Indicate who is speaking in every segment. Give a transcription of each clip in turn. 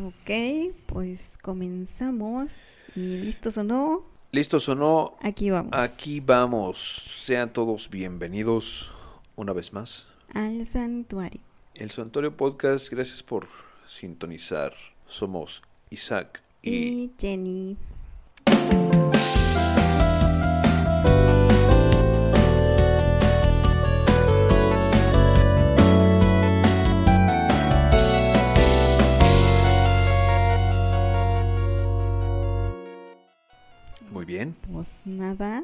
Speaker 1: Ok, pues comenzamos. ¿Y listos o no?
Speaker 2: ¿Listos o no?
Speaker 1: Aquí vamos.
Speaker 2: Aquí vamos. Sean todos bienvenidos una vez más.
Speaker 1: Al santuario.
Speaker 2: El Santuario Podcast, gracias por sintonizar. Somos Isaac y...
Speaker 1: Y Jenny.
Speaker 2: Muy bien.
Speaker 1: Pues nada,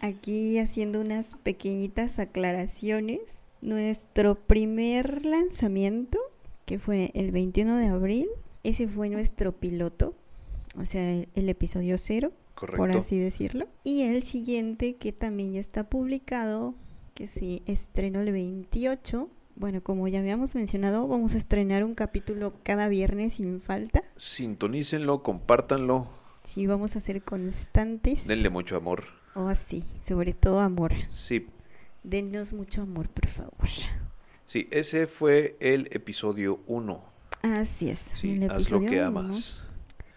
Speaker 1: aquí haciendo unas pequeñitas aclaraciones. Nuestro primer lanzamiento, que fue el 21 de abril, ese fue nuestro piloto, o sea, el, el episodio cero, por
Speaker 2: Correcto.
Speaker 1: así decirlo. Y el siguiente, que también ya está publicado, que se estrenó el 28. Bueno, como ya habíamos mencionado, vamos a estrenar un capítulo cada viernes sin falta.
Speaker 2: Sintonícenlo, compártanlo,
Speaker 1: Sí, vamos a ser constantes.
Speaker 2: denle mucho amor.
Speaker 1: Oh, sí, sobre todo amor.
Speaker 2: Sí,
Speaker 1: Denos mucho amor, por favor.
Speaker 2: sí, ese fue el episodio 1.
Speaker 1: Así es.
Speaker 2: Sí,
Speaker 1: el
Speaker 2: haz lo
Speaker 1: episodio
Speaker 2: que
Speaker 1: uno.
Speaker 2: amas.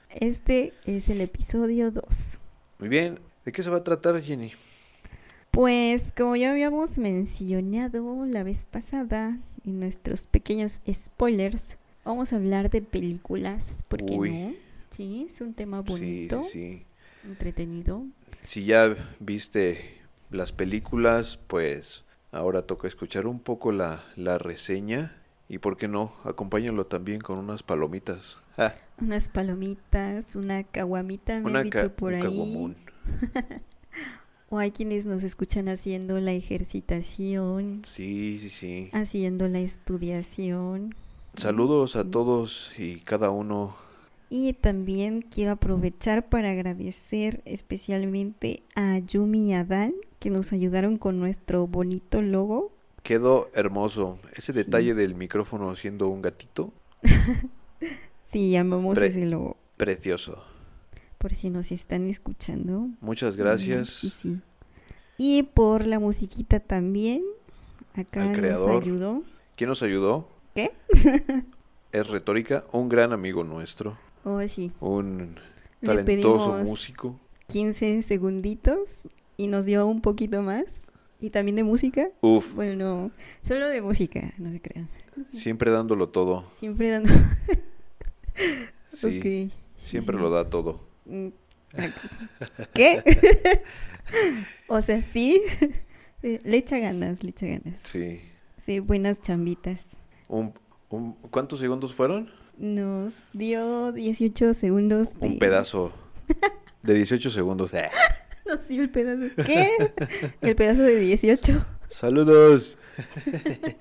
Speaker 1: Este es el episodio 2.
Speaker 2: Muy bien. ¿De qué se va a tratar, Jenny?
Speaker 1: Pues como ya habíamos mencionado la vez pasada en nuestros pequeños spoilers, vamos a hablar de películas, ¿por qué
Speaker 2: Uy.
Speaker 1: no? Sí, es un tema
Speaker 2: Sí,
Speaker 1: bonito,
Speaker 2: sí.
Speaker 1: entretenido.
Speaker 2: Si ya viste las películas, pues ahora toca escuchar un poco la, la reseña. Y por qué no, acompáñalo también con unas palomitas. Ah,
Speaker 1: Unas palomitas, una caguamita, me han
Speaker 2: una ca-
Speaker 1: dicho por
Speaker 2: un
Speaker 1: ahí.
Speaker 2: caguamón.
Speaker 1: O hay quienes nos escuchan haciendo la ejercitación,
Speaker 2: Sí, sí, sí.
Speaker 1: haciendo la estudiación.
Speaker 2: Saludos a todos y cada uno.
Speaker 1: Y también quiero aprovechar para agradecer especialmente a Yumi y Adán que nos ayudaron con nuestro bonito logo.
Speaker 2: Quedó hermoso.
Speaker 1: Sí.
Speaker 2: Ese detalle del micrófono siendo un gatito,
Speaker 1: Sí, llamamos
Speaker 2: Pre-
Speaker 1: ese logo,
Speaker 2: precioso.
Speaker 1: por si nos están escuchando.
Speaker 2: Muchas
Speaker 1: Y,
Speaker 2: gracias.
Speaker 1: sí. Y por la musiquita también. Acá
Speaker 2: Al
Speaker 1: nos
Speaker 2: creador.
Speaker 1: ayudó.
Speaker 2: ¿Quién nos ayudó?
Speaker 1: ¿Qué?
Speaker 2: Es retórica, un gran amigo nuestro,
Speaker 1: Oh, sí.
Speaker 2: un
Speaker 1: Le
Speaker 2: talentoso
Speaker 1: pedimos
Speaker 2: músico.
Speaker 1: 15 segunditos y nos dio un poquito más. Y también de música.
Speaker 2: Uf,
Speaker 1: Bueno, no, solo de música, no se crean.
Speaker 2: siempre dándolo todo.
Speaker 1: Siempre dando.
Speaker 2: Sí,
Speaker 1: Ok.
Speaker 2: siempre lo da todo.
Speaker 1: Mm, ok. ¿Qué? o sea, sí. Eh, Le echa ganas, le echa ganas.
Speaker 2: Sí.
Speaker 1: Sí, buenas chambitas.
Speaker 2: Un, un- ¿Cuántos segundos fueron?
Speaker 1: Nos dio 18 segundos. de-
Speaker 2: Un pedazo de 18 segundos. Eh.
Speaker 1: Nos dio el pedazo. ¿Qué? El pedazo de 18.
Speaker 2: Saludos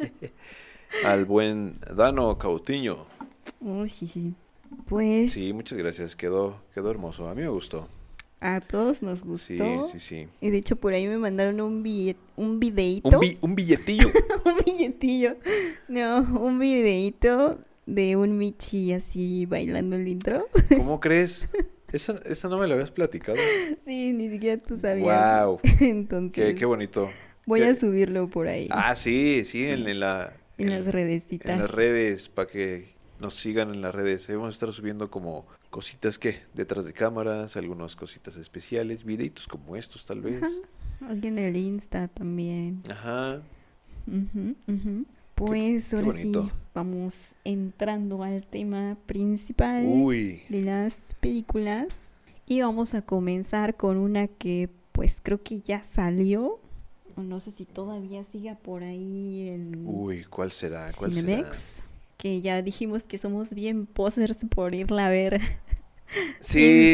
Speaker 2: al buen Dano Cautiño.
Speaker 1: Oh, sí, sí. Pues
Speaker 2: Sí, muchas gracias. Quedó, quedó hermoso. A mí me gustó.
Speaker 1: a todos nos
Speaker 2: Sí,
Speaker 1: gustó.
Speaker 2: sí, sí.
Speaker 1: Y de hecho, por ahí me mandaron un billet, un videíto.
Speaker 2: Un, bi- un billetillo.
Speaker 1: un billetillo. No, un videíto de un Michi así bailando el intro.
Speaker 2: ¿Cómo crees? Esa, esa no me la habías platicado.
Speaker 1: Sí, ni siquiera tú sabías.
Speaker 2: Wow,
Speaker 1: Entonces,
Speaker 2: qué, qué bonito.
Speaker 1: voy a
Speaker 2: qué-
Speaker 1: subirlo por ahí.
Speaker 2: Ah, sí, sí, en, en la,
Speaker 1: en las redesitas.
Speaker 2: en las redes, para que nos sigan en las redes. Ahí vamos a estar subiendo como cositas que detrás de cámaras, algunas cositas especiales, videitos como estos tal vez.
Speaker 1: Ajá. Alguien del Insta también.
Speaker 2: Ajá.
Speaker 1: Ujú, ujú. Pues ahora sí,
Speaker 2: bonito.
Speaker 1: vamos entrando al tema principal
Speaker 2: Uy.
Speaker 1: de las películas. Y vamos a comenzar con una que pues creo que ya salió. O no sé si todavía siga por ahí en
Speaker 2: Uy, ¿cuál será? ¿Cuál
Speaker 1: Cinemex. Que ya dijimos que somos bien posers por irla a ver.
Speaker 2: será? Sí,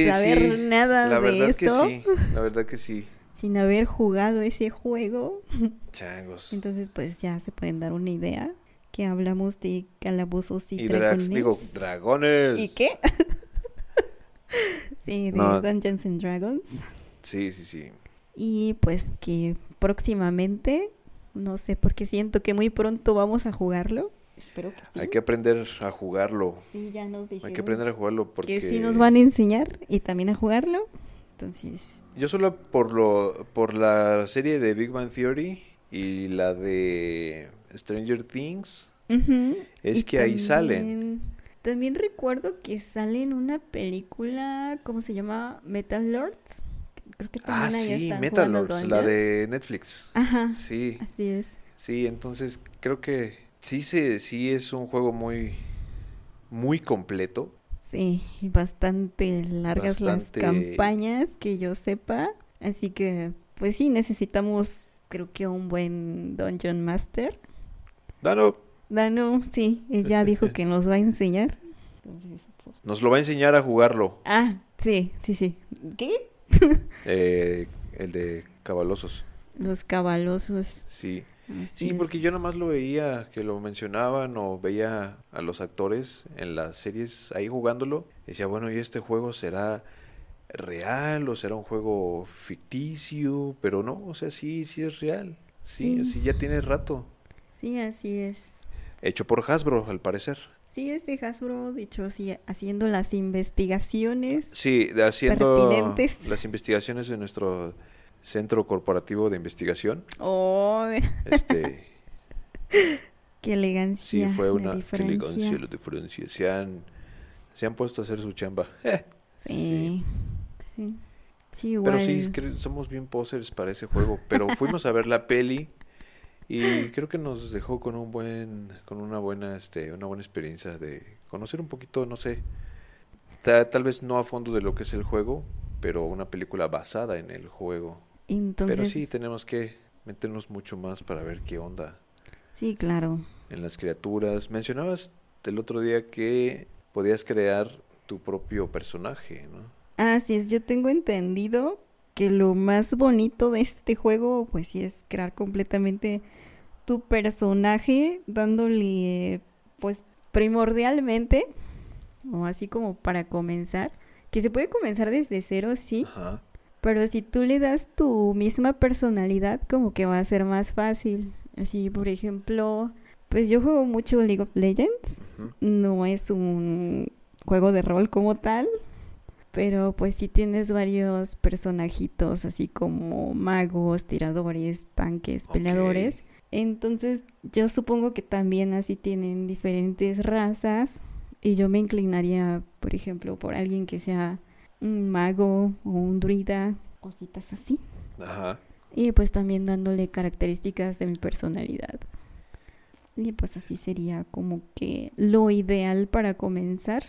Speaker 1: sin saber
Speaker 2: sí.
Speaker 1: nada
Speaker 2: La
Speaker 1: de
Speaker 2: verdad que
Speaker 1: eso.
Speaker 2: sí. La verdad que sí.
Speaker 1: sin haber jugado ese juego.
Speaker 2: Changos.
Speaker 1: Entonces, pues ya se pueden dar una idea que hablamos de calabozos y,
Speaker 2: Y drags,
Speaker 1: dragones.
Speaker 2: digo, dragones.
Speaker 1: ¿Y qué? sí, de
Speaker 2: No.
Speaker 1: Dungeons and Dragons.
Speaker 2: Sí, sí, sí.
Speaker 1: Y pues que próximamente, no sé, porque siento que muy pronto vamos a jugarlo. Espero que sí.
Speaker 2: Hay que aprender a jugarlo.
Speaker 1: Sí, ya nos
Speaker 2: Hay
Speaker 1: dijeron
Speaker 2: que aprender a jugarlo porque...
Speaker 1: que sí nos van a enseñar y también a jugarlo. Entonces,
Speaker 2: Yo solo por lo por la serie de Big Bang Theory y la de Stranger Things
Speaker 1: ujú.
Speaker 2: es
Speaker 1: Y
Speaker 2: que ahí salen.
Speaker 1: también También recuerdo que sale en una película, ¿cómo se llama? Metal Lords. Creo que
Speaker 2: Ah,
Speaker 1: también ahí
Speaker 2: sí,
Speaker 1: están
Speaker 2: Metal
Speaker 1: jugando Ah.
Speaker 2: Lords, la
Speaker 1: Dungeons.
Speaker 2: de Netflix.
Speaker 1: Ajá,
Speaker 2: Sí,
Speaker 1: así es.
Speaker 2: sí, entonces creo que sí, se, sí es un juego muy, muy completo.
Speaker 1: Sí, y bastante largas
Speaker 2: Bastante-
Speaker 1: las campañas que yo sepa. Así que, pues sí, necesitamos, creo que un buen Dungeon Master.
Speaker 2: Dano
Speaker 1: Dano, sí, ella dijo que nos va a enseñar. Entonces, pues,
Speaker 2: nos lo va a enseñar a jugarlo,
Speaker 1: Ah, sí, sí, sí. ¿Qué?
Speaker 2: eh, el de Cabalosos.
Speaker 1: Los cabalosos.
Speaker 2: Sí,
Speaker 1: así
Speaker 2: Sí, porque
Speaker 1: es.
Speaker 2: yo nada más lo veía, que lo mencionaban o veía a los actores en las series ahí jugándolo. Decía, bueno, ¿y este juego será real o será un juego ficticio? Pero no, o sea, sí, sí es real. Sí,
Speaker 1: Sí.
Speaker 2: sí, ya tiene rato.
Speaker 1: Sí, así es.
Speaker 2: Hecho por Hasbro, al parecer.
Speaker 1: Sí, este Hasbro, de hecho, sí, haciendo las investigaciones.
Speaker 2: Sí, de- haciendo
Speaker 1: Pertinentes.
Speaker 2: las investigaciones de nuestro centro corporativo de investigación.
Speaker 1: ¡Oh!
Speaker 2: Este,
Speaker 1: ¡Qué elegancia!
Speaker 2: sí, fue
Speaker 1: la
Speaker 2: una... que le
Speaker 1: diferencia.
Speaker 2: cancelo diferencia. Se han, se han puesto a hacer su chamba. Eh,
Speaker 1: Sí. Sí. Sí,
Speaker 2: Pero
Speaker 1: igual.
Speaker 2: sí, cre- somos bien posers para ese juego. Pero fuimos a ver la peli y creo que nos dejó con un buen, con una buena, este, una buena experiencia de conocer un poquito, no sé, ta- tal vez no a fondo de lo que es el juego, pero una película basada en el juego.
Speaker 1: Entonces,
Speaker 2: Pero sí
Speaker 1: sí,
Speaker 2: tenemos que meternos mucho más para ver qué onda
Speaker 1: claro.
Speaker 2: en las criaturas. Mencionabas el otro día que podías crear tu propio personaje, ¿no?
Speaker 1: Así es, yo tengo entendido que lo más bonito de este juego, pues sí, es crear completamente tu personaje, dándole, pues, primordialmente, o así como para comenzar, que se puede comenzar desde cero, sí,
Speaker 2: Ajá.
Speaker 1: Pero si tú le das tu misma personalidad, como que va a ser más fácil. Así, por ejemplo, pues yo juego mucho League of Legends.
Speaker 2: ujú.
Speaker 1: No es un juego de rol como tal. Pero pues sí tienes varios personajitos, así como magos, tiradores, tanques,
Speaker 2: Ok.
Speaker 1: peleadores. Entonces, yo supongo que también así tienen diferentes razas y yo me inclinaría, por ejemplo, por alguien que sea un mago o un druida, cositas así.
Speaker 2: Ajá.
Speaker 1: Y pues también dándole características de mi personalidad. Y pues así sería como que lo ideal para comenzar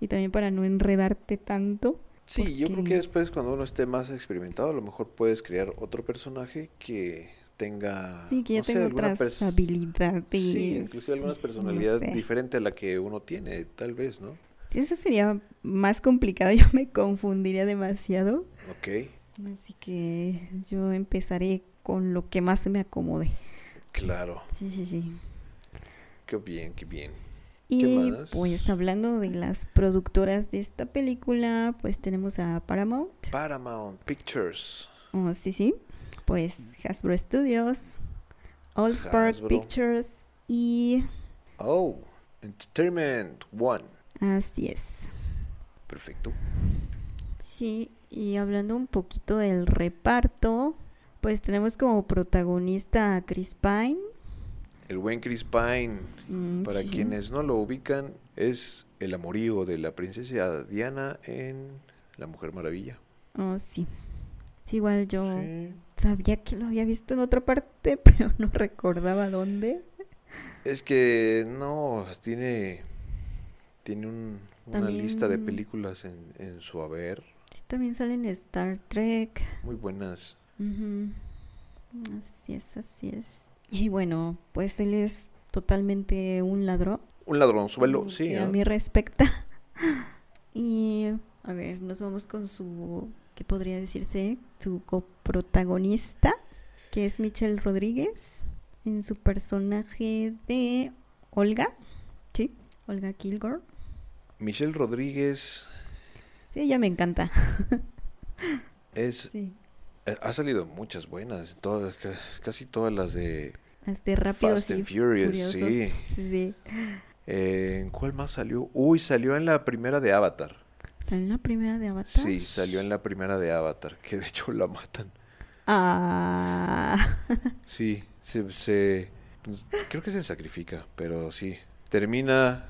Speaker 1: y también para no enredarte tanto.
Speaker 2: Sí, yo creo que
Speaker 1: porque-
Speaker 2: después cuando uno esté más experimentado, a lo mejor puedes crear otro personaje que tenga,
Speaker 1: Sí, que ya
Speaker 2: Ah, no sé,
Speaker 1: tengo
Speaker 2: alguna
Speaker 1: otras
Speaker 2: pers-
Speaker 1: habilidades.
Speaker 2: Sí, inclusive alguna personalidad
Speaker 1: sé.
Speaker 2: diferente a la que uno tiene, tal vez, ¿no?
Speaker 1: Sí, eso sería más complicado, yo me confundiría demasiado.
Speaker 2: Ok,
Speaker 1: Así que yo empezaré con lo que más me acomode.
Speaker 2: claro.
Speaker 1: Sí, sí, sí.
Speaker 2: Qué bien, qué bien.
Speaker 1: Y
Speaker 2: más?
Speaker 1: pues hablando de las productoras de esta película, pues tenemos a Paramount.
Speaker 2: Paramount Pictures.
Speaker 1: Oh, sí, sí. Pues Hasbro Studios, Allspark
Speaker 2: Hasbro.
Speaker 1: Pictures y
Speaker 2: Oh, Entertainment One.
Speaker 1: así es.
Speaker 2: Perfecto.
Speaker 1: Sí, y hablando un poquito del reparto, pues tenemos como protagonista a Chris Pine.
Speaker 2: El buen Chris Pine,
Speaker 1: Mm,
Speaker 2: para
Speaker 1: sí.
Speaker 2: quienes no lo ubican, es el amorío de la princesa Diana en La Mujer Maravilla.
Speaker 1: Oh, sí. Sí, igual yo
Speaker 2: Sí.
Speaker 1: sabía que lo había visto en otra parte, pero no recordaba dónde.
Speaker 2: Es que no, tiene, tiene un- una lista de
Speaker 1: También-
Speaker 2: películas en, en su haber,
Speaker 1: Sí, también salen Star Trek.
Speaker 2: muy buenas.
Speaker 1: Ujú. Así es, así es. Y bueno, pues él es totalmente un ladrón.
Speaker 2: Un ladronzuelo,
Speaker 1: lo
Speaker 2: sí,
Speaker 1: que A
Speaker 2: ¿no?
Speaker 1: mí respecta. Y a ver, nos vamos con su, ¿qué podría decirse? Su coprotagonista, que es Michelle Rodríguez, en su personaje de Olga, ¿sí? Olga Kilgore.
Speaker 2: Michelle Rodríguez
Speaker 1: Sí, ella me encanta.
Speaker 2: es,
Speaker 1: Sí.
Speaker 2: eh, ha salido en muchas buenas, todas, ca- casi todas las de
Speaker 1: Las de Rápidos
Speaker 2: Fast
Speaker 1: y
Speaker 2: and Furious,
Speaker 1: Furiosos.
Speaker 2: sí.
Speaker 1: Sí, sí.
Speaker 2: eh, ¿en cuál más salió? Uy, salió en la primera de Avatar.
Speaker 1: ¿Salió en la primera de Avatar?
Speaker 2: Sí, salió en la primera de Avatar, que de hecho la matan.
Speaker 1: Ah.
Speaker 2: Sí, se, se- pues, creo que se sacrifica, pero sí. Termina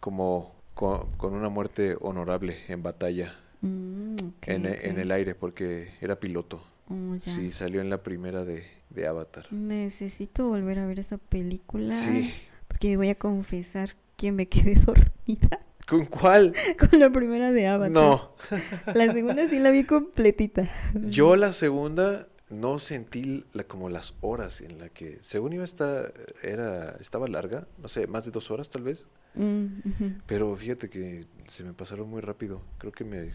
Speaker 2: como con, con una muerte honorable en batalla
Speaker 1: Mm, ok,
Speaker 2: en, e-
Speaker 1: ok.
Speaker 2: en el aire porque era piloto.
Speaker 1: Oh, ya.
Speaker 2: Sí, salió en la primera de, de Avatar.
Speaker 1: Necesito volver a ver esa película.
Speaker 2: Sí.
Speaker 1: Porque voy a confesar que me quedé dormida
Speaker 2: ¿Con cuál?
Speaker 1: con la primera de Avatar.
Speaker 2: No.
Speaker 1: La segunda sí la vi completita.
Speaker 2: Yo la segunda no sentí la, como las horas en la que, según iba esta, era, estaba larga, no sé, más de dos horas tal vez,
Speaker 1: Mm, ujú.
Speaker 2: pero fíjate que se me pasaron muy rápido, creo que me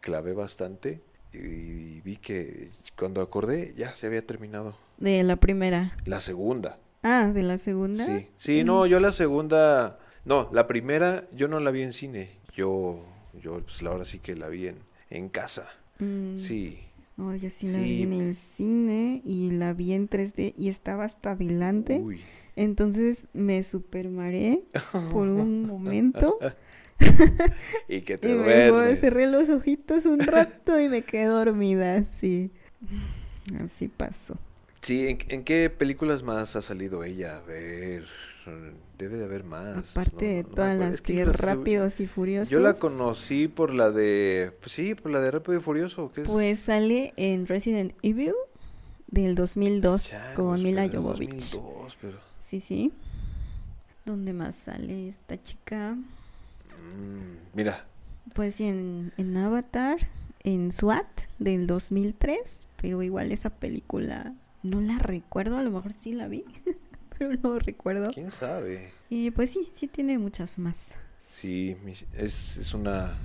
Speaker 2: clavé bastante y vi que cuando acordé ya se había terminado
Speaker 1: De la primera.
Speaker 2: la segunda.
Speaker 1: Ah, de la segunda. Mm,
Speaker 2: Sí, sí, no,
Speaker 1: Ujú.
Speaker 2: yo la segunda, no, la primera yo no la vi en cine, yo, yo pues ahora sí que la vi en, en casa,
Speaker 1: Mm.
Speaker 2: sí.
Speaker 1: No, yo sí la
Speaker 2: Sí.
Speaker 1: vi en el cine y la vi en 3D y estaba hasta adelante.
Speaker 2: Uy.
Speaker 1: Entonces me supermaré por un momento
Speaker 2: Y que te
Speaker 1: y me
Speaker 2: duermes.
Speaker 1: cerré los ojitos un rato y me quedé dormida, sí. Así pasó.
Speaker 2: Sí, ¿en, en qué películas más ha salido ella? A ver, debe de haber más.
Speaker 1: Aparte
Speaker 2: Ah, no-
Speaker 1: de
Speaker 2: no me
Speaker 1: todas
Speaker 2: acuerdo.
Speaker 1: las
Speaker 2: Es que
Speaker 1: que
Speaker 2: yo la seg-
Speaker 1: rápidos y furiosos.
Speaker 2: Yo la conocí por la de, pues sí, por la de Rápido y Furioso, que es...
Speaker 1: Pues sale en Resident Evil del 2002
Speaker 2: Changos,
Speaker 1: con Mila
Speaker 2: pero en
Speaker 1: Jovovich.
Speaker 2: 2002, pero,
Speaker 1: Sí, sí. ¿Dónde más sale esta chica?
Speaker 2: mm, mira,
Speaker 1: Pues sí, en, en Avatar, en SWAT del 2003, pero igual esa película no la recuerdo, a lo mejor sí la vi, pero no recuerdo.
Speaker 2: quién sabe.
Speaker 1: Y pues sí, sí tiene muchas más.
Speaker 2: Sí, mi- es, es una...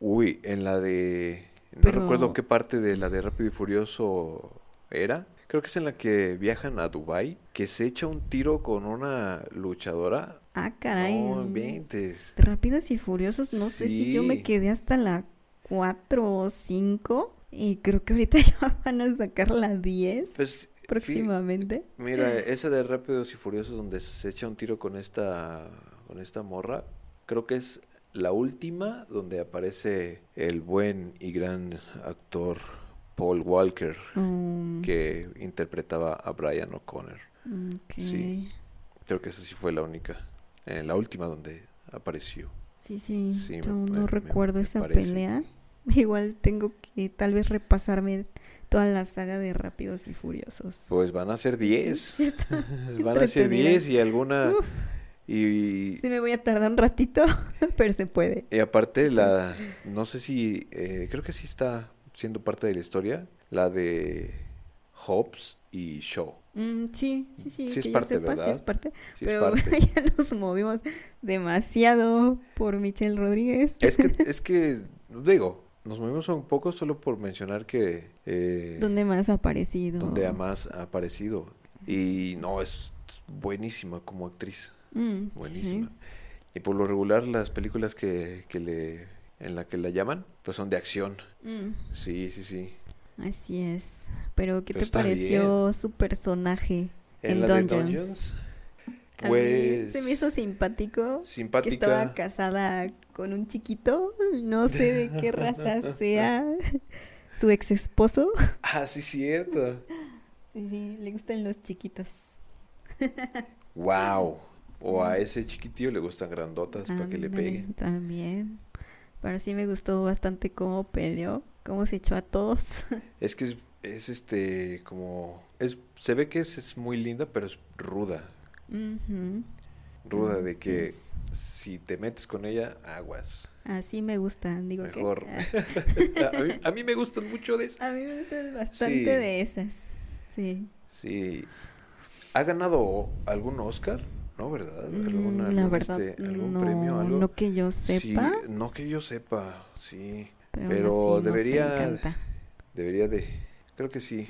Speaker 2: Uy, en la de... No
Speaker 1: Pero-
Speaker 2: recuerdo qué parte de la de Rápido y Furioso era. Creo que es en la que viajan a Dubai, que se echa un tiro con una luchadora.
Speaker 1: Ah, caray.
Speaker 2: No
Speaker 1: mm,
Speaker 2: inventes.
Speaker 1: Rápidos y Furiosos, no sé si yo
Speaker 2: Sí.
Speaker 1: me quedé hasta la 4 o 5 y creo que ahorita ya van a sacar la 10
Speaker 2: Pues, fí-
Speaker 1: próximamente.
Speaker 2: mira, eh,
Speaker 1: Mm.
Speaker 2: esa de Rápidos y Furiosos donde se echa un tiro con esta, con esta morra, creo que es la última donde aparece el buen y gran actor Paul Walker.
Speaker 1: Mm,
Speaker 2: que interpretaba a Brian O'Connor.
Speaker 1: ok.
Speaker 2: sí. Creo que esa sí fue la única, eh, la última donde apareció.
Speaker 1: Sí, sí,
Speaker 2: Sí, me-
Speaker 1: Mm, yo
Speaker 2: me-
Speaker 1: no
Speaker 2: me-
Speaker 1: recuerdo
Speaker 2: me
Speaker 1: esa
Speaker 2: parece.
Speaker 1: pelea. Igual tengo que tal vez repasarme toda la saga de Rápidos y Furiosos.
Speaker 2: Pues van a ser 10.
Speaker 1: Ya está.
Speaker 2: van a ser
Speaker 1: entretenida.
Speaker 2: 10 y alguna...
Speaker 1: Uf.
Speaker 2: ah, Y,
Speaker 1: Sí me voy a tardar un ratito, pero se puede.
Speaker 2: y aparte la... No sé si... eh, creo que sí está siendo parte de la historia. La de Hobbs y Shaw.
Speaker 1: Mm, sí, sí, sí.
Speaker 2: Sí es
Speaker 1: que yo
Speaker 2: parte,
Speaker 1: sepa, sí
Speaker 2: ¿verdad?
Speaker 1: es parte.
Speaker 2: Sí
Speaker 1: pero
Speaker 2: es parte.
Speaker 1: ya nos movimos demasiado por Michelle Rodríguez.
Speaker 2: es que... Es que... Digo, nos movimos un poco solo por mencionar que... eh,
Speaker 1: ¿Dónde más ha aparecido?
Speaker 2: donde más ha aparecido. Y no, es buenísima como actriz,
Speaker 1: Mm, sí.
Speaker 2: buenísima. Y por lo regular las películas que, que le, en la que la llaman, pues son de acción.
Speaker 1: Mm,
Speaker 2: Sí, sí, sí.
Speaker 1: así es. Pero, ¿qué
Speaker 2: Pero
Speaker 1: te
Speaker 2: está
Speaker 1: pareció su personaje?
Speaker 2: En,
Speaker 1: En
Speaker 2: la de
Speaker 1: Dungeons.
Speaker 2: Dungeons,
Speaker 1: A mí
Speaker 2: pues
Speaker 1: se me hizo simpático que
Speaker 2: simpática.
Speaker 1: estaba casada con un chiquito, no sé de qué raza sea su ex esposo.
Speaker 2: Ah, sí, cierto.
Speaker 1: Sí, sí, le gustan los chiquitos.
Speaker 2: Wow. O a ese chiquitillo le gustan grandotas para que le
Speaker 1: Ándale,
Speaker 2: peguen.
Speaker 1: También. Pero sí me gustó bastante cómo peleó, cómo se echó a todos.
Speaker 2: Es que es, es, este como es se ve que es, es muy linda, pero es ruda,
Speaker 1: Ujú. Ah,
Speaker 2: ruda de que
Speaker 1: Entonces,
Speaker 2: si te metes con ella, aguas.
Speaker 1: Así me gustan, digo que.
Speaker 2: Mejor.
Speaker 1: ah,
Speaker 2: a, mí, a mí me gustan mucho de
Speaker 1: A
Speaker 2: esas.
Speaker 1: mí me gustan bastante
Speaker 2: Sí.
Speaker 1: de esas. Sí.
Speaker 2: Sí. ¿Ha ganado algún Oscar? ¿No, verdad? ¿Algún,
Speaker 1: Mm, La
Speaker 2: algún,
Speaker 1: verdad,
Speaker 2: este, algún
Speaker 1: no,
Speaker 2: premio? ¿Algo?
Speaker 1: no que yo
Speaker 2: Sí,
Speaker 1: sepa.
Speaker 2: no que yo sepa, sí.
Speaker 1: Pero,
Speaker 2: Pero
Speaker 1: aún así, no sé, me
Speaker 2: debería-
Speaker 1: encanta.
Speaker 2: Debería de... Creo que sí.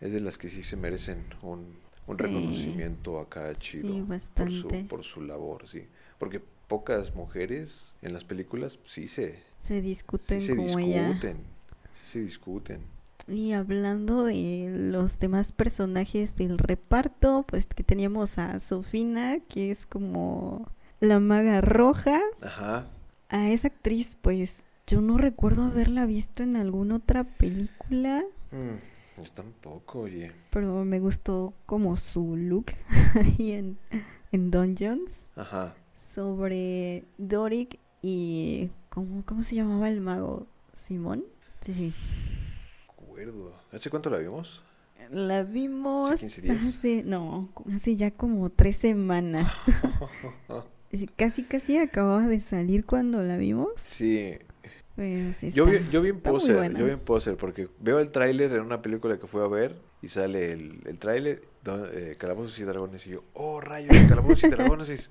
Speaker 2: Es de las que sí se merecen un, un
Speaker 1: Sí.
Speaker 2: reconocimiento acá
Speaker 1: Sí,
Speaker 2: chido. por, su,
Speaker 1: bastante.
Speaker 2: por su labor, sí. Porque pocas mujeres en las películas sí se,
Speaker 1: Se discuten
Speaker 2: sí se
Speaker 1: como ella.
Speaker 2: discuten. Sí se discuten.
Speaker 1: Y hablando de los demás personajes del reparto, pues que teníamos a Sofina, que es como la maga roja.
Speaker 2: Ajá.
Speaker 1: A esa actriz, pues yo no recuerdo haberla visto en alguna otra película,
Speaker 2: Mm, yo tampoco, oye.
Speaker 1: pero me gustó como su look ahí en, en Dungeons.
Speaker 2: Ajá.
Speaker 1: sobre Doric y... ¿cómo, ¿Cómo se llamaba el mago? ¿Simón? Sí, sí.
Speaker 2: Acuerdo. ¿Hace cuánto la vimos?
Speaker 1: La vimos
Speaker 2: ¿Hace 15 días?
Speaker 1: hace, no, hace ya como tres semanas. Es decir, casi, casi acababa de salir cuando la vimos.
Speaker 2: sí.
Speaker 1: Pero sí
Speaker 2: Yo vi,
Speaker 1: está-
Speaker 2: yo vi en
Speaker 1: está muy
Speaker 2: poser,
Speaker 1: buena.
Speaker 2: yo vi en poser, porque veo el tráiler en una película que fui a ver y sale el, el tráiler, do- eh, Calabozos y Dragones, y yo, oh, rayos, Calabozos y Dragones, es-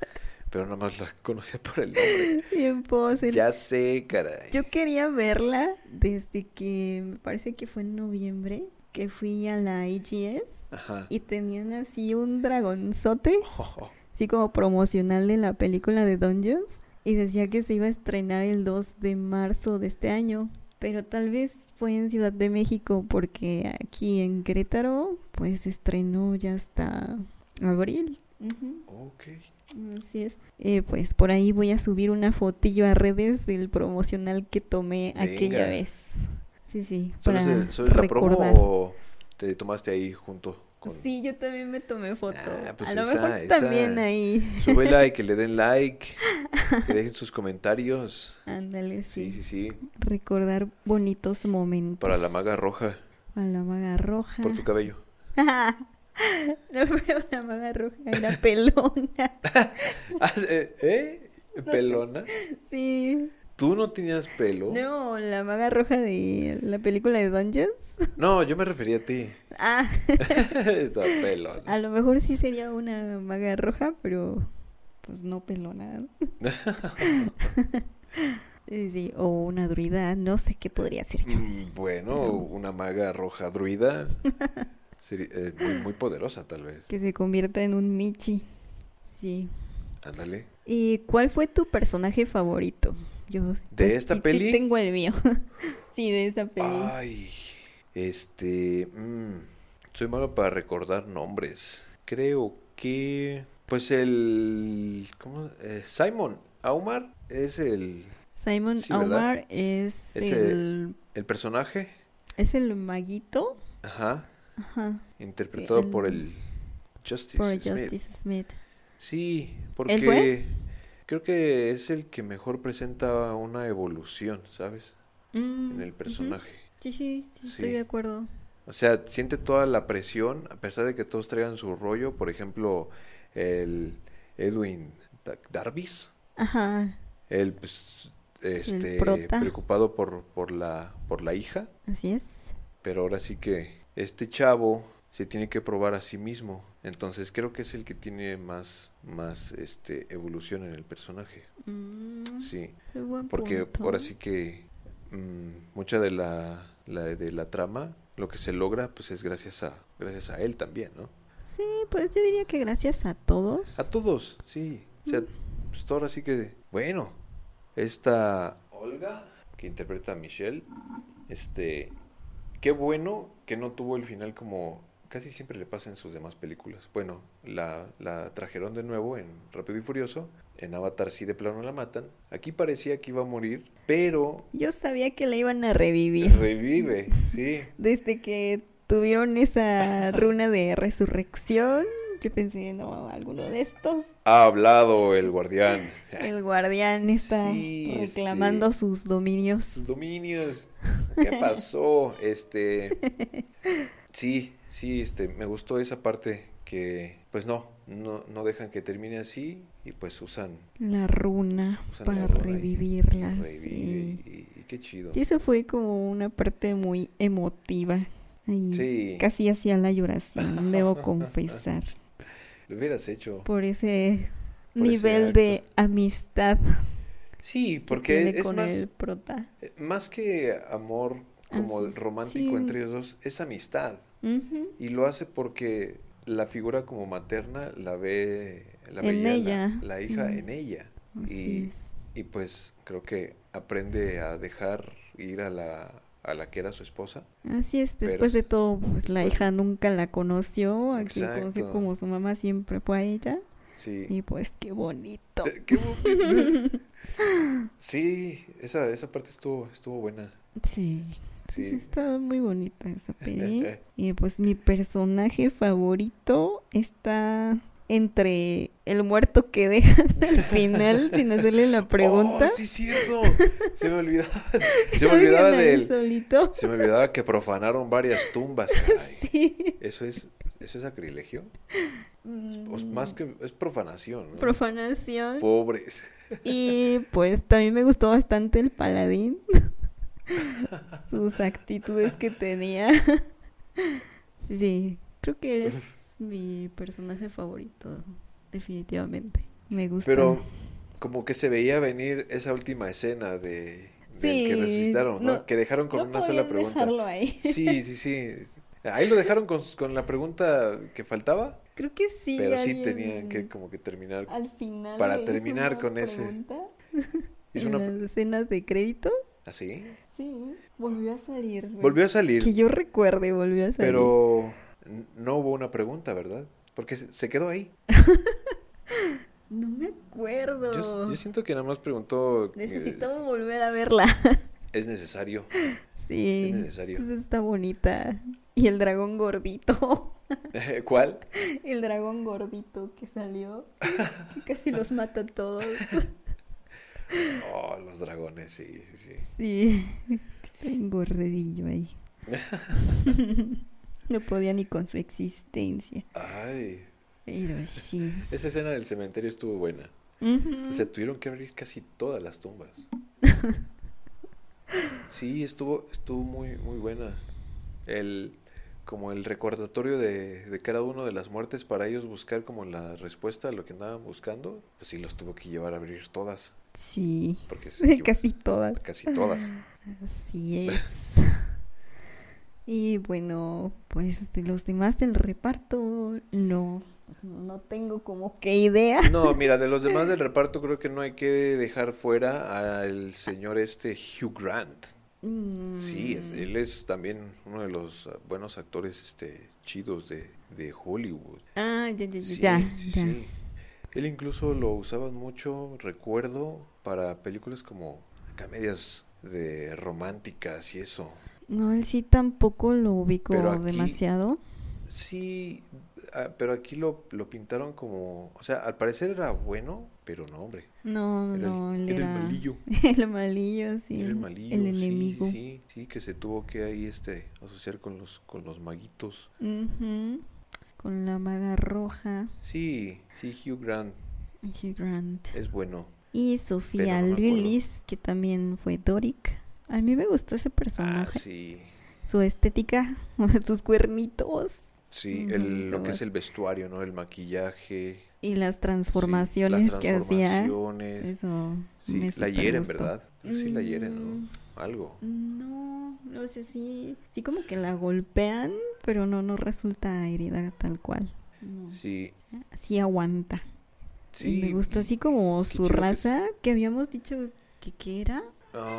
Speaker 2: pero nada más la conocía por el nombre.
Speaker 1: Vi en poser.
Speaker 2: Ya sé, caray.
Speaker 1: Yo quería verla desde que me parece que fue en noviembre que fui a la IGS
Speaker 2: Ajá.
Speaker 1: y tenían así un dragonzote,
Speaker 2: Ojo.
Speaker 1: así como promocional de la película de Dungeons y decía que se iba a estrenar el 2 de marzo de este año, pero tal vez fue en Ciudad de México porque aquí en Querétaro pues se estrenó ya hasta abril. Ujú.
Speaker 2: Ok.
Speaker 1: Así es. Eh, pues por ahí voy a subir una fotillo a redes del promocional que tomé
Speaker 2: Venga.
Speaker 1: aquella vez. Sí, sí,
Speaker 2: ¿Solo
Speaker 1: para
Speaker 2: se- solo es la promo
Speaker 1: recordar.
Speaker 2: o te tomaste ahí junto? Con...
Speaker 1: Sí, yo también me tomé foto.
Speaker 2: Ah, pues
Speaker 1: a lo
Speaker 2: esa-
Speaker 1: mejor
Speaker 2: esa-
Speaker 1: también ahí.
Speaker 2: Súbela y que le den like, que dejen sus comentarios.
Speaker 1: Ándale, sí.
Speaker 2: Sí, sí, sí.
Speaker 1: Recordar bonitos momentos.
Speaker 2: Para la maga roja,
Speaker 1: Para la maga roja.
Speaker 2: por tu cabello.
Speaker 1: no, pero la maga roja era pelona.
Speaker 2: Ah, eh, ¿Eh? ¿Pelona?
Speaker 1: Sí.
Speaker 2: ¿Tú no tenías pelo?
Speaker 1: No, la maga roja de la película de Dungeons.
Speaker 2: No, yo me refería a ti.
Speaker 1: Ah.
Speaker 2: Está pelón.
Speaker 1: A lo mejor sí sería una maga roja, pero pues no pelona. Sí, sí, o una druida, no sé qué podría ser yo.
Speaker 2: Mm, Bueno, una maga roja druida. Seri- eh, muy, muy poderosa, tal vez.
Speaker 1: Que se convierta en un Michi. Sí.
Speaker 2: Ándale.
Speaker 1: ¿Y cuál fue tu personaje favorito? Yo pues,
Speaker 2: ¿De esta
Speaker 1: sí- sí
Speaker 2: peli? Ah,
Speaker 1: tengo el mío. sí, de esa peli.
Speaker 2: Ay. Este. mm, soy malo para recordar nombres. Creo que. Pues el. ¿Cómo? Eh, Simon Aumar es el,
Speaker 1: Simon
Speaker 2: sí, ¿verdad?
Speaker 1: Aumar es
Speaker 2: Ese-
Speaker 1: el
Speaker 2: el personaje.
Speaker 1: es el maguito.
Speaker 2: Ajá.
Speaker 1: Ajá.
Speaker 2: Interpretado por
Speaker 1: el-
Speaker 2: el Justice
Speaker 1: Por
Speaker 2: Smith.
Speaker 1: Justice Smith.
Speaker 2: Sí,
Speaker 1: ¿Él fue?
Speaker 2: porque creo que es el que mejor presenta una evolución, ¿sabes?
Speaker 1: Mm,
Speaker 2: En el
Speaker 1: ujú.
Speaker 2: personaje.
Speaker 1: Sí, sí, sí, estoy
Speaker 2: Sí.
Speaker 1: de acuerdo.
Speaker 2: O sea, siente toda la presión, a pesar de que todos traigan su rollo. Por ejemplo, el Edwin Da- Darvis,
Speaker 1: Ajá,
Speaker 2: él pues, este,
Speaker 1: prota.
Speaker 2: preocupado por, por, la, por la hija,
Speaker 1: así es.
Speaker 2: pero ahora sí que este chavo se tiene que probar a sí mismo. Entonces creo que es el que tiene más, más este, evolución en el personaje.
Speaker 1: Mm,
Speaker 2: Sí.
Speaker 1: qué buen
Speaker 2: Porque
Speaker 1: punto.
Speaker 2: ahora sí que mm, mucha de la, la- de la trama, lo que se logra, pues es gracias a, gracias a él también, ¿no?
Speaker 1: Sí, pues yo diría que gracias a todos.
Speaker 2: A todos, sí. O sea, pues todo ahora sí que, bueno, esta Olga, que interpreta a Michelle, este, qué bueno que no tuvo el final como casi siempre le pasa en sus demás películas. Bueno, la, la trajeron de nuevo en Rápido y Furioso, en Avatar sí de plano la matan. Aquí parecía que iba a morir, pero
Speaker 1: Yo sabía que la iban a revivir
Speaker 2: Revive, sí.
Speaker 1: desde que tuvieron esa runa de resurrección. Yo pensé, no, alguno de estos.
Speaker 2: Ha hablado el guardián.
Speaker 1: El guardián está
Speaker 2: Sí, este-
Speaker 1: reclamando sus dominios.
Speaker 2: Sus dominios. ¿Qué pasó? Este. Sí, sí, este. Me gustó esa parte que. Pues no, no, no dejan que termine así. Y pues usan.
Speaker 1: La runa
Speaker 2: usan
Speaker 1: para
Speaker 2: la rola y
Speaker 1: revivirla.
Speaker 2: revive,
Speaker 1: sí.
Speaker 2: y, y qué chido.
Speaker 1: Sí, eso fue como una parte muy emotiva. Y
Speaker 2: Sí.
Speaker 1: Casi hacía la lloración, debo confesar.
Speaker 2: Lo hubieras hecho.
Speaker 1: Por ese
Speaker 2: Por ese
Speaker 1: nivel de amistad
Speaker 2: Sí,
Speaker 1: que
Speaker 2: porque
Speaker 1: tiene
Speaker 2: es
Speaker 1: con
Speaker 2: más.
Speaker 1: el prota.
Speaker 2: eh, Más que amor como
Speaker 1: Así es,
Speaker 2: romántico
Speaker 1: sí.
Speaker 2: entre ellos dos, es amistad.
Speaker 1: Ujú.
Speaker 2: Y lo hace porque la figura como materna la ve, la
Speaker 1: En
Speaker 2: veía la-
Speaker 1: ella,
Speaker 2: la, hija
Speaker 1: sí.
Speaker 2: en ella.
Speaker 1: Así
Speaker 2: Y,
Speaker 1: es.
Speaker 2: y pues creo que aprende a dejar ir a la, a la que era su esposa.
Speaker 1: Así es,
Speaker 2: pero
Speaker 1: después de
Speaker 2: es-
Speaker 1: todo, pues la
Speaker 2: pues-
Speaker 1: hija nunca la conoció, aquí conoció
Speaker 2: Exacto.
Speaker 1: como su mamá siempre fue a ella.
Speaker 2: Sí.
Speaker 1: Y pues qué bonito.
Speaker 2: Eh, qué bonito. sí, esa, esa parte estuvo, estuvo buena.
Speaker 1: Sí. Sí,
Speaker 2: Sí.
Speaker 1: Está muy bonita esa peli. y pues mi personaje favorito está entre el muerto que dejan al final sin hacerle la pregunta.
Speaker 2: Oh, sí, es cierto. Se me olvidaba. Se me olvidaba
Speaker 1: Dejan
Speaker 2: de
Speaker 1: ahí
Speaker 2: él.
Speaker 1: solito.
Speaker 2: Se me olvidaba que profanaron varias tumbas, caray.
Speaker 1: Sí.
Speaker 2: Eso es, eso es sacrilegio. O s-
Speaker 1: Mm,
Speaker 2: pues, más que es profanación, ¿no?
Speaker 1: profanación.
Speaker 2: Pobres.
Speaker 1: Y pues también me gustó bastante el paladín. Sus actitudes que tenía. Sí, sí, creo que él es mi personaje favorito, definitivamente. Me gusta.
Speaker 2: Pero como que se veía venir esa última escena de del
Speaker 1: Sí,
Speaker 2: que resucitaron, ¿no?
Speaker 1: no-
Speaker 2: que dejaron con
Speaker 1: No
Speaker 2: una sola
Speaker 1: podían
Speaker 2: pregunta.
Speaker 1: dejarlo ahí.
Speaker 2: Sí, sí, sí. Ahí lo dejaron con, con la pregunta que faltaba,
Speaker 1: Creo que sí.
Speaker 2: pero sí
Speaker 1: alguien
Speaker 2: tenían que como que terminar.
Speaker 1: Al final.
Speaker 2: para
Speaker 1: le hizo
Speaker 2: terminar
Speaker 1: una
Speaker 2: con ese.
Speaker 1: pregunta
Speaker 2: Hizo
Speaker 1: en
Speaker 2: una
Speaker 1: las escenas de crédito.
Speaker 2: así.
Speaker 1: Sí. Volvió a salir. güey.
Speaker 2: Volvió a salir,
Speaker 1: Que yo recuerde, volvió a salir.
Speaker 2: pero n- no hubo una pregunta, ¿verdad? Porque se se quedó ahí.
Speaker 1: No me acuerdo.
Speaker 2: Yo, yo siento que nada más preguntó eh,
Speaker 1: Necesitamos volver a verla.
Speaker 2: es necesario.
Speaker 1: Sí.
Speaker 2: Es necesario.
Speaker 1: Entonces está bonita. Y el dragón gordito.
Speaker 2: ¿Cuál?
Speaker 1: El dragón gordito que salió. que casi los mata a todos.
Speaker 2: Oh, los dragones, sí, sí, sí.
Speaker 1: Sí. Está engordadillo ahí. no podía ni con su existencia.
Speaker 2: Ay,
Speaker 1: Pero sí.
Speaker 2: esa escena del cementerio estuvo buena.
Speaker 1: Ujú.
Speaker 2: Se tuvieron que abrir casi todas las tumbas. Sí, estuvo, estuvo muy, muy buena. El, como el recordatorio de, de cada uno de las muertes para ellos buscar como la respuesta a lo que andaban buscando, pues sí los tuvo que llevar a abrir todas,
Speaker 1: Sí.
Speaker 2: porque se equivo-
Speaker 1: Casi todas.
Speaker 2: casi todas.
Speaker 1: Así es. Y bueno, pues de los demás del reparto, no, no tengo como que idea.
Speaker 2: No, mira, de los demás del reparto creo que no hay que dejar fuera al señor este Hugh Grant. Sí, es-
Speaker 1: Mm,
Speaker 2: él es también uno de los ah, buenos actores este, chidos de, de Hollywood.
Speaker 1: Ah, ya, ya, ya,
Speaker 2: Sí,
Speaker 1: ya,
Speaker 2: sí,
Speaker 1: ya.
Speaker 2: sí. Él incluso lo usaban mucho, recuerdo, para películas como comedias de románticas y eso.
Speaker 1: No, él sí tampoco lo ubico
Speaker 2: Pero aquí-
Speaker 1: demasiado.
Speaker 2: Sí, ah, pero aquí lo, lo pintaron como, o sea, al parecer era bueno, pero no, hombre.
Speaker 1: No, no,
Speaker 2: Era el,
Speaker 1: no, él
Speaker 2: era el
Speaker 1: era
Speaker 2: malillo.
Speaker 1: el malillo, sí.
Speaker 2: Era el
Speaker 1: el-
Speaker 2: malillo,
Speaker 1: el
Speaker 2: sí, sí,
Speaker 1: enemigo.
Speaker 2: Sí, sí, que se tuvo que ahí este asociar con los con los maguitos.
Speaker 1: Ujú, Con la maga roja,
Speaker 2: Sí, sí, Hugh Grant
Speaker 1: Hugh Grant.
Speaker 2: es bueno.
Speaker 1: Y Sofía
Speaker 2: no me acuerdo.
Speaker 1: Lillis, que también fue Doric. A mí me gustó ese
Speaker 2: Ah,
Speaker 1: personaje.
Speaker 2: sí.
Speaker 1: Su estética, sus cuernitos
Speaker 2: Sí,
Speaker 1: Ujú,
Speaker 2: el, lo
Speaker 1: qué
Speaker 2: que es
Speaker 1: bueno.
Speaker 2: el vestuario, ¿no? El maquillaje.
Speaker 1: y las
Speaker 2: sí,
Speaker 1: transformaciones
Speaker 2: las
Speaker 1: que hacía.
Speaker 2: transformaciones.
Speaker 1: Eso.
Speaker 2: Sí,
Speaker 1: me
Speaker 2: la
Speaker 1: súper
Speaker 2: hieren,
Speaker 1: gustó.
Speaker 2: ¿verdad? Creo que Sí, la hieren,
Speaker 1: Mm,
Speaker 2: ¿no? Algo.
Speaker 1: No, no sé, sí. Sí, como que la golpean, pero no, no resulta herida tal cual. No,
Speaker 2: Sí,
Speaker 1: Sí aguanta.
Speaker 2: sí.
Speaker 1: Y me gustó
Speaker 2: y-
Speaker 1: así como
Speaker 2: qué
Speaker 1: su
Speaker 2: chido que es.
Speaker 1: raza, que habíamos dicho que qué era.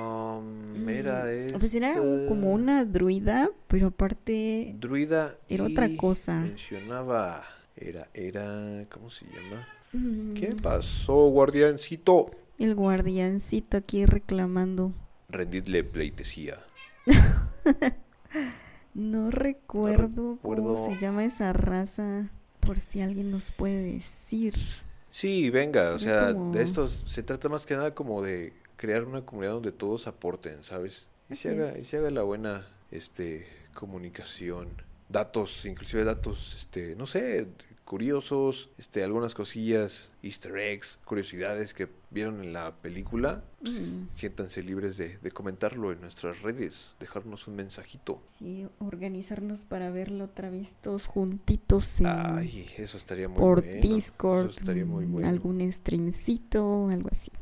Speaker 2: Um, era
Speaker 1: Mm, Pues era u- como
Speaker 2: esta
Speaker 1: una druida, pero aparte
Speaker 2: Druida.
Speaker 1: era otra
Speaker 2: y
Speaker 1: cosa.
Speaker 2: Mencionaba. Era, era. ¿Cómo se llama?
Speaker 1: mm,
Speaker 2: ¿Qué pasó, guardiancito?
Speaker 1: el guardiancito aquí reclamando.
Speaker 2: Rendidle pleitesía.
Speaker 1: No recuerdo cómo
Speaker 2: recuerdo.
Speaker 1: se llama esa raza, por si alguien nos puede decir.
Speaker 2: Sí, venga, o
Speaker 1: Es
Speaker 2: sea,
Speaker 1: como-
Speaker 2: de estos se trata más que nada como de crear una comunidad donde todos aporten, ¿sabes? Y se
Speaker 1: Así
Speaker 2: haga,
Speaker 1: es.
Speaker 2: y se haga la buena este comunicación, datos, inclusive datos este, no sé, curiosos, este algunas cosillas, easter eggs, curiosidades que vieron en la película. pues,
Speaker 1: Mm.
Speaker 2: Siéntanse libres de, de comentarlo en nuestras redes, dejarnos un mensajito.
Speaker 1: Sí, organizarnos para verlo otra vez todos juntitos en-
Speaker 2: Ay, eso estaría muy
Speaker 1: por
Speaker 2: bueno.
Speaker 1: Discord,
Speaker 2: Eso estaría muy
Speaker 1: mm,
Speaker 2: bueno.
Speaker 1: algún streamcito, algo así.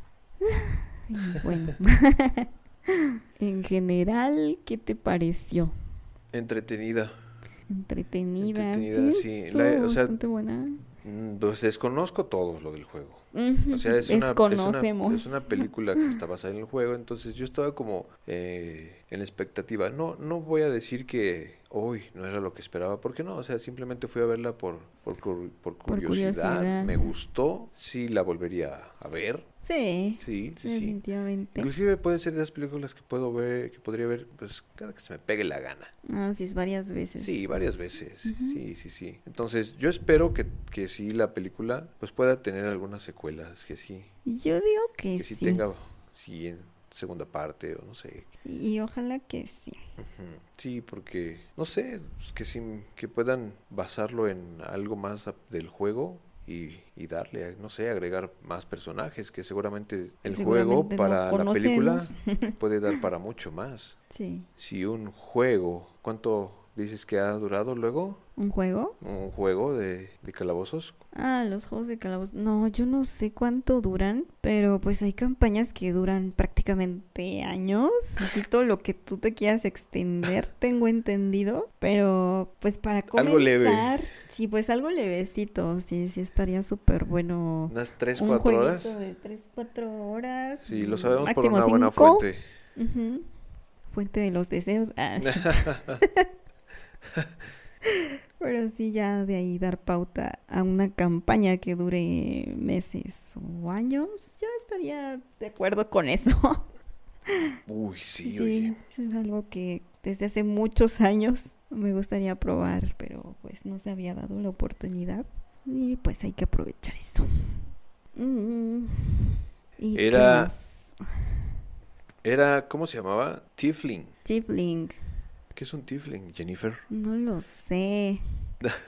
Speaker 1: Y bueno, en general, ¿qué te pareció?
Speaker 2: Entretenida.
Speaker 1: Entretenida.
Speaker 2: Entretenida,
Speaker 1: sí,
Speaker 2: sí.
Speaker 1: estuvo
Speaker 2: La- o sea,
Speaker 1: bastante buena.
Speaker 2: Mm, Pues desconozco todo lo del juego. O sea,
Speaker 1: Ujú,
Speaker 2: es una, es una,
Speaker 1: Desconocemos.
Speaker 2: es una película que está basada en el juego, entonces yo estaba como eh, en expectativa. No, no voy a decir que, uy, no era lo que esperaba. ¿Por qué no? O sea, simplemente fui a verla por, por, cur- por curiosidad.
Speaker 1: curiosidad.
Speaker 2: Me gustó. Sí, la volvería a ver.
Speaker 1: Sí,
Speaker 2: Sí, sí, sí.
Speaker 1: definitivamente.
Speaker 2: Inclusive puede ser de las películas que puedo ver, que podría ver, pues cada que se me pegue la gana.
Speaker 1: Ah, sí, varias veces.
Speaker 2: Sí, varias veces.
Speaker 1: Ujú.
Speaker 2: Sí, sí, sí. Entonces, yo espero que, que sí la película pues pueda tener algunas secuelas, que sí,
Speaker 1: Yo digo que,
Speaker 2: que sí,
Speaker 1: sí.
Speaker 2: tenga sí, en segunda parte o no sé.
Speaker 1: Y ojalá que sí.
Speaker 2: Ujú. Sí, porque no sé, pues, que sí que puedan basarlo en algo más a- del juego. Y, y darle, no sé, agregar más personajes, que seguramente el juego
Speaker 1: Seguramente no
Speaker 2: para la película
Speaker 1: conocemos.
Speaker 2: puede dar para mucho más.
Speaker 1: sí.
Speaker 2: Si un juego, ¿cuánto dices que ha durado luego?
Speaker 1: ¿Un juego?
Speaker 2: Un juego de, de calabozos.
Speaker 1: Ah, los juegos de calabozo. No, yo no sé cuánto duran, pero pues hay campañas que duran prácticamente años. Así todo lo que tú te quieras extender, tengo entendido. Pero pues para comenzar.
Speaker 2: Algo leve.
Speaker 1: Sí, pues algo levecito. Sí, sí, estaría súper bueno.
Speaker 2: Unas 3,
Speaker 1: un
Speaker 2: 4
Speaker 1: jueguito
Speaker 2: horas.
Speaker 1: de 3, 4 horas.
Speaker 2: Sí, lo sabemos por
Speaker 1: máximo
Speaker 2: una buena
Speaker 1: cinco.
Speaker 2: fuente.
Speaker 1: Ujú. Fuente de los deseos. Ah. Pero sí, ya de ahí dar pauta a una campaña que dure meses o años, yo estaría de acuerdo con eso.
Speaker 2: Uy, sí,
Speaker 1: Sí,
Speaker 2: oye.
Speaker 1: es algo que desde hace muchos años me gustaría probar, pero pues no se había dado la oportunidad y pues hay que aprovechar eso. Mm. ¿Y qué
Speaker 2: Era-
Speaker 1: más?
Speaker 2: Era, ¿cómo se llamaba? Tifling.
Speaker 1: Tiefling.
Speaker 2: ¿Qué es un Tifling, Jennifer?
Speaker 1: No lo sé.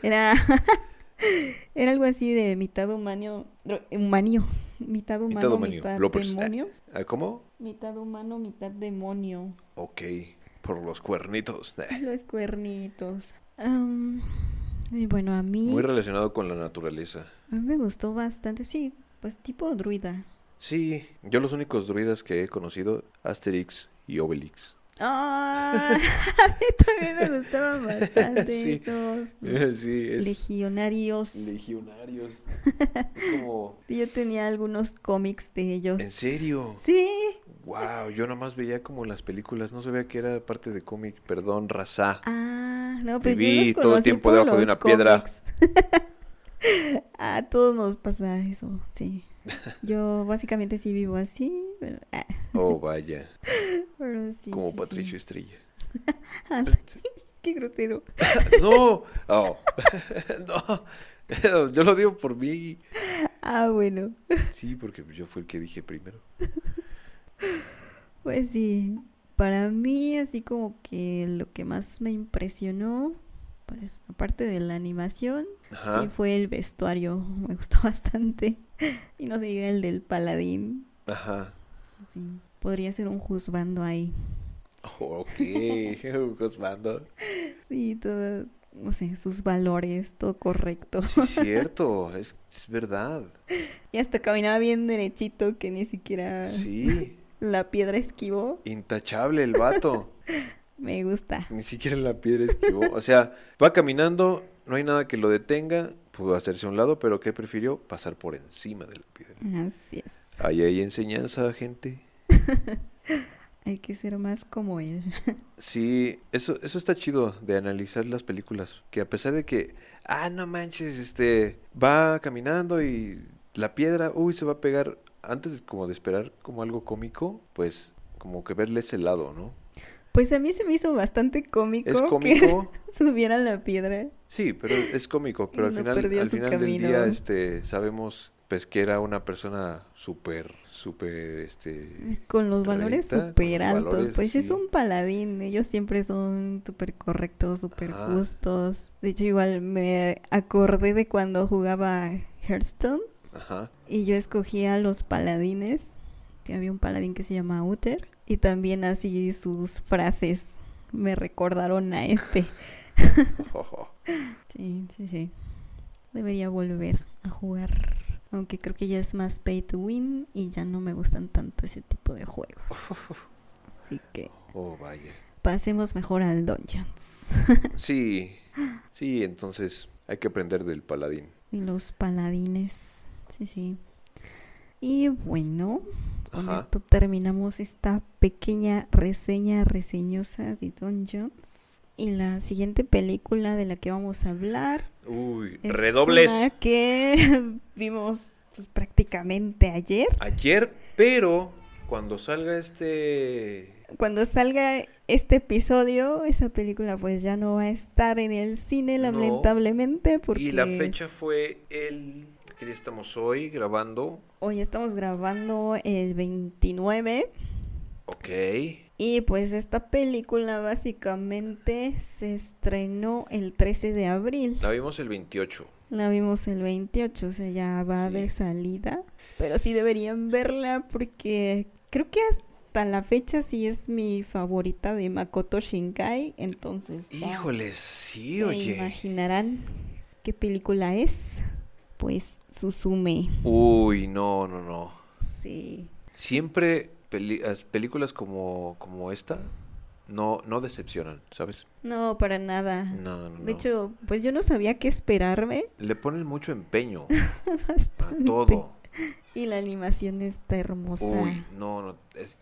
Speaker 1: Era, era algo así de mitad humano, dro- humanio, mitad humano, mitad,
Speaker 2: Mitad humanio, bloopers.
Speaker 1: demonio,
Speaker 2: Ah, ¿Cómo?
Speaker 1: mitad humano, mitad demonio.
Speaker 2: Ok, por los cuernitos. Eh,
Speaker 1: Los cuernitos. Am, y bueno, a mí,
Speaker 2: Muy relacionado con la naturaleza.
Speaker 1: a mí me gustó bastante. Sí, pues tipo druida.
Speaker 2: Sí, yo los únicos druidas que he conocido, Asterix y Obelix.
Speaker 1: Ah, a mí también me gustaban bastante
Speaker 2: Sí.
Speaker 1: esos
Speaker 2: sí, es...
Speaker 1: legionarios.
Speaker 2: Legionarios. Es como...
Speaker 1: Sí, Yo tenía algunos cómics de ellos.
Speaker 2: ¿En serio?
Speaker 1: Sí,
Speaker 2: Wow, yo nomás veía como las películas, no sabía que era parte de cómic, perdón, raza.
Speaker 1: Ah, no, pues yo los
Speaker 2: Viví todo el
Speaker 1: conocí
Speaker 2: tiempo
Speaker 1: por
Speaker 2: debajo de
Speaker 1: los
Speaker 2: una piedra.
Speaker 1: cómics. a todos nos pasa eso, sí. Yo básicamente sí vivo así, pero, ah,
Speaker 2: Oh, vaya,
Speaker 1: pero sí.
Speaker 2: como
Speaker 1: sí,
Speaker 2: Patricio
Speaker 1: sí.
Speaker 2: Estrella.
Speaker 1: Qué grosero.
Speaker 2: no, oh, no, yo lo digo por mí.
Speaker 1: Ah, bueno,
Speaker 2: Sí, porque yo fui el que dije primero.
Speaker 1: pues sí. Para mí, así como que lo que más me impresionó, pues aparte de la animación,
Speaker 2: Ajá.
Speaker 1: sí fue el vestuario. Me gustó bastante. Y no se diga el del paladín.
Speaker 2: Ajá.
Speaker 1: Sí, podría ser un juzgando ahí.
Speaker 2: Oh, ok, Cosmando.
Speaker 1: Sí, todo, no sé, sus valores, todo correcto.
Speaker 2: Sí, es cierto, es, es verdad.
Speaker 1: Y hasta caminaba bien derechito, que ni siquiera
Speaker 2: Sí,
Speaker 1: la piedra esquivó.
Speaker 2: intachable el vato.
Speaker 1: Me gusta.
Speaker 2: Ni siquiera la piedra esquivó. O sea, va caminando, no hay nada que lo detenga. Pudo hacerse a un lado, pero ¿qué prefirió? Pasar por encima de la piedra.
Speaker 1: Así es.
Speaker 2: Ahí hay enseñanza, gente.
Speaker 1: Hay que ser más como él.
Speaker 2: Sí, eso, eso está chido de analizar las películas. Que a pesar de que, ah, no manches, este, va caminando y la piedra, uy, se va a pegar. Antes como de esperar como algo cómico, pues como que verle ese lado, ¿no?
Speaker 1: Pues a mí se me hizo bastante cómico,
Speaker 2: Es cómico.
Speaker 1: que subiera la piedra.
Speaker 2: Sí, pero es cómico, pero al
Speaker 1: No
Speaker 2: final,
Speaker 1: perdió
Speaker 2: al
Speaker 1: su
Speaker 2: final del
Speaker 1: camino.
Speaker 2: día, este, sabemos, pues, que era una persona súper, súper, este,
Speaker 1: Es pues, Con los valores
Speaker 2: Recta, con los
Speaker 1: súper altos.
Speaker 2: valores
Speaker 1: pues es
Speaker 2: así.
Speaker 1: un paladín. Ellos siempre son súper correctos, súper
Speaker 2: Ajá.
Speaker 1: justos. De hecho, igual me acordé de cuando jugaba Hearthstone.
Speaker 2: ajá,
Speaker 1: Y yo escogía los paladines. que Había un paladín que se llama Uther. Y también así sus frases me recordaron a este. Sí, sí, sí. Debería volver a jugar. Aunque creo que ya es más pay to win y ya no me gustan tanto ese tipo de juegos. Así que
Speaker 2: oh, vaya.
Speaker 1: pasemos mejor al Dungeons.
Speaker 2: Sí, sí, entonces hay que aprender del paladín.
Speaker 1: Y los paladines. Sí, sí. Y bueno, con
Speaker 2: Ajá.
Speaker 1: esto terminamos esta pequeña reseña reseñosa de Dungeons. Y la siguiente película de la que vamos a hablar
Speaker 2: Uy,
Speaker 1: es
Speaker 2: redobles.
Speaker 1: una que vimos pues, prácticamente ayer.
Speaker 2: Ayer, pero cuando salga este...
Speaker 1: Cuando salga este episodio, esa película pues ya no va a estar en el cine
Speaker 2: No.
Speaker 1: lamentablemente porque
Speaker 2: Y la fecha fue el... ¿Qué día estamos hoy grabando?
Speaker 1: hoy estamos grabando el 29
Speaker 2: Ok.
Speaker 1: y pues esta película básicamente se estrenó el 13 de abril.
Speaker 2: La vimos el 28.
Speaker 1: La vimos el 28, o sea, ya va
Speaker 2: Sí.
Speaker 1: de salida. Pero sí deberían verla porque creo que hasta la fecha sí es mi favorita de Makoto Shinkai. Entonces, ya
Speaker 2: Híjole, sí,
Speaker 1: se
Speaker 2: oye.
Speaker 1: imaginarán qué película es. Pues Suzume.
Speaker 2: Uh. Uy, no, no, no.
Speaker 1: Sí.
Speaker 2: Siempre peli- as- películas como, como esta no, no decepcionan, ¿sabes?
Speaker 1: No, para nada.
Speaker 2: No, no,
Speaker 1: De
Speaker 2: no.
Speaker 1: hecho, pues yo no sabía qué esperarme.
Speaker 2: Le ponen mucho empeño a
Speaker 1: Bastante.
Speaker 2: todo.
Speaker 1: Y la animación está hermosa.
Speaker 2: Uy, no, no, es-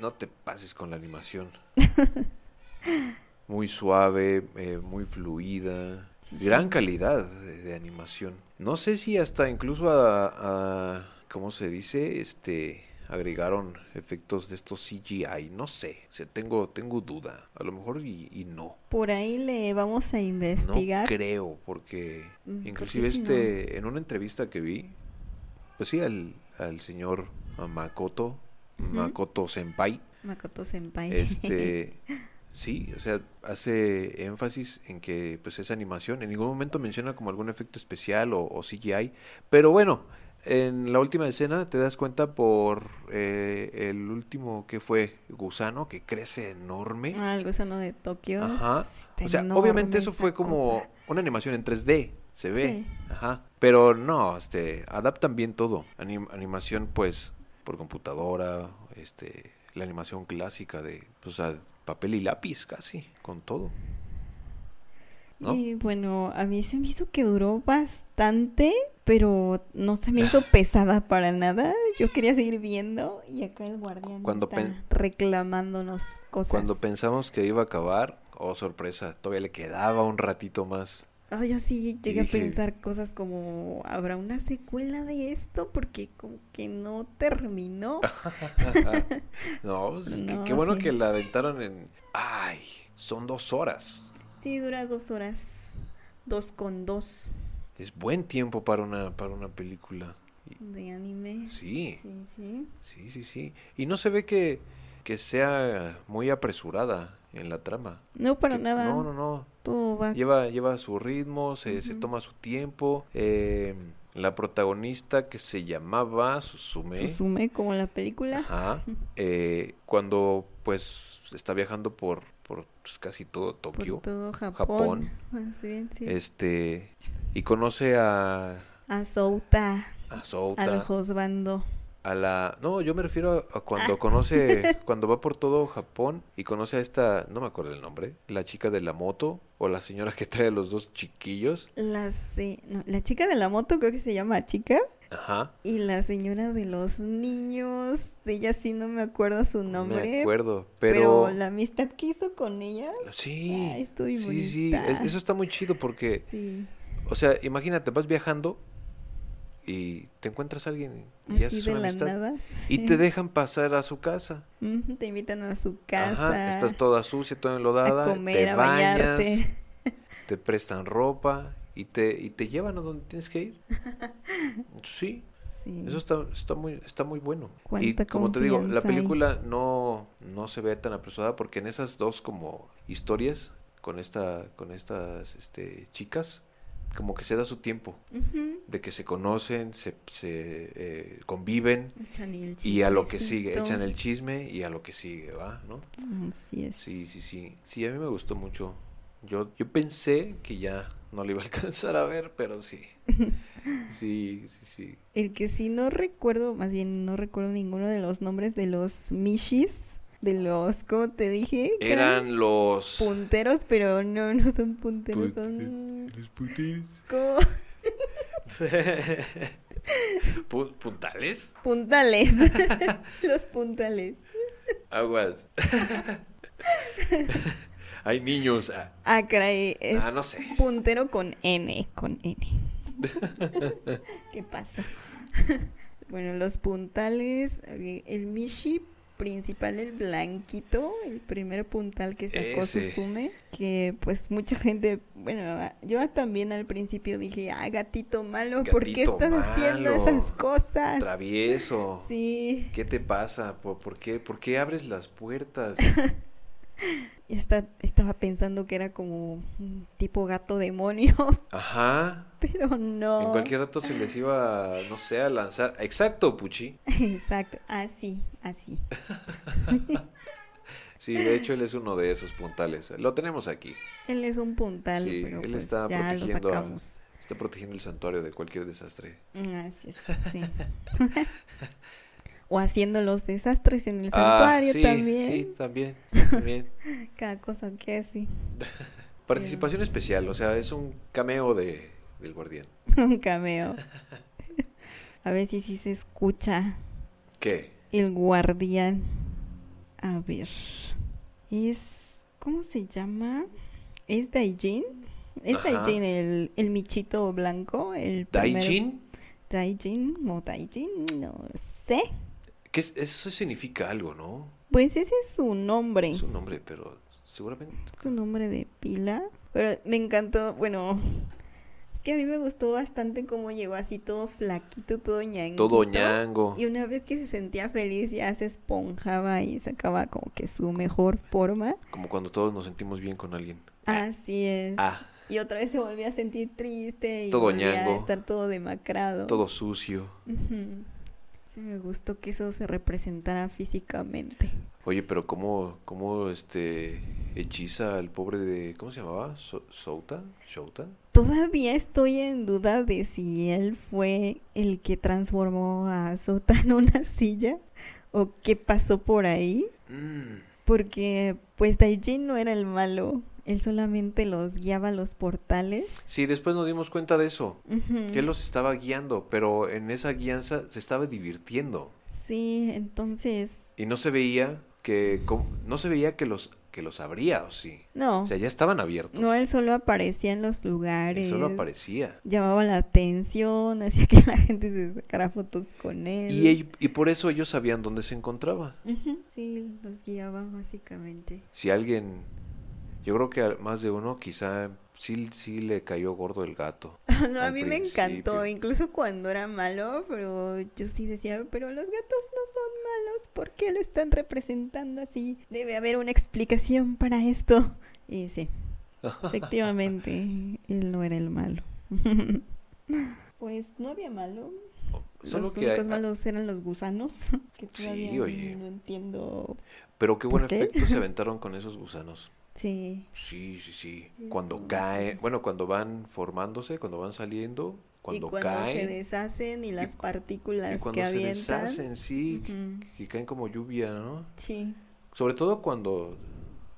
Speaker 2: no te pases con la animación. Muy suave, eh, muy fluida,
Speaker 1: Sí,
Speaker 2: gran
Speaker 1: sí.
Speaker 2: calidad de, de animación. No sé si hasta incluso a, a- ¿cómo se dice? Este, agregaron efectos de estos CGI, no sé, o sea, tengo, tengo duda, a lo mejor y, y no.
Speaker 1: Por ahí le vamos a
Speaker 2: No
Speaker 1: investigar.
Speaker 2: creo, porque
Speaker 1: Mm, porque
Speaker 2: inclusive
Speaker 1: si no-
Speaker 2: este, en una entrevista que vi, pues sí, al, al señor Makoto,
Speaker 1: Ujú.
Speaker 2: Makoto Senpai,
Speaker 1: Makoto Senpai.
Speaker 2: este, sí, o sea, hace énfasis en que pues es animación, en ningún momento menciona como algún efecto especial o, o CGI, pero bueno, en la última escena te das cuenta por eh, el último que fue gusano que crece enorme.
Speaker 1: Ah, el gusano de Tokio.
Speaker 2: Ajá.
Speaker 1: Está
Speaker 2: O sea,
Speaker 1: enorme
Speaker 2: obviamente eso
Speaker 1: esa
Speaker 2: fue como
Speaker 1: cosa.
Speaker 2: una animación en 3D, se ve.
Speaker 1: Sí.
Speaker 2: Ajá. Pero no, este, adaptan bien todo. Anim- animación, pues, por computadora, este, la animación clásica de, pues, a papel y lápiz casi, con todo. ¿no?
Speaker 1: Y bueno, a mí se me hizo que duró bastante, pero no se me hizo pesada para nada. Yo quería seguir viendo y acá el guardián
Speaker 2: Cuando
Speaker 1: está
Speaker 2: pen-
Speaker 1: reclamándonos cosas.
Speaker 2: Cuando pensamos que iba a acabar, oh sorpresa, todavía le quedaba un ratito más.
Speaker 1: Ah, yo sí llegué
Speaker 2: dije-
Speaker 1: a pensar cosas como, ¿habrá una secuela de esto? Porque como que no terminó.
Speaker 2: no, pues, que-
Speaker 1: No,
Speaker 2: qué bueno
Speaker 1: sí.
Speaker 2: que la aventaron en... Ay, son dos horas.
Speaker 1: Sí, dura dos horas, dos con dos
Speaker 2: Es buen tiempo para una, para una película. Y-
Speaker 1: de anime.
Speaker 2: Sí,
Speaker 1: sí. sí.
Speaker 2: sí, sí, sí. Y no se ve que, que sea muy apresurada en la trama.
Speaker 1: No, para
Speaker 2: Que-
Speaker 1: nada.
Speaker 2: No, no, no.
Speaker 1: Todo va
Speaker 2: Lleva, lleva su ritmo, se, se
Speaker 1: Ujú.
Speaker 2: toma su tiempo. Eh, la protagonista que se llamaba Susume.
Speaker 1: Susume como la película.
Speaker 2: Ajá. Eh, cuando pues está viajando por, por pues, casi todo
Speaker 1: Por
Speaker 2: Tokio.
Speaker 1: todo Japón. Así bien, sí.
Speaker 2: Este. Y conoce a,
Speaker 1: A Souta,
Speaker 2: a Souta.
Speaker 1: al Josbando.
Speaker 2: A la... No, yo me refiero a, a cuando
Speaker 1: Ah.
Speaker 2: conoce, cuando va por todo Japón y conoce a esta, no me acuerdo el nombre, la chica de la moto o la señora que trae a los dos chiquillos.
Speaker 1: La, se- no, la chica de la moto creo que se llama chica.
Speaker 2: Ajá.
Speaker 1: Y la señora de los niños, de ella sí no me acuerdo su
Speaker 2: No
Speaker 1: nombre.
Speaker 2: me acuerdo,
Speaker 1: pero...
Speaker 2: pero...
Speaker 1: la amistad que hizo con ella.
Speaker 2: Sí,
Speaker 1: Ay, estuvo bien
Speaker 2: sí, sí,
Speaker 1: bonita.
Speaker 2: es- eso está muy chido porque,
Speaker 1: Sí.
Speaker 2: o sea, imagínate, vas viajando y te encuentras a alguien y
Speaker 1: Así
Speaker 2: haces
Speaker 1: de
Speaker 2: una
Speaker 1: la
Speaker 2: amistad
Speaker 1: nada.
Speaker 2: y te dejan pasar a su casa.
Speaker 1: Ujú, Te invitan a su
Speaker 2: Ajá,
Speaker 1: casa.
Speaker 2: estás toda sucia, toda enlodada,
Speaker 1: a comer,
Speaker 2: te
Speaker 1: a
Speaker 2: bañas,
Speaker 1: bañarte.
Speaker 2: te prestan ropa y te, y te llevan a donde tienes que ir. Sí,
Speaker 1: Sí.
Speaker 2: eso está, está muy, está muy bueno. Y
Speaker 1: Cuánta
Speaker 2: como te digo, la
Speaker 1: confianza hay.
Speaker 2: película no, no se ve tan apresurada porque en esas dos como historias con esta, con estas este, chicas, como que se da su tiempo
Speaker 1: Ujú.
Speaker 2: de que se conocen, se, se eh, conviven
Speaker 1: Echan el
Speaker 2: y a lo que sigue,
Speaker 1: chismecito.
Speaker 2: echan el chisme y a lo que sigue, ¿va? ¿No?
Speaker 1: Así es.
Speaker 2: Sí, sí, sí. Sí, a mí me gustó mucho. Yo, yo pensé que ya no lo iba a alcanzar a ver, pero sí. Sí, sí, sí.
Speaker 1: El que sí no recuerdo, más bien no recuerdo ninguno de los nombres de los Mishis, de los, ¿cómo te dije? Que
Speaker 2: Eran los...
Speaker 1: punteros, pero no, no son punteros,
Speaker 2: Put-
Speaker 1: son...
Speaker 2: Los putines.
Speaker 1: como
Speaker 2: Pu- ¿Puntales?
Speaker 1: Puntales. los puntales.
Speaker 2: Aguas. Hay niños. Ah,
Speaker 1: Ah, caray, es
Speaker 2: ah, no sé.
Speaker 1: puntero con N, con N. ¿Qué pasa? bueno, los puntales, eh, el Mishi principal, el blanquito, el primer puntal que sacó
Speaker 2: Ese.
Speaker 1: Susume, que pues mucha gente, bueno, a- yo también al principio dije, ah, gatito malo, ¿por qué
Speaker 2: Gatito
Speaker 1: estás haciendo
Speaker 2: malo,
Speaker 1: esas cosas?
Speaker 2: Travieso.
Speaker 1: Sí,
Speaker 2: ¿Qué te pasa? ¿Por, por qué, ¿Por qué abres las puertas?
Speaker 1: y esta- estaba pensando que era como un tipo gato demonio,
Speaker 2: Ajá.
Speaker 1: pero no.
Speaker 2: En cualquier rato se les iba, no sé, a lanzar. Exacto, Puchi.
Speaker 1: Exacto, así, así.
Speaker 2: Sí, de hecho él es uno de esos puntales. Lo tenemos aquí.
Speaker 1: Él es un puntal,
Speaker 2: Sí,
Speaker 1: pero
Speaker 2: él
Speaker 1: pues
Speaker 2: está
Speaker 1: ya lo
Speaker 2: protegiendo a-
Speaker 1: sacamos.
Speaker 2: Está protegiendo el santuario de cualquier desastre.
Speaker 1: Así es, sí. o haciendo los desastres en el
Speaker 2: Ah,
Speaker 1: santuario
Speaker 2: sí,
Speaker 1: también.
Speaker 2: Sí, también. también.
Speaker 1: Cada cosa que hace.
Speaker 2: Participación especial, o sea, es un cameo de, del guardián.
Speaker 1: Un cameo. a ver si sí se escucha
Speaker 2: ¿Qué?
Speaker 1: el guardián. A ver. Es. ¿Cómo se llama? ¿Es Daijin? ¿Es
Speaker 2: Ajá.
Speaker 1: Daijin el, el michito blanco? El primer-
Speaker 2: ¿Daijin?
Speaker 1: Daijin o Daijin, no sé.
Speaker 2: ¿Qué es- eso significa algo, ¿no?
Speaker 1: Pues ese es su nombre,
Speaker 2: Es
Speaker 1: su,
Speaker 2: un nombre, pero seguramente.
Speaker 1: nombre de pila. Pero me encantó, bueno, es que a mí me gustó bastante cómo llegó así todo flaquito, todo ñanguito.
Speaker 2: Todo ñango.
Speaker 1: Y una vez que se sentía feliz ya se esponjaba y sacaba como que su mejor forma.
Speaker 2: Como cuando todos nos sentimos bien con alguien.
Speaker 1: Así es.
Speaker 2: Ah,
Speaker 1: Y otra vez se volvía a sentir triste y
Speaker 2: Todo
Speaker 1: volvía
Speaker 2: ñango.
Speaker 1: a estar todo demacrado.
Speaker 2: todo sucio.
Speaker 1: Ujú. Sí, me gustó que eso se representara físicamente.
Speaker 2: Oye, pero cómo, cómo este hechiza al pobre de. ¿Cómo se llamaba? So- ¿Souta? ¿Shouta?
Speaker 1: Todavía estoy en duda de si él fue el que transformó a Sota en una silla o qué pasó por ahí,
Speaker 2: Mm,
Speaker 1: porque pues Daijin no era el malo, él solamente los guiaba a los portales.
Speaker 2: Sí, después nos dimos cuenta de eso.
Speaker 1: Ujú.
Speaker 2: Que él los estaba guiando, pero en esa guianza se estaba divirtiendo.
Speaker 1: Sí, entonces...
Speaker 2: Y no se veía que. cómo- No se veía que los, que los abría, o sí.
Speaker 1: No,
Speaker 2: O sea, ya estaban abiertos.
Speaker 1: no, él solo aparecía en los lugares.
Speaker 2: Él solo aparecía.
Speaker 1: Llamaba la atención, hacía que la gente se sacara fotos con él.
Speaker 2: Y, ell- y por eso ellos sabían dónde se encontraba.
Speaker 1: Ujú. Sí, los guiaba básicamente.
Speaker 2: Si alguien, yo creo que a más de uno quizá sí, sí le cayó gordo el gato.
Speaker 1: No, a
Speaker 2: al
Speaker 1: mí me encantó,
Speaker 2: principio.
Speaker 1: incluso cuando era malo, pero yo sí decía, pero los gatos no son malos, ¿por qué lo están representando así? Debe haber una explicación para esto. Y sí, efectivamente, él no era el malo. Pues no había malo.
Speaker 2: Solo
Speaker 1: los
Speaker 2: que
Speaker 1: únicos
Speaker 2: hay- ah.
Speaker 1: malos eran los gusanos. Que
Speaker 2: Sí,
Speaker 1: todavía
Speaker 2: oye.
Speaker 1: No entiendo.
Speaker 2: pero qué buen
Speaker 1: ¿Por qué?
Speaker 2: efecto se aventaron con esos gusanos.
Speaker 1: Sí.
Speaker 2: Sí, sí, sí.
Speaker 1: Sí,
Speaker 2: Cuando
Speaker 1: estuvo
Speaker 2: caen,
Speaker 1: bastante.
Speaker 2: bueno, cuando van formándose, cuando van saliendo, cuando,
Speaker 1: y cuando se
Speaker 2: caen
Speaker 1: deshacen y las partículas
Speaker 2: y cuando
Speaker 1: que
Speaker 2: se
Speaker 1: avientan.
Speaker 2: deshacen, sí, que-
Speaker 1: Ujú,
Speaker 2: que caen como lluvia, ¿no?
Speaker 1: Sí.
Speaker 2: Sobre todo cuando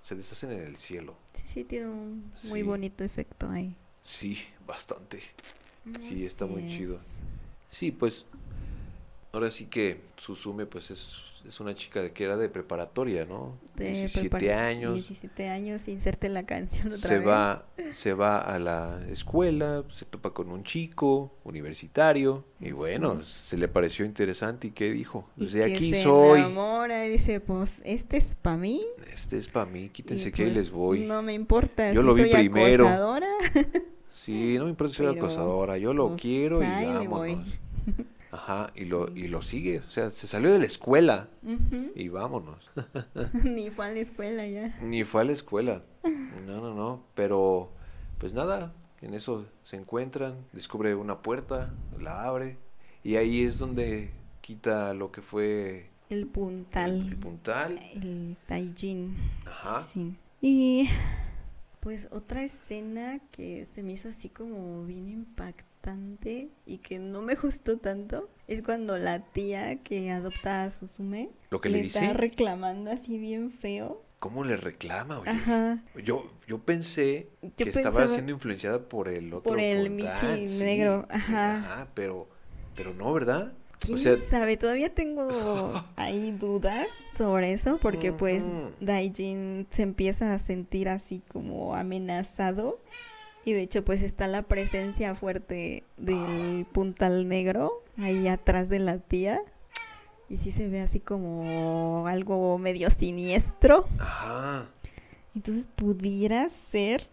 Speaker 2: se deshacen en el cielo.
Speaker 1: Sí, sí, tiene un muy
Speaker 2: Sí.
Speaker 1: bonito efecto ahí.
Speaker 2: Sí, bastante. Sí, está
Speaker 1: Así
Speaker 2: muy chido.
Speaker 1: es.
Speaker 2: Sí, pues ahora sí que Susume pues es, es una chica de que era de preparatoria, ¿no?
Speaker 1: De
Speaker 2: 17
Speaker 1: prepara-
Speaker 2: años.
Speaker 1: 17 años, inserte la canción otra
Speaker 2: se
Speaker 1: vez.
Speaker 2: va se va a la escuela, se topa con un chico universitario y
Speaker 1: Así
Speaker 2: bueno,
Speaker 1: es.
Speaker 2: se le pareció interesante y qué dijo?
Speaker 1: Y
Speaker 2: Desde
Speaker 1: que
Speaker 2: Pues aquí
Speaker 1: se
Speaker 2: soy.
Speaker 1: enamora y dice, pues, este es para mí.
Speaker 2: Este es para mí,
Speaker 1: y
Speaker 2: quítense que ahí
Speaker 1: pues,
Speaker 2: les voy.
Speaker 1: No me importa
Speaker 2: Yo
Speaker 1: si
Speaker 2: lo vi
Speaker 1: soy
Speaker 2: primero.
Speaker 1: acosadora.
Speaker 2: Sí, no me importa si soy
Speaker 1: Pero,
Speaker 2: acosadora, yo lo
Speaker 1: pues,
Speaker 2: quiero y
Speaker 1: ahí me voy.
Speaker 2: vámonos. Ajá, y lo y
Speaker 1: Sí.
Speaker 2: lo sigue, o sea, se salió de la escuela
Speaker 1: Ujú.
Speaker 2: y vámonos.
Speaker 1: Ni fue a la escuela ya.
Speaker 2: Ni fue a la escuela. No, no, no. Pero, pues nada, en eso se encuentran, descubre una puerta, la abre, y ahí es donde quita lo que fue
Speaker 1: El
Speaker 2: el,
Speaker 1: puntal.
Speaker 2: el puntal.
Speaker 1: el Taijin.
Speaker 2: Ajá.
Speaker 1: Sí. Y pues otra escena que se me hizo así como bien impactante y que no me gustó tanto es cuando la tía que adopta a Susume
Speaker 2: Lo que le
Speaker 1: está
Speaker 2: dice,
Speaker 1: reclamando así bien feo.
Speaker 2: ¿cómo le reclama? Oye?
Speaker 1: Ajá.
Speaker 2: Yo, yo pensé
Speaker 1: Yo
Speaker 2: que estaba
Speaker 1: pensaba-
Speaker 2: siendo influenciada por el otro
Speaker 1: Por el
Speaker 2: puntal,
Speaker 1: Michi negro, ajá.
Speaker 2: Ajá, pero, pero no, ¿verdad?
Speaker 1: ¿Quién
Speaker 2: sea-
Speaker 1: sabe? Todavía tengo ahí dudas sobre eso porque pues
Speaker 2: Ujú.
Speaker 1: Daijin se empieza a sentir así como amenazado y de hecho pues está la presencia fuerte del puntal negro ahí atrás de la tía y sí se ve así como algo medio siniestro.
Speaker 2: Ajá.
Speaker 1: Entonces pudiera ser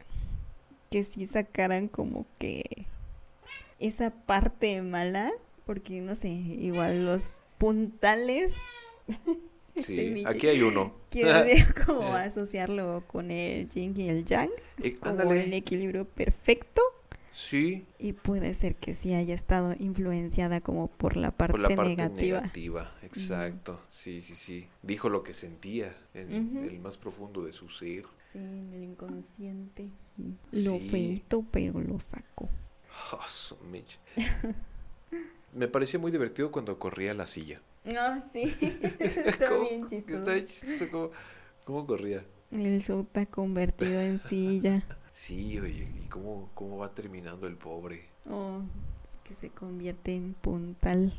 Speaker 1: que sí sacaran como que esa parte mala, porque no sé, igual los puntales, Este
Speaker 2: Sí,
Speaker 1: Michi.
Speaker 2: aquí hay uno.
Speaker 1: quiero como asociarlo con el yin y el yang, es
Speaker 2: Eh,
Speaker 1: como
Speaker 2: ándale.
Speaker 1: el equilibrio perfecto,
Speaker 2: Sí,
Speaker 1: y puede ser que sí haya estado influenciada como por la parte,
Speaker 2: por la parte
Speaker 1: negativa.
Speaker 2: negativa. Exacto. Sí, sí, sí. Dijo lo que sentía en
Speaker 1: Ujú.
Speaker 2: el más profundo de su ser.
Speaker 1: Sí, en el inconsciente. Y Lo
Speaker 2: Sí.
Speaker 1: feito, pero lo sacó.
Speaker 2: Ah, su mich- Me parecía muy divertido cuando corría la silla.
Speaker 1: No, Ah, sí. Está
Speaker 2: ¿Cómo-
Speaker 1: bien chistoso.
Speaker 2: Está bien chistoso cómo, cómo corría.
Speaker 1: El sota convertido en silla.
Speaker 2: Sí, oye, ¿y cómo, cómo va terminando el pobre?
Speaker 1: Oh, es que se convierte en puntal.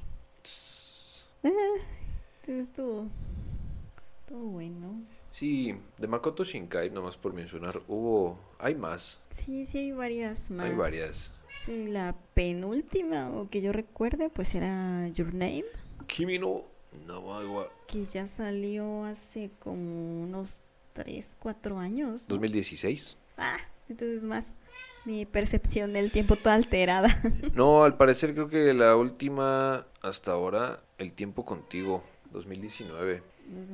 Speaker 1: Entonces estuvo. Estuvo bueno.
Speaker 2: Sí, de Makoto Shinkai, nomás por mencionar, hubo... Hay más,
Speaker 1: Sí, sí, hay varias más.
Speaker 2: hay varias.
Speaker 1: Sí, la penúltima, o que yo recuerde, pues era Your Name,
Speaker 2: Kimi no Namawa,
Speaker 1: que ya salió hace como unos 3, 4 años. ¿no?
Speaker 2: 2016.
Speaker 1: Ah, entonces más. Mi percepción del tiempo toda alterada.
Speaker 2: No, al parecer creo que la última hasta ahora, El tiempo contigo, 2019.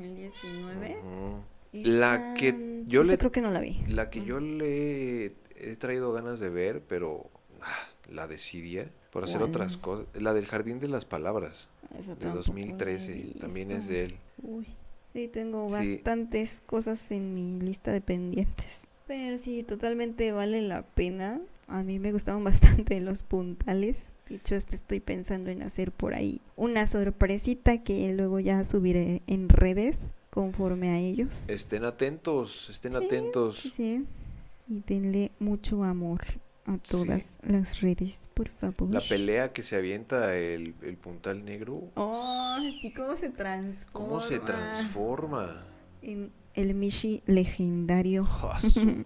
Speaker 1: 2019.
Speaker 2: Ujú.
Speaker 1: Y
Speaker 2: La que
Speaker 1: tan-
Speaker 2: yo
Speaker 1: esa
Speaker 2: le-
Speaker 1: creo que no la vi.
Speaker 2: La que yo le he traído ganas de ver, pero ah, la decidía por hacer
Speaker 1: ¿Cuál?
Speaker 2: otras cosas. La del Jardín de las Palabras,
Speaker 1: Esa
Speaker 2: de
Speaker 1: tampoco la he
Speaker 2: 2013, también es
Speaker 1: visto.
Speaker 2: de él.
Speaker 1: Uy, sí, tengo
Speaker 2: Sí.
Speaker 1: bastantes cosas en mi lista de pendientes. Pero sí, totalmente vale la pena. A mí me gustaron bastante los puntales. De hecho, este estoy pensando en hacer por ahí una sorpresita que luego ya subiré en redes conforme a ellos.
Speaker 2: Estén atentos, estén
Speaker 1: Sí,
Speaker 2: atentos.
Speaker 1: Sí. Y denle mucho amor a todas las redes, por favor.
Speaker 2: La pelea que se avienta el, el puntal negro,
Speaker 1: Oh, sí, cómo se transforma.
Speaker 2: cómo se transforma.
Speaker 1: En el Mishi legendario.
Speaker 2: Ah, su-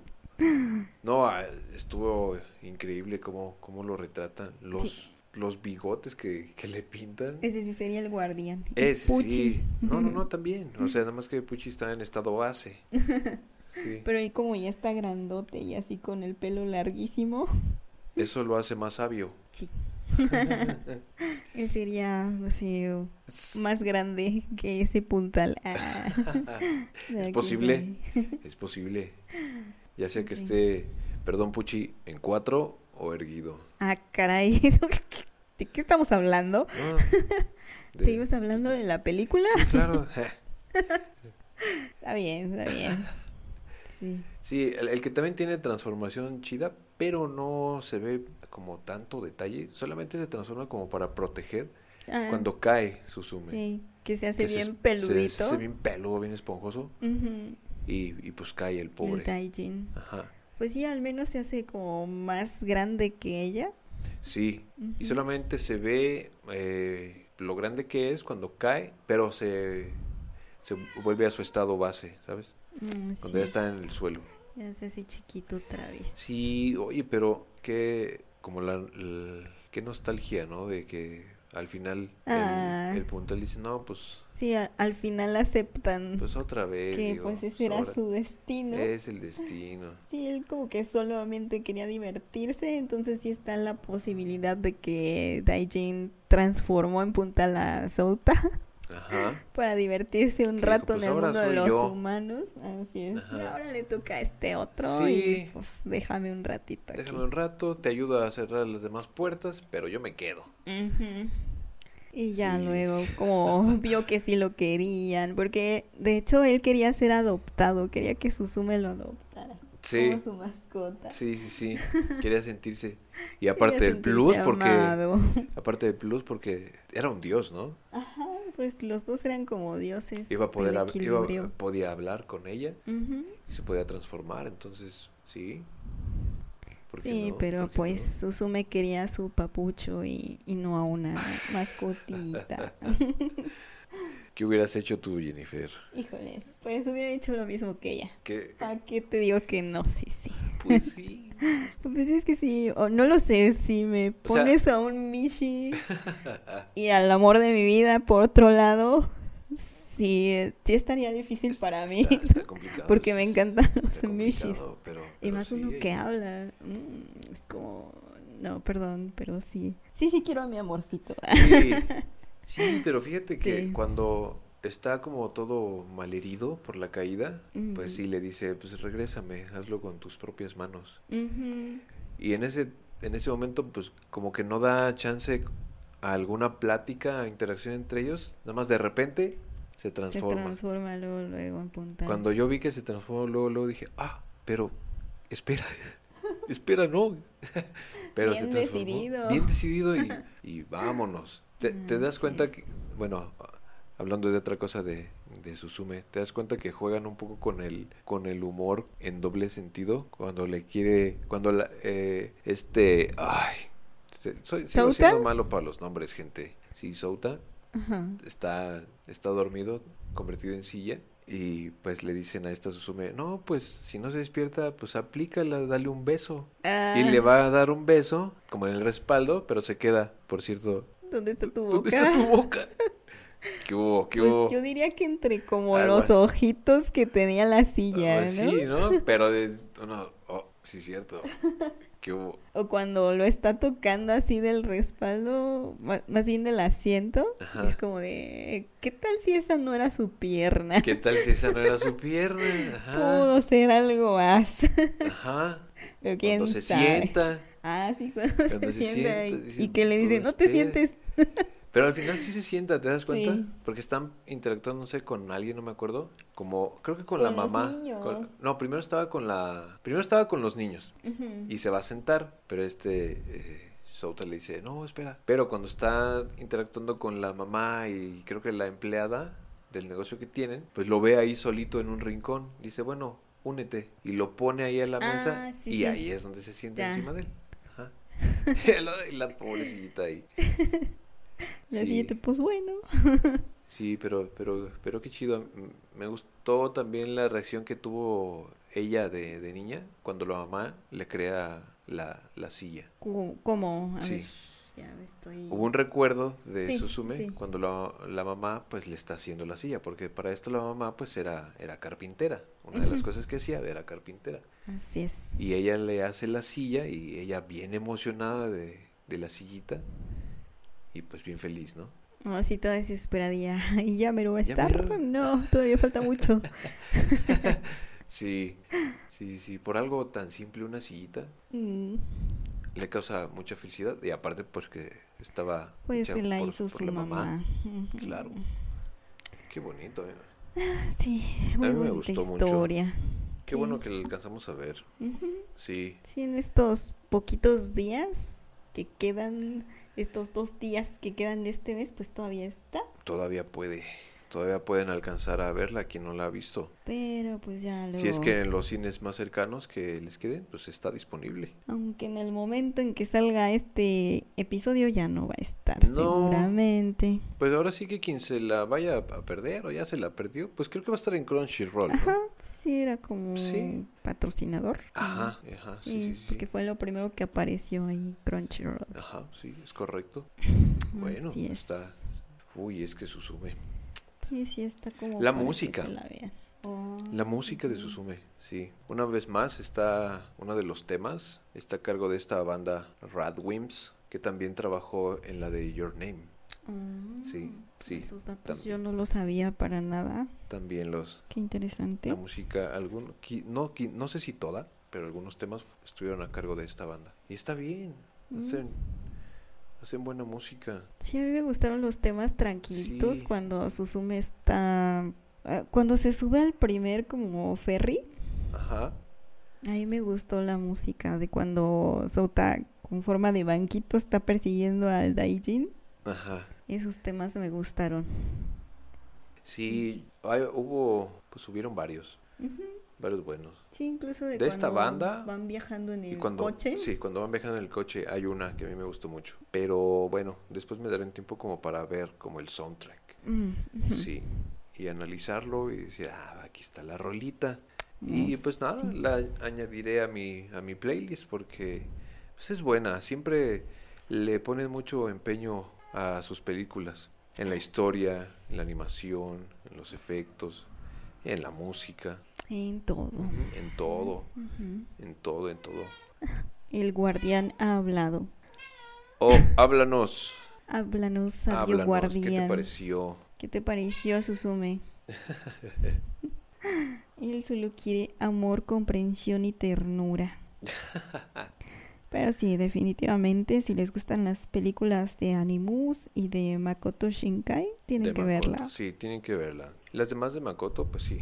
Speaker 2: No, ah, estuvo increíble cómo, cómo lo retratan, los, los bigotes que, que le pintan.
Speaker 1: Ese sí sería el guardián. el
Speaker 2: Ese
Speaker 1: Puchi.
Speaker 2: sí. No, no, no, también. O sea, nada más que Puchi está en estado base. Sí.
Speaker 1: Pero ahí como ya está grandote y así con el pelo larguísimo.
Speaker 2: Eso lo hace más sabio.
Speaker 1: Sí. Él sería, no sé, más grande que ese puntal. Ah.
Speaker 2: Es posible. Es posible. Ya sea que
Speaker 1: Ok.
Speaker 2: esté, perdón, Puchi, en cuatro o erguido.
Speaker 1: Ah, caray. ¿De qué estamos hablando?
Speaker 2: No, de-
Speaker 1: ¿Seguimos hablando de la película?
Speaker 2: Sí, claro.
Speaker 1: Está bien, está bien. Sí.
Speaker 2: Sí, el, el que también tiene transformación chida, pero no se ve como tanto detalle. Solamente se transforma como para proteger
Speaker 1: Ah,
Speaker 2: cuando cae Suzume.
Speaker 1: sí, que se hace
Speaker 2: que se
Speaker 1: bien
Speaker 2: es- se-
Speaker 1: peludito.
Speaker 2: Se, hace bien peludo, bien esponjoso.
Speaker 1: Ujú.
Speaker 2: Y, y pues cae el
Speaker 1: El
Speaker 2: pobre.
Speaker 1: Daijin.
Speaker 2: Ajá.
Speaker 1: Pues sí, al menos se hace como más grande que ella.
Speaker 2: Sí. Y
Speaker 1: Ujú.
Speaker 2: solamente se ve eh, lo grande que es cuando cae, pero se, se vuelve a su estado base, ¿sabes?
Speaker 1: Mm,
Speaker 2: Cuando
Speaker 1: sí,
Speaker 2: ya está en el suelo.
Speaker 1: ya se hace chiquito otra vez.
Speaker 2: Sí, oye, pero qué, como la, l- qué nostalgia, ¿no? De que al final el,
Speaker 1: Ah.
Speaker 2: el puntal dice, no, pues,
Speaker 1: Sí, a- al final aceptan
Speaker 2: pues otra vez,
Speaker 1: que
Speaker 2: digo,
Speaker 1: pues ese era
Speaker 2: sobra.
Speaker 1: su destino.
Speaker 2: Es el destino.
Speaker 1: Sí, él como que solamente quería divertirse, entonces sí está la posibilidad de que Daijin transformó en punta la Souta
Speaker 2: Ajá.
Speaker 1: para divertirse un
Speaker 2: Que dijo,
Speaker 1: rato
Speaker 2: "Pues
Speaker 1: en el
Speaker 2: ahora
Speaker 1: mundo de
Speaker 2: soy
Speaker 1: los
Speaker 2: yo".
Speaker 1: humanos. Así es.
Speaker 2: Ajá.
Speaker 1: Y ahora le toca a este otro
Speaker 2: Sí.
Speaker 1: y pues déjame un ratito aquí.
Speaker 2: Déjame un rato, te ayudo a cerrar las demás puertas, pero yo me quedo.
Speaker 1: Ujú. Y ya
Speaker 2: Sí.
Speaker 1: luego, como vio que sí lo querían, porque de hecho él quería ser adoptado, quería que Suzume lo adoptara
Speaker 2: Sí,
Speaker 1: como su mascota.
Speaker 2: sí, sí, sí. Quería sentirse. Y
Speaker 1: Quería
Speaker 2: aparte del
Speaker 1: sentirse
Speaker 2: plus, porque...
Speaker 1: amado.
Speaker 2: Aparte del plus, porque era un dios, ¿no?
Speaker 1: Ajá, pues los dos eran como dioses.
Speaker 2: Iba a poder...
Speaker 1: del
Speaker 2: hab- iba-
Speaker 1: equilibrio.
Speaker 2: podía hablar con ella.
Speaker 1: Ujú.
Speaker 2: y se podía transformar, entonces sí. porque
Speaker 1: Sí,
Speaker 2: no,
Speaker 1: pero
Speaker 2: porque
Speaker 1: pues
Speaker 2: no.
Speaker 1: Susume quería su papucho y, y no a una mascotita.
Speaker 2: ¿Qué hubieras hecho tú, Jennifer?
Speaker 1: Híjoles, pues hubiera hecho lo mismo que ella.
Speaker 2: ¿Qué?
Speaker 1: ¿Para qué te digo que no? Sí, sí.
Speaker 2: Pues sí.
Speaker 1: Pues es que sí, o no lo sé, si me
Speaker 2: O sea-
Speaker 1: pones a un Mishi y al amor de mi vida por otro lado, sí, eh, sí estaría difícil para mí.
Speaker 2: Está, está complicado.
Speaker 1: Porque
Speaker 2: es-
Speaker 1: me encantan los
Speaker 2: está
Speaker 1: Mishis.
Speaker 2: complicado, pero-
Speaker 1: Y
Speaker 2: pero
Speaker 1: más uno
Speaker 2: sí,
Speaker 1: que
Speaker 2: ella-
Speaker 1: habla. mm, es como. No, perdón, pero sí. Sí, sí quiero a mi amorcito.
Speaker 2: Sí, sí, pero fíjate que
Speaker 1: Sí.
Speaker 2: cuando está como todo malherido por la caída, pues
Speaker 1: Ujú.
Speaker 2: sí le dice, pues regrésame, hazlo con tus propias manos.
Speaker 1: Ujú.
Speaker 2: Y en ese, en ese momento, pues como que no da chance a alguna plática, a interacción entre ellos, nada más de repente se
Speaker 1: Se
Speaker 2: transforma.
Speaker 1: transforma luego, luego en punta.
Speaker 2: Cuando yo vi que se transformó, luego, luego dije, ah, pero espera, espera, no. pero se
Speaker 1: Bien
Speaker 2: transformó.
Speaker 1: decidido. Mm,
Speaker 2: Bien decidido y, y vámonos. Te, te das
Speaker 1: Así
Speaker 2: cuenta
Speaker 1: es.
Speaker 2: que, bueno, hablando de otra cosa de, de Suzume, te das cuenta que juegan un poco con el, con el humor en doble sentido, cuando le quiere, cuando la, eh, este, ay, se- soy, sigo
Speaker 1: ¿Souta?
Speaker 2: siendo malo para los nombres, gente. Sí, Souta
Speaker 1: Ajá.
Speaker 2: está, está dormido, convertido en silla. Y pues le dicen a esta Susume, no, pues si no se despierta, pues aplícala, dale un beso.
Speaker 1: Ah.
Speaker 2: Y le va a dar un beso, como en el respaldo, pero se queda, por cierto,
Speaker 1: ¿Dónde está tu boca?
Speaker 2: ¿dónde está tu boca? ¿Qué hubo? ¿Qué
Speaker 1: Pues
Speaker 2: hubo? Ah,
Speaker 1: yo diría que entre como
Speaker 2: Algo
Speaker 1: los
Speaker 2: así.
Speaker 1: ojitos que tenía la silla,
Speaker 2: Ah,
Speaker 1: ¿no?
Speaker 2: Sí, ¿no? Pero de... No, oh, sí, cierto. ¿Qué hubo?
Speaker 1: O cuando lo está tocando así del respaldo, ma- más bien del asiento,
Speaker 2: Ajá.
Speaker 1: es como de, ¿qué tal si esa no era su pierna?
Speaker 2: ¿Qué Ah. tal si esa no era su pierna? Ajá.
Speaker 1: Pudo ser algo más.
Speaker 2: Ajá.
Speaker 1: Pero quién
Speaker 2: Cuando se
Speaker 1: sabe.
Speaker 2: sienta.
Speaker 1: Ah, sí, cuando,
Speaker 2: Cuando
Speaker 1: se,
Speaker 2: se
Speaker 1: sienta.
Speaker 2: sienta,
Speaker 1: y-
Speaker 2: dice,
Speaker 1: y, que le dicen,
Speaker 2: "Pues,
Speaker 1: no te
Speaker 2: espera".
Speaker 1: sientes.
Speaker 2: Pero al final sí se sienta, ¿te das cuenta?
Speaker 1: Sí.
Speaker 2: Porque están interactuando, no sé, con alguien, no me acuerdo. Como, creo que con,
Speaker 1: Con
Speaker 2: la
Speaker 1: los
Speaker 2: mamá.
Speaker 1: niños.
Speaker 2: con- no, primero estaba con la. Primero estaba con los niños.
Speaker 1: Ujú.
Speaker 2: Y se va a sentar. Pero este. Eh, Souta le dice, no, espera. Pero cuando está interactuando con la mamá y creo que la empleada del negocio que tienen, pues lo ve ahí solito en un rincón. Dice, bueno, únete. Y lo pone ahí a la
Speaker 1: Ah,
Speaker 2: mesa.
Speaker 1: sí,
Speaker 2: y
Speaker 1: sí.
Speaker 2: ahí es donde se siente
Speaker 1: Ya.
Speaker 2: encima de él. Ajá. y la pobrecita ahí.
Speaker 1: La
Speaker 2: Sí.
Speaker 1: siguiente, pues bueno.
Speaker 2: Sí, pero, pero, pero qué chido. M- Me gustó también la reacción que tuvo ella de, de niña cuando la mamá le crea la, la silla.
Speaker 1: Cu- Como, a
Speaker 2: Sí.
Speaker 1: ver, ya me estoy...
Speaker 2: Hubo un recuerdo de
Speaker 1: Sí,
Speaker 2: Susume
Speaker 1: sí, sí.
Speaker 2: cuando la, la mamá pues le está haciendo la silla, porque para esto la mamá pues era, era carpintera. Una de las
Speaker 1: Ujú.
Speaker 2: cosas que hacía era carpintera.
Speaker 1: Así es.
Speaker 2: Y ella le hace la silla y ella bien emocionada de, de la sillita y pues bien feliz, ¿no?
Speaker 1: Así toda desesperadía. Y ya me lo va a
Speaker 2: Ya mero.
Speaker 1: estar. No, todavía falta mucho.
Speaker 2: Sí, sí, sí, por algo tan simple una sillita.
Speaker 1: Mm,
Speaker 2: le causa mucha felicidad y aparte porque estaba
Speaker 1: Pues
Speaker 2: hecha
Speaker 1: se la
Speaker 2: por-
Speaker 1: hizo
Speaker 2: por
Speaker 1: su
Speaker 2: la
Speaker 1: mamá. Ujú.
Speaker 2: Claro. Qué bonito, ¿eh?
Speaker 1: Sí, muy
Speaker 2: A mí me
Speaker 1: bonita
Speaker 2: gustó mucho.
Speaker 1: historia.
Speaker 2: Qué
Speaker 1: Sí.
Speaker 2: bueno que la alcanzamos a ver.
Speaker 1: Ujú.
Speaker 2: Sí,
Speaker 1: Sí, en estos poquitos días que quedan, estos dos días que quedan de este mes, pues todavía está.
Speaker 2: todavía puede. Todavía pueden alcanzar a verla quien no la ha visto.
Speaker 1: Pero pues ya luego.
Speaker 2: Si es que en los cines más cercanos que les queden, pues está disponible.
Speaker 1: Aunque en el momento en que salga este episodio ya no va a estar,
Speaker 2: No.
Speaker 1: seguramente.
Speaker 2: Pues ahora sí que quien se la vaya a perder o ya se la perdió, pues creo que va a estar en Crunchyroll, ¿no?
Speaker 1: Ajá, sí, era como
Speaker 2: Sí.
Speaker 1: patrocinador.
Speaker 2: Ajá, ajá, sí, sí, sí.
Speaker 1: porque fue lo primero que apareció ahí Crunchyroll.
Speaker 2: Ajá, sí, es correcto. Bueno,
Speaker 1: Así es.
Speaker 2: está. Uy, es que Susume.
Speaker 1: Sí, sí, está como.
Speaker 2: La
Speaker 1: para que
Speaker 2: música.
Speaker 1: se la vean. Ah.
Speaker 2: La música de Susume, sí. Una vez más está uno de los temas, está a cargo de esta banda Radwimps, que también trabajó en la de Your Name.
Speaker 1: Ah,
Speaker 2: Sí, sí,
Speaker 1: Esos datos
Speaker 2: también.
Speaker 1: yo no los sabía para nada.
Speaker 2: También los
Speaker 1: Qué interesante.
Speaker 2: la música algún qui- no qui- no sé si toda, pero algunos temas estuvieron a cargo de esta banda. Y está bien.
Speaker 1: Mm.
Speaker 2: Hacen hacen buena música.
Speaker 1: Sí, a mí me gustaron los temas tranquilitos
Speaker 2: Sí.
Speaker 1: cuando Susume está. ah, Cuando se sube al primer como ferry,
Speaker 2: Ajá.
Speaker 1: a mí me gustó la música de cuando Sota con forma de banquito está persiguiendo al Daijin.
Speaker 2: Ajá.
Speaker 1: Esos temas me gustaron.
Speaker 2: Sí, hay- hubo pues hubieron varios.
Speaker 1: Ujú.
Speaker 2: varios buenos.
Speaker 1: Sí, incluso de,
Speaker 2: De esta
Speaker 1: cuando
Speaker 2: banda,
Speaker 1: van viajando en
Speaker 2: Y
Speaker 1: el
Speaker 2: cuando,
Speaker 1: coche.
Speaker 2: Sí, cuando van viajando en el coche hay una que a mí me gustó mucho. Pero bueno, después me daré un tiempo como para ver como el soundtrack.
Speaker 1: Mm, ujú.
Speaker 2: Sí. Y analizarlo y decir, ah, aquí está la rolita. Y
Speaker 1: Vamos,
Speaker 2: pues nada,
Speaker 1: sí.
Speaker 2: la añadiré a mi, a mi playlist porque pues, es buena. Siempre le ponen mucho empeño a sus películas. En la historia, en la animación, en los efectos, en la música,
Speaker 1: En todo.
Speaker 2: en todo,
Speaker 1: Ujú.
Speaker 2: en todo, en todo.
Speaker 1: El guardián ha hablado.
Speaker 2: Oh, háblanos.
Speaker 1: Háblanos, sabio
Speaker 2: Háblanos,
Speaker 1: guardián.
Speaker 2: ¿qué te pareció?
Speaker 1: ¿Qué te pareció, Susume? Él solo quiere amor, comprensión y ternura. Pero sí, definitivamente, si les gustan las películas de Animus y de Makoto Shinkai, tienen
Speaker 2: de
Speaker 1: que
Speaker 2: Makoto?
Speaker 1: verla.
Speaker 2: Sí, tienen que verla. Las demás de Makoto, pues sí.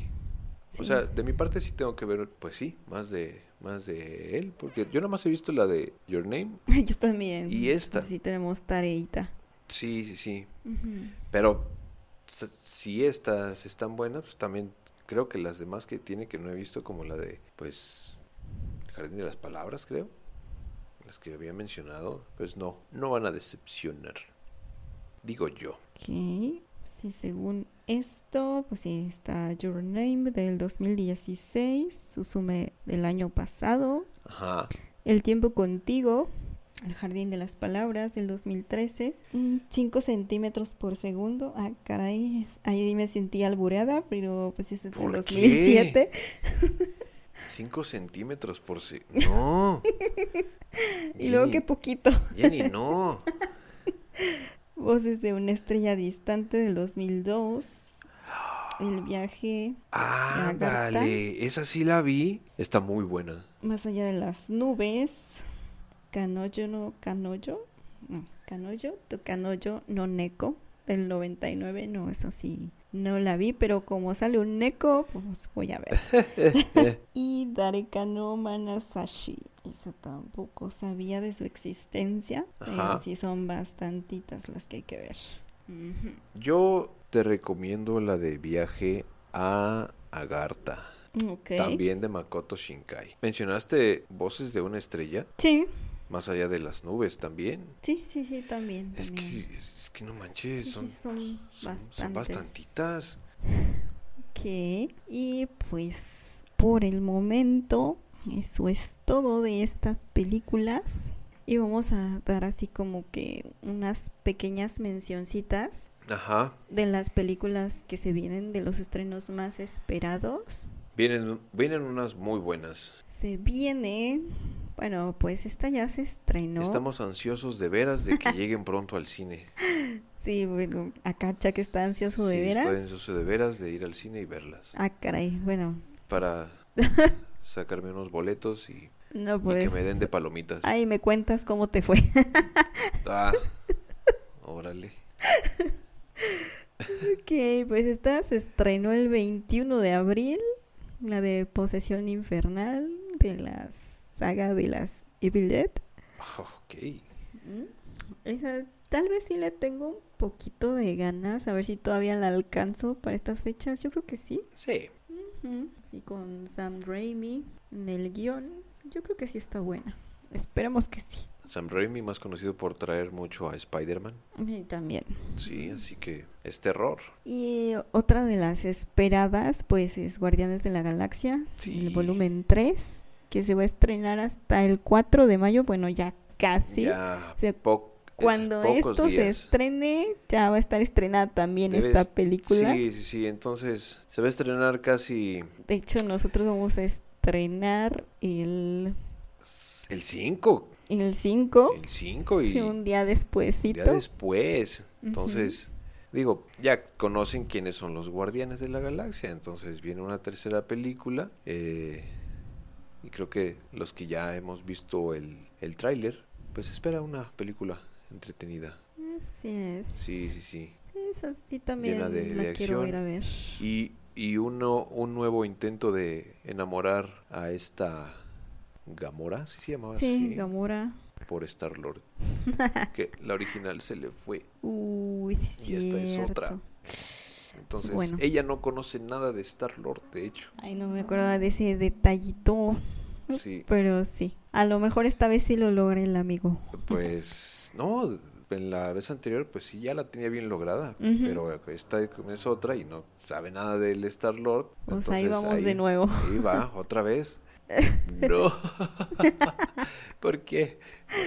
Speaker 1: Sí.
Speaker 2: O sea, de mi parte sí tengo que ver, pues sí, más de más de él, porque yo nada más he visto la de Your Name.
Speaker 1: Yo también.
Speaker 2: ¿Y esta?
Speaker 1: Sí, tenemos tareita.
Speaker 2: Sí, sí, sí.
Speaker 1: Ujú.
Speaker 2: Pero s- si estas están buenas, pues también creo que las demás que tiene que no he visto, como la de, pues, El Jardín de las Palabras, creo. Las que había mencionado, pues no, no van a decepcionar. Digo yo.
Speaker 1: Ok. Sí, según esto, pues sí, está Your Name del 2016, Susume del año pasado,
Speaker 2: Ajá.
Speaker 1: El tiempo contigo, El jardín de las palabras del 2013, 5 centímetros por segundo. Ah, caray, es- ahí me sentí albureada, pero pues ese es el
Speaker 2: ¿Por qué?
Speaker 1: 2007.
Speaker 2: 5 centímetros por si. No.
Speaker 1: Y luego
Speaker 2: Jenny,
Speaker 1: qué poquito.
Speaker 2: Jenny, no.
Speaker 1: Voces de una estrella distante del 2002. El viaje
Speaker 2: Ándale. Esa sí la vi. Está muy buena.
Speaker 1: más allá de las nubes. Canoyo no Canoyo. No, Canoyo, tu Canoyo no Neko del 99. No, es así. No la vi, pero como sale un Neko, pues voy a ver. y Dareka no Manasashi. Esa tampoco sabía de su existencia. Pero
Speaker 2: Ajá.
Speaker 1: sí son bastantitas las que hay que ver. Ujú.
Speaker 2: Yo te recomiendo la de viaje a Agartha.
Speaker 1: Ok.
Speaker 2: También de Makoto Shinkai. Mencionaste voces de una estrella.
Speaker 1: Sí,
Speaker 2: Más allá de las nubes también.
Speaker 1: sí, sí, sí, también.
Speaker 2: Es que,
Speaker 1: también.
Speaker 2: es que no
Speaker 1: Sí,
Speaker 2: manches.
Speaker 1: sí,
Speaker 2: Son,
Speaker 1: son
Speaker 2: son- son
Speaker 1: bastantes.
Speaker 2: bastantitas.
Speaker 1: Ok, y pues por el momento eso es todo de estas películas. Y vamos a dar así como que unas pequeñas mencioncitas
Speaker 2: Ajá.
Speaker 1: de las películas que se vienen, de los estrenos más esperados.
Speaker 2: Vienen, vienen unas muy buenas.
Speaker 1: Se viene, bueno, pues esta ya se estrenó.
Speaker 2: Estamos ansiosos de veras de que lleguen pronto al cine.
Speaker 1: Sí, bueno, acá ya que está ansioso de
Speaker 2: Sí,
Speaker 1: veras.
Speaker 2: Estoy ansioso de veras de ir al cine y verlas.
Speaker 1: Ah, caray, bueno,
Speaker 2: Para sacarme unos boletos y, y
Speaker 1: no pues.
Speaker 2: que me den de palomitas.
Speaker 1: Ay, me cuentas cómo te fue.
Speaker 2: Ah, órale.
Speaker 1: Ok, pues esta se estrenó el 21 de abril, la de Posesión Infernal, de la saga de las Evil Dead.
Speaker 2: Ok.
Speaker 1: Ujú. Esa tal vez sí le tengo un poquito de ganas, a ver si todavía la alcanzo para estas fechas. Yo creo que sí.
Speaker 2: Sí.
Speaker 1: Ujú. Sí, con Sam Raimi en el guión. Yo creo que sí está buena. Esperemos que sí.
Speaker 2: Sam Raimi, más conocido por traer mucho a Spider-Man.
Speaker 1: Y también.
Speaker 2: Sí,
Speaker 1: Mm.
Speaker 2: así que es terror.
Speaker 1: Y otra de las esperadas, pues es Guardianes de la Galaxia,
Speaker 2: Sí.
Speaker 1: el volumen 3, que se va a estrenar hasta el 4 de mayo, bueno, ya casi.
Speaker 2: Ya
Speaker 1: O sea,
Speaker 2: po- es
Speaker 1: Cuando
Speaker 2: pocos
Speaker 1: esto se
Speaker 2: días.
Speaker 1: estrene, ya va a estar estrenada también
Speaker 2: Debe
Speaker 1: esta
Speaker 2: est-
Speaker 1: película.
Speaker 2: Sí, sí, sí. Entonces se va a estrenar casi
Speaker 1: De hecho, nosotros vamos a estrenar el,
Speaker 2: el 5.
Speaker 1: el 5,
Speaker 2: El 5 y
Speaker 1: sí, un día
Speaker 2: ya
Speaker 1: despuésito.
Speaker 2: después. Entonces, digo, ya conocen quiénes son los guardianes de la galaxia. Entonces viene una tercera película. eh, y creo que los que ya hemos visto el, el tráiler, pues espera una película entretenida.
Speaker 1: Así es.
Speaker 2: Sí, sí, sí.
Speaker 1: Sí, esa sí también
Speaker 2: Llena de-
Speaker 1: la
Speaker 2: de
Speaker 1: quiero
Speaker 2: acción.
Speaker 1: ir a ver.
Speaker 2: Y, y uno, un nuevo intento de enamorar a esta Gamora, ¿sí se llamaba
Speaker 1: Sí,
Speaker 2: así?
Speaker 1: Gamora.
Speaker 2: Por Star-Lord. que la original se le fue.
Speaker 1: Uy, sí,
Speaker 2: Y esta es
Speaker 1: cierto.
Speaker 2: otra. Entonces,
Speaker 1: Bueno.
Speaker 2: ella no conoce nada de Star-Lord, de hecho.
Speaker 1: Ay, no me acordaba de ese detallito.
Speaker 2: Sí,
Speaker 1: Pero sí. A lo mejor esta vez sí lo logra el amigo.
Speaker 2: pues no, en la vez anterior pues sí ya la tenía bien lograda,
Speaker 1: Ujú.
Speaker 2: pero esta es otra y no sabe nada del Star-Lord.
Speaker 1: O sea, Pues ahí
Speaker 2: entonces
Speaker 1: vamos
Speaker 2: ahí-
Speaker 1: de nuevo.
Speaker 2: Ahí va, otra vez. No. ¿Por qué?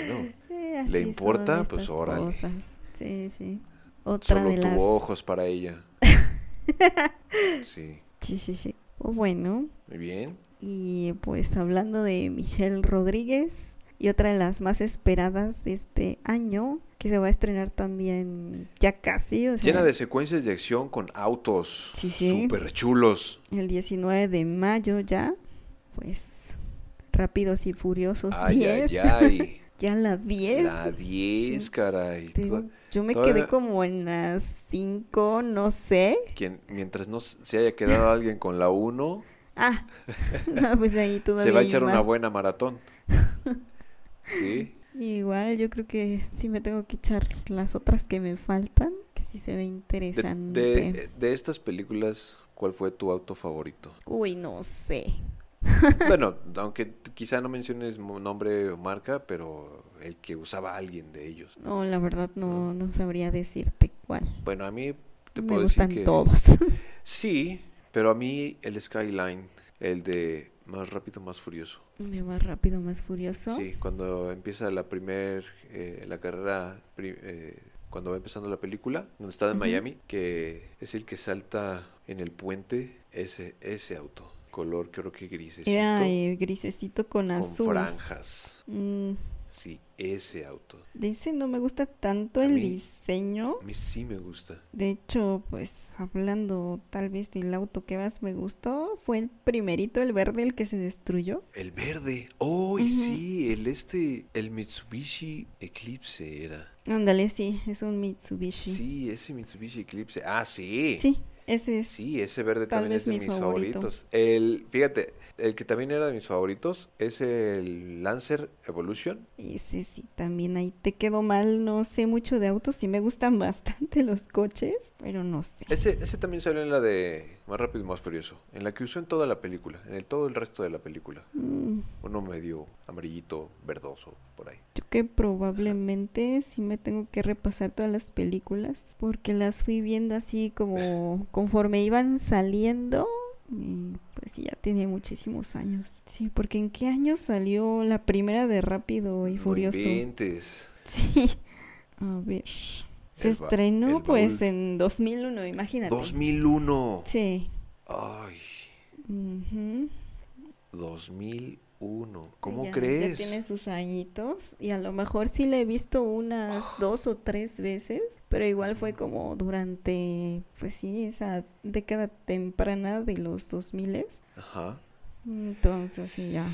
Speaker 2: Bueno,
Speaker 1: Eh,
Speaker 2: ¿Le
Speaker 1: así
Speaker 2: importa?
Speaker 1: son
Speaker 2: Pues,
Speaker 1: estas
Speaker 2: órale.
Speaker 1: cosas. Sí, sí. Otra
Speaker 2: solo
Speaker 1: de las.
Speaker 2: tuvo ojos para ella. Sí,
Speaker 1: Sí, sí, sí. Bueno,
Speaker 2: muy bien.
Speaker 1: y pues hablando de Michelle Rodríguez y otra de las más esperadas de este año, que se va a estrenar también ya casi, o sea,
Speaker 2: Llena de secuencias de acción con autos
Speaker 1: Sí, sí.
Speaker 2: súper chulos.
Speaker 1: el 19 de mayo ya, pues Rápidos y Furiosos
Speaker 2: Ay,
Speaker 1: 10,
Speaker 2: ay, ay.
Speaker 1: ya la 10.
Speaker 2: La 10,
Speaker 1: Sí.
Speaker 2: caray.
Speaker 1: Te digo,
Speaker 2: Toda-
Speaker 1: Yo me
Speaker 2: todavía-
Speaker 1: quedé como en las 5, no sé.
Speaker 2: quien- mientras no s- se haya quedado alguien con la 1,
Speaker 1: Ah, no, pues ahí todavía
Speaker 2: se va a
Speaker 1: hay
Speaker 2: echar una
Speaker 1: más.
Speaker 2: buena maratón. Sí,
Speaker 1: Igual yo creo que sí me tengo que echar las otras que me faltan, que sí se ve
Speaker 2: De-
Speaker 1: interesante.
Speaker 2: De, eh, de estas películas, ¿cuál fue tu auto favorito?
Speaker 1: Uy, no sé.
Speaker 2: Bueno, aunque t- quizá no menciones mo- nombre o marca, pero el que usaba alguien de ellos.
Speaker 1: No, la verdad no, no sabría decirte cuál.
Speaker 2: Ah. Bueno, a mí te
Speaker 1: me
Speaker 2: puedo
Speaker 1: gustan
Speaker 2: decir que
Speaker 1: todos.
Speaker 2: sí, pero a mí el Skyline, el de más rápido, más furioso.
Speaker 1: Me más rápido, más furioso.
Speaker 2: Sí, cuando empieza la primer, eh, la carrera, pri- eh, cuando va empezando la película, donde está en
Speaker 1: Ujú.
Speaker 2: Miami, que es el que salta en el puente, ese, ese auto, color creo que grisecito,
Speaker 1: Era el grisecito con
Speaker 2: con
Speaker 1: azul.
Speaker 2: franjas.
Speaker 1: Mm,
Speaker 2: Sí, ese auto.
Speaker 1: de ese no me gusta tanto
Speaker 2: A
Speaker 1: el
Speaker 2: mí-
Speaker 1: diseño.
Speaker 2: A mí sí me gusta.
Speaker 1: De hecho, pues hablando tal vez del auto que más me gustó, fue el primerito, el verde, el que se destruyó.
Speaker 2: El verde. ¡Oh, y
Speaker 1: Ujú.
Speaker 2: sí! El este, el Mitsubishi Eclipse era.
Speaker 1: Ándale, sí, es un Mitsubishi.
Speaker 2: Sí, ese Mitsubishi Eclipse. Ah, sí.
Speaker 1: Sí, ese es.
Speaker 2: Sí, ese verde
Speaker 1: Tal
Speaker 2: también
Speaker 1: vez
Speaker 2: es de
Speaker 1: mi
Speaker 2: mis
Speaker 1: favorito.
Speaker 2: favoritos. El, fíjate, el que también era de mis favoritos es el Lancer Evolution.
Speaker 1: Ese sí, también ahí te quedó mal. No sé mucho de autos, sí me gustan bastante los coches, pero no sé.
Speaker 2: Ese, ese también salió en la de Más Rápido y Más Furioso, en la que usó en toda la película, en el, todo el resto de la película.
Speaker 1: Mm,
Speaker 2: Uno medio amarillito, verdoso, por ahí.
Speaker 1: yo que probablemente sí me tengo que repasar todas las películas, porque las fui viendo así como conforme iban saliendo. Y pues sí, ya tiene muchísimos años. Sí, porque ¿en qué año salió la primera de Rápido y
Speaker 2: No
Speaker 1: Furioso?
Speaker 2: inventes.
Speaker 1: Sí. A ver. Se
Speaker 2: El ba- el
Speaker 1: estrenó
Speaker 2: baúl.
Speaker 1: pues en 2001, imagínate.
Speaker 2: 2001.
Speaker 1: Sí.
Speaker 2: Ay,
Speaker 1: Ujú.
Speaker 2: 2001. ¿Cómo
Speaker 1: Ya-
Speaker 2: crees?
Speaker 1: Ya tiene sus añitos y a lo mejor sí la he visto unas dos o tres veces, pero igual fue como durante, pues sí, esa década temprana de los 2000.
Speaker 2: Ajá.
Speaker 1: Entonces sí, ya.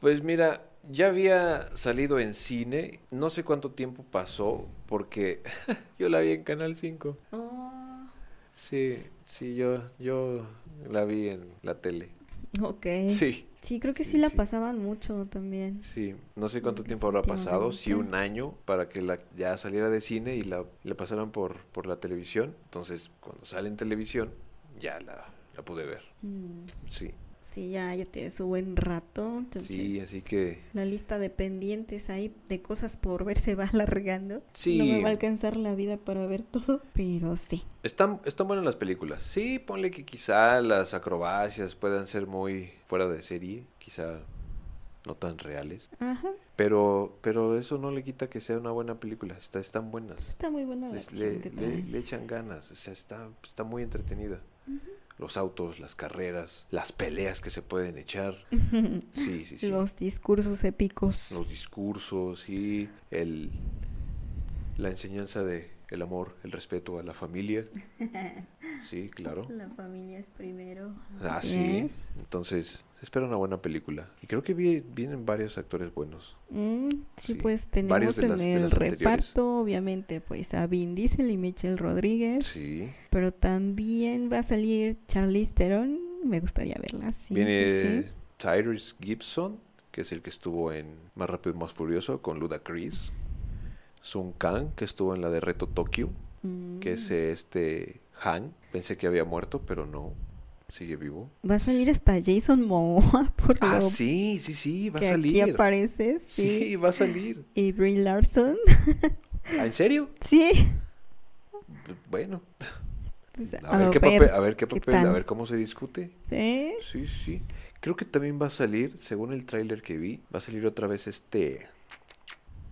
Speaker 2: Pues mira, ya había salido en cine, no sé cuánto tiempo pasó, porque yo la vi en Canal 5.
Speaker 1: Ah,
Speaker 2: Sí, sí, yo, yo la vi en la tele.
Speaker 1: ok. Sí,
Speaker 2: Sí,
Speaker 1: creo que sí,
Speaker 2: Sí,
Speaker 1: la
Speaker 2: sí.
Speaker 1: pasaban mucho también.
Speaker 2: sí, no sé cuánto tiempo habrá pasado, sí un año para que la, ya saliera de cine y la, la pasaran por, por la televisión. Entonces, cuando sale en televisión, ya la, la pude ver.
Speaker 1: Mm,
Speaker 2: Sí,
Speaker 1: Sí, ya, ya tiene su buen rato. Entonces...
Speaker 2: sí, así que...
Speaker 1: La lista de pendientes ahí de cosas por ver se va alargando.
Speaker 2: Sí.
Speaker 1: No me va a alcanzar la vida para ver todo, pero sí.
Speaker 2: Están, están buenas las películas. Sí, ponle que quizá las acrobacias puedan ser muy fuera de serie, quizá no tan reales.
Speaker 1: Ajá,
Speaker 2: Pero, pero eso no le quita que sea una buena película. Está, están buenas.
Speaker 1: está muy buena la
Speaker 2: Les-
Speaker 1: acción
Speaker 2: le,
Speaker 1: que
Speaker 2: le-
Speaker 1: trae.
Speaker 2: le echan ganas. O sea, está, está muy entretenida. Los autos, las carreras, las peleas que se pueden echar. Sí, sí, sí.
Speaker 1: Los discursos épicos.
Speaker 2: Los discursos y el, la enseñanza de el amor, el respeto a la familia. Sí, claro.
Speaker 1: La familia es primero.
Speaker 2: Ah,
Speaker 1: Así
Speaker 2: sí.
Speaker 1: es.
Speaker 2: Entonces, se espera una buena película. Y creo que vi- vienen varios actores buenos.
Speaker 1: Mm, sí,
Speaker 2: Sí,
Speaker 1: pues tenemos
Speaker 2: varios de
Speaker 1: en
Speaker 2: las- de
Speaker 1: el
Speaker 2: las anteriores.
Speaker 1: reparto, obviamente, pues a Vin Diesel y Michelle Rodríguez.
Speaker 2: Sí.
Speaker 1: Pero también va a salir Charlize Theron. Me gustaría verla. Sí, sí,
Speaker 2: Viene
Speaker 1: sí.
Speaker 2: Tyrese Gibson, que es el que estuvo en Más Rápido y Más Furioso con Ludacris. Sun Kang, que estuvo en la de Reto Tokio,
Speaker 1: Mm.
Speaker 2: que es eh, este Han. Pensé que había muerto, pero no. Sigue vivo.
Speaker 1: Va a salir hasta Jason Momoa por
Speaker 2: Ah,
Speaker 1: lo
Speaker 2: sí, sí, sí, va
Speaker 1: que
Speaker 2: a
Speaker 1: aquí
Speaker 2: salir.
Speaker 1: aparece,
Speaker 2: Sí,
Speaker 1: sí.
Speaker 2: va a salir.
Speaker 1: Y Brie Larson,
Speaker 2: ¿Ah, ¿En serio?
Speaker 1: sí.
Speaker 2: Bueno.
Speaker 1: Entonces,
Speaker 2: A ver, qué papel, a ver qué papel,
Speaker 1: tal.
Speaker 2: a ver cómo se discute.
Speaker 1: Sí.
Speaker 2: Sí, sí, sí. Creo que también va a salir, según el tráiler que vi, va a salir otra vez este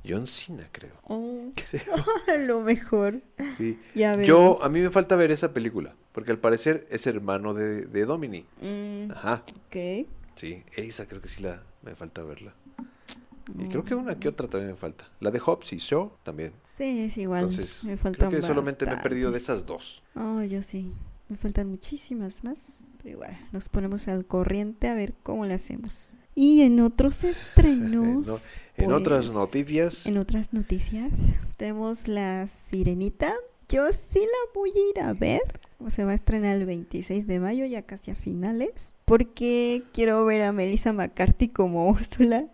Speaker 2: John Cena, creo.
Speaker 1: Oh, a lo mejor.
Speaker 2: Sí.
Speaker 1: Ya veremos.
Speaker 2: Yo, a mí me falta ver esa película, porque al parecer es hermano de, de Dominic.
Speaker 1: Mm,
Speaker 2: Ajá,
Speaker 1: ok.
Speaker 2: sí, esa creo que sí la me falta verla. Y
Speaker 1: Mm.
Speaker 2: creo que una que otra también me falta. La de Hobbs y Shaw también.
Speaker 1: Sí, es igual.
Speaker 2: Entonces,
Speaker 1: me
Speaker 2: creo
Speaker 1: faltan
Speaker 2: que solamente me he perdido de
Speaker 1: bastantes.
Speaker 2: esas dos.
Speaker 1: Oh, yo sí. Me faltan muchísimas más. Pero igual, nos ponemos al corriente a ver cómo le hacemos. Y en otros estrenos. pues,
Speaker 2: No, en otras noticias-
Speaker 1: En otras noticias. Tenemos La Sirenita. Yo sí la voy a ir a ver. Se va a estrenar el 26 de mayo, ya casi a finales. Porque quiero ver a Melissa McCarthy como Úrsula.